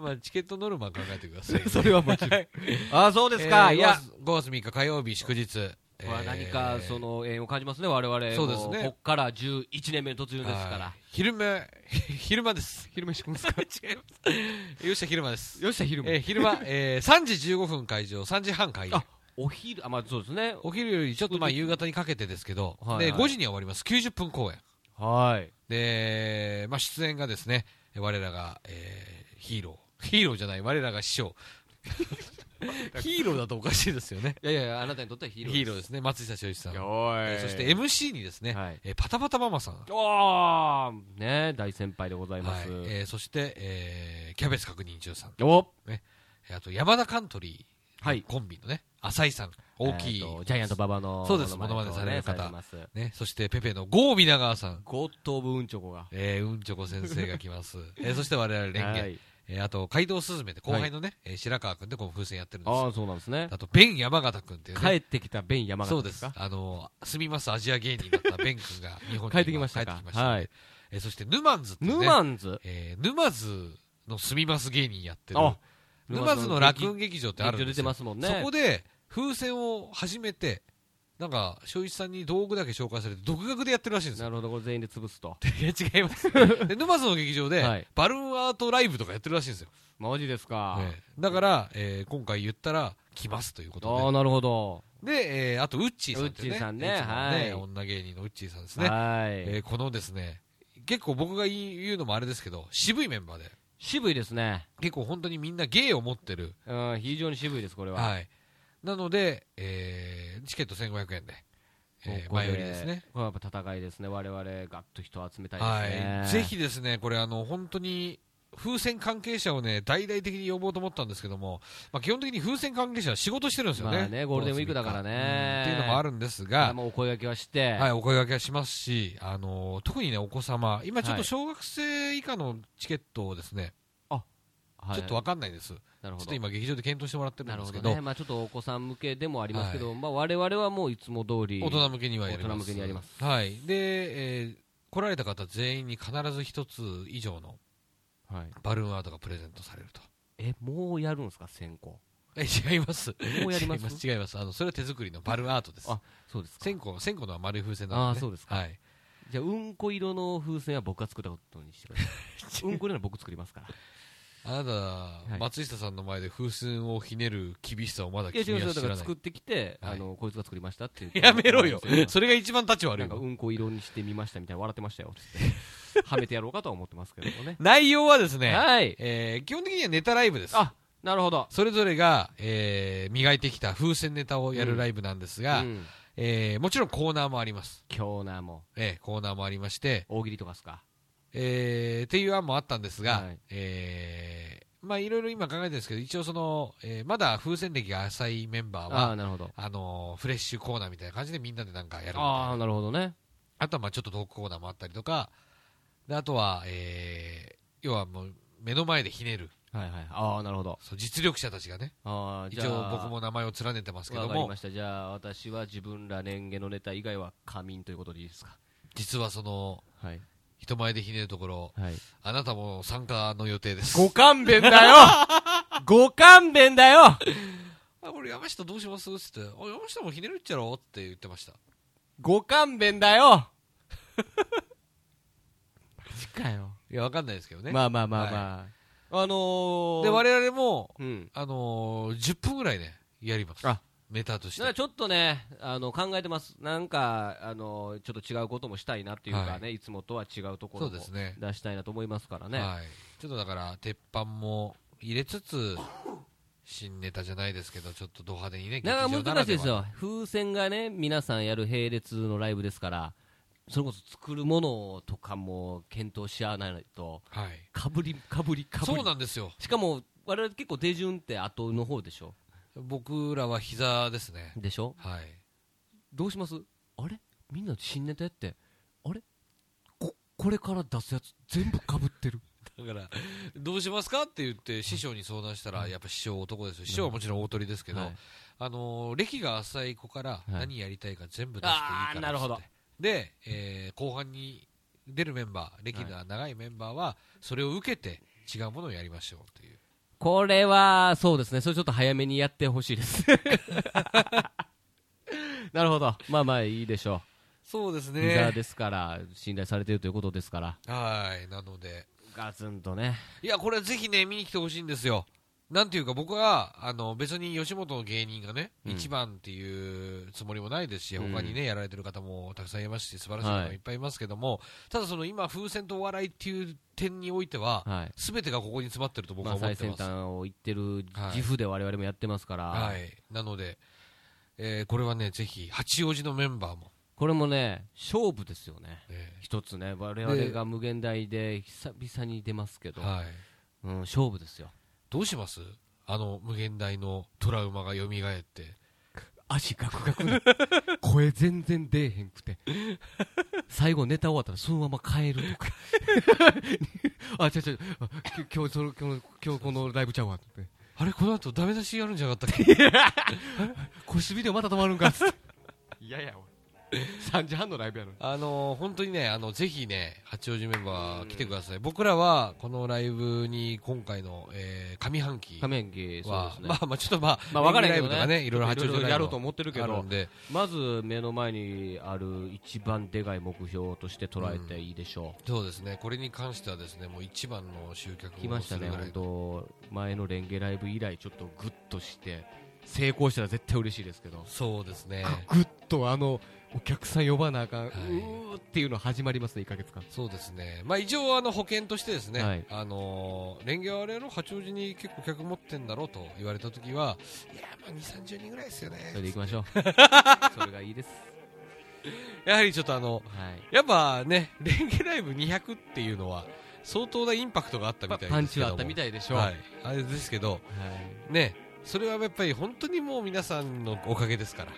B: まあ、チケットノルマ考えてくださ
A: (laughs)
B: い。
A: それはもちろんあそうですか、
B: えー
A: いや、
B: 5月3日火曜日祝日。え
A: まあ
B: ー
A: 何かそ、の縁を感じますね我々も
B: そうですね
A: こっから11年目の突入ですか
B: は
A: ら
B: い昼間、 (laughs) 昼間です。
A: 昼飯くんですか違いま
B: よっしゃ、昼間です。
A: すよっしゃ昼
B: えー昼間、えー3時15分会場、3時半開演
A: あ。お昼あまあそうですね
B: お昼よりちょっとまあ夕方にかけてですけど、
A: はい
B: で
A: はい
B: 5時には終わります。90分公演。
A: はい
B: で、まあ、出演がですね、我らが、えーヒーロー。ヒーローじゃない、我らが師匠。ヒーローだとおかしいですよね。
A: いやいやあなたにとってはヒ
B: ヒ
A: ーロー
B: ーローですね、松下昭一さん。え
A: ー
B: ーそして MC にですね、
A: はい
B: えーパタパタママさん。
A: おーね大先輩でございま
B: はい
A: す、
B: えーそして、えーキャベツ確認中さん。
A: お
B: えーあと、山田カントリー。
A: はい
B: コンビのね、浅井さん。大きい。
A: えーとジャイアント馬場の
B: そうです
A: と
B: モノマネされる方
A: ねます
B: ね、そして、ペペの郷皆川さん。
A: ゴッド・オブ・ウンチョコが
B: えーうんちょこ先生が来ます。えーそして我々連携。
A: はい
B: えーあと、街道すずめで後輩のね、えー白川くんでこの風船やってるんです
A: あ
B: よ
A: あそうなんですね
B: あと、ベン山形くんっていうね。
A: 帰ってきたベン山
B: そ
A: 形
B: うで
A: です
B: す
A: か。
B: あのー、すみますアジア芸人だったベンくんが日本に今
A: 帰ってきました
B: 帰っ
A: か
B: てきましたんで
A: はい
B: えーそして、ヌマンズっていうね。
A: ヌマンズ
B: えー沼津のすみます芸人やってる
A: あ。
B: 沼津の楽園劇場ってあるんで
A: 出
B: す
A: て
B: よ
A: ますもんね
B: そこで、風船を始めて、なんか、正一さんに道具だけ紹介されて、独学でやってるらしいんですよ
A: な。るほどこれ全員で潰すと
B: いや、 (laughs) 違います。
A: (laughs)
B: で、沼津の劇場で、
A: はい
B: バルーンアートライブとかやってるらしいんですよ。
A: マジですか、
B: ええだから、えー今回言ったら、来ますというこ
A: ああ
B: と
A: なるほど、
B: で。で、えーあと、ウッチーさんっていうね。
A: ウッチーさんね
B: いつも
A: はい
B: 女芸人のウッチーさんですね。
A: はい、
B: えーこのですね、結構僕が言い言うのもあれですけど、渋いメンバーで、
A: 渋いですね
B: 結構本当にみんな芸を持ってる。
A: うん非常に渋いですこれは、
B: はい。なので、えーチケット1500円で、えー
A: ここ
B: 前売りですね。
A: これはやっぱ戦いですね我々ガッと人を集めたいですね、
B: はい、ぜひですね、これあの、本当に風船関係者をね、大々的に呼ぼうと思ったんですけども、まあ、基本的に風船関係者は仕事してるんですよね、
A: まあねゴールデンウィークだからね
B: うんっていうのもあるんですが、
A: もうお声掛けはして、
B: はい、お声掛けはしますし、あの特にね、お子様、今ちょっ
A: は
B: と
A: い
B: 小学生以下のチケットをですね、
A: あはい
B: ちょっとわかんないです、
A: なる
B: ちょ
A: ほ
B: っと
A: ど
B: 今、劇場で検討してもらってる
A: なんるほ
B: ですけ
A: ど
B: ど、
A: ね、まあ、ちょっとお子さん向けでもありますけど、まあ、我々はもういつも通り
B: 大人向けにはやります
A: 大人向けにやりま
B: はいでえー来られた方全員に必ず一つ以上の
A: はい、
B: バルーンアートがプレゼントされると
A: えもうやるんですか先行
B: え違います
A: もうやります
B: 違います違いますあのそれは手作りのバルーンアートです
A: あそうですか
B: 線香線香のは丸い風船なん
A: あー
B: で、ね、
A: そうですか
B: はい、
A: じゃあうんこ色の風船は僕が作ったことにしてください
B: (laughs)
A: うんこ色は僕作りますから
B: あなた、
A: い
B: 松下さんの前で風船をひねる厳しさをまだ
A: いや
B: 君
A: 違う違
B: は
A: うだ
B: 知
A: からら
B: ない
A: 作ってきて、
B: はい
A: あのこいつが作りましたって言って
B: やめろよ
A: なんか
B: それが一番立ち悪
A: ないんか
B: の
A: うんこ色にしてみましたみたいな笑ってましたよつ
B: (laughs)
A: ってはめてやろうかとは思ってますけどもね
B: 内容はですね、
A: はい
B: えー基本的にはネタライブです
A: あなるほど
B: それぞれが、えー磨いてきた風船ネタをやるライブなんですが、
A: うん
B: えーもちろんコーナーもあります、
A: 今日なも
B: えーコーナーもありまして、
A: 大喜利とかっすか
B: えーっていう案もあったんですが、
A: はい
B: えーまあいろいろ今考えてるんですけど一応その、えーまだ風船歴が浅いメンバー
A: あ
B: は
A: あーなるほど
B: あのーフレッシュコーナーみたいな感じでみんなでなんかやるみたいな
A: ああなるほどね
B: あとはまあちょっとトークコーナーもあったりとか、であとは、えー要はもう目の前でひねる、
A: はいはいああなるほど
B: そう実力者たちがね、
A: ああ
B: 一
A: じゃあ
B: 応僕も名前を連ねてますけど
A: わかり
B: も
A: ま、したじゃあ私は自分ら年下のネタ以外は仮眠ということでいいですか
B: 実はその、
A: はい
B: 人前でひねるところ、
A: はい
B: あなたも参加の予定です。
A: ご勘弁だ (laughs) よご勘弁だよ
B: あ、これ山下どうしますって言って、あ、山下もひねるっちゃろって言ってました。
A: ご勘弁だよマジかよ、
B: いや、わかんないですけどね。
A: まあまあまあまあ、あのー、
B: で、我々も、
A: うん
B: あのー10分ぐらいね、やります。
A: あ
B: ネタとし
A: なんか
B: て。
A: ちょっとねあの考えてますなんかあのちょっと違うこともしたいなっていうかね、、
B: はい
A: つもとは違うとこ
B: そ
A: ろ
B: う
A: も
B: ですね。
A: 出したいなと思いますからね
B: はい、ちょっとだから鉄板も入れつつ新ネタじゃないですけどちょっとド派手にね
A: な
B: 劇
A: ん
B: 場
A: か難
B: なら
A: しいです
B: は
A: よ、風船がね、皆さんやる並列のライブですから、それこそ作るものとかも検討し合わないと、
B: はい
A: かぶり、かぶり、かぶ
B: そう
A: り、
B: なんですよ
A: しかも、我々結構、手順って後の方でしょ、
B: 僕らは膝ですね
A: でしょ、
B: はい
A: どうしますあれ、みんな新ネタやって、あれ、ここれから出すやつ、全部かぶってる、
B: だからどうしますかって言って師匠に相談したらやっぱ師匠男ですよ師匠はもちろん大鳥ですけど、
A: はい
B: あのー歴が浅い子から
A: い
B: 何やりたいか全部出していいからっ
A: あ
B: つって
A: ーなるほど
B: で、えー後半に出るメンバー歴が長いメンバーはそれを受けて違うものをやりましょうっていう
A: これはそうですね、それちょっと早めにやってほしいです。 (laughs) なるほど、まあまあいいでしょう。
B: そうです
A: ビザですから、信頼されているということですから、
B: はいなので
A: ガツンとね、
B: いや、これはぜひね、見に来てほしいんですよ。なんていうか、僕は、あの、別に吉本の芸人がね、
A: うん
B: 一番っていうつもりもないですし、
A: うん
B: 他にね、やられてる方もたくさんいますし、素晴らしい方もいっぱいいますけども、ただその今、風船とお笑いっていう点においては、
A: はい
B: すべてがここに詰まってると僕
A: ま
B: は
A: あ、
B: 思っ
A: 最
B: て
A: 先
B: ます。
A: 端を行ってる
B: はい
A: 自負で我々もやってますから、
B: はい。なので、えーこれはね、ぜひ、八王子のメンバーも、
A: これもね、勝負ですよね、
B: え
A: 一つね、我々が無限大で久々に出ますけ
B: ー
A: ど、
B: はい。
A: うん、勝負ですよ、
B: どうしますあの、無限大のトラウマが蘇って。
A: 足ガクガクな、 (laughs) 声全然出えへんくて、最後、ネタ終わったらそのまま帰ると (laughs) か、あ、違う違う、あき今日その今日今日このライブちゃうわって。
B: あれ、この後ダメ出しやるんじゃなかったっけ (laughs)
A: 個室ビデオまた止まるんかっつっていやいや俺3時半のライブやのに
B: あのー本当にね、あのぜひね、八王子メンバー来てください、僕らはこのライブに今回の、えー上半期は、
A: 仮面劇そうですね
B: まあまあ、ちょっとまあ、
A: まあ分からへん
B: ラ
A: け
B: イ
A: どね
B: ブとかね、いろいろ八王子
A: いろいろやろうと
B: 思っ
A: 思ってるけ
B: ある
A: ど
B: んで、
A: まず目の前にある一番でかい目標として捉えていいでしょ
B: そうですね、これに関してはですね、もう一番の集客
A: う、
B: を
A: 来ましたね
B: するぐらい
A: 本当前のレンゲライブ以来ちょっとグッとして成功したら絶対嬉しいですけど
B: そうですね、
A: グッとあのお客さん呼ばなあかん、
B: いう
A: ーっていうの始まりますね1か月間
B: そうですね、まあ一応あの保険としてですね、
A: はい
B: あのー、レンゲはあれの八王子に結構客持ってんだろうと言われた時は、いや、まあ二三十人ぐらいですよ
A: それ
B: ね。
A: でいきましょうそれがいいです
B: やはりちょっとあの。
A: はい
B: やっぱね、レンゲライブ200っていうのは、相当なインパクトがあったみたいですけど
A: パ
B: も
A: ンチはあったみたいでしょう、
B: はい。あれですけど、
A: はい
B: ね、それはやっぱり本当にもう皆さんのおかげですから。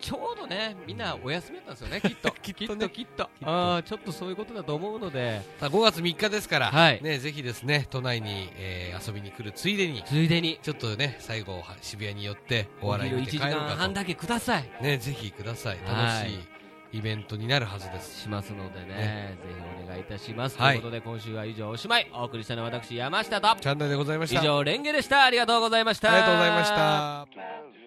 A: ちょうどね、みんなお休みだったんですよね、きっと。きっと、きっと。
B: (laughs) きっと
A: ああ、ちょっとそういうことだと思うので、
B: さあ5月3日ですから、
A: はい
B: ね、ぜひですね都内に、えー遊びに来るついでに
A: ついでに、
B: ちょっとね最後は渋谷に寄ってお
A: お
B: 笑い
A: 昼
B: 見
A: 1
B: て帰
A: 時
B: ろう
A: 間
B: か
A: 半だけください。
B: と、ね、ぜひください
A: は
B: 楽
A: い
B: しいイベントになるはずです
A: しますのでね、
B: ね
A: ぜひお願いいたします。
B: はい
A: ということで、今週は以上おしまい。お送りしたのは私、山下と、
B: チャンネルでございまし
A: 以
B: た
A: 上、レンゲでした。ありがとうございました。
B: ありがとうございました。
F: Clouds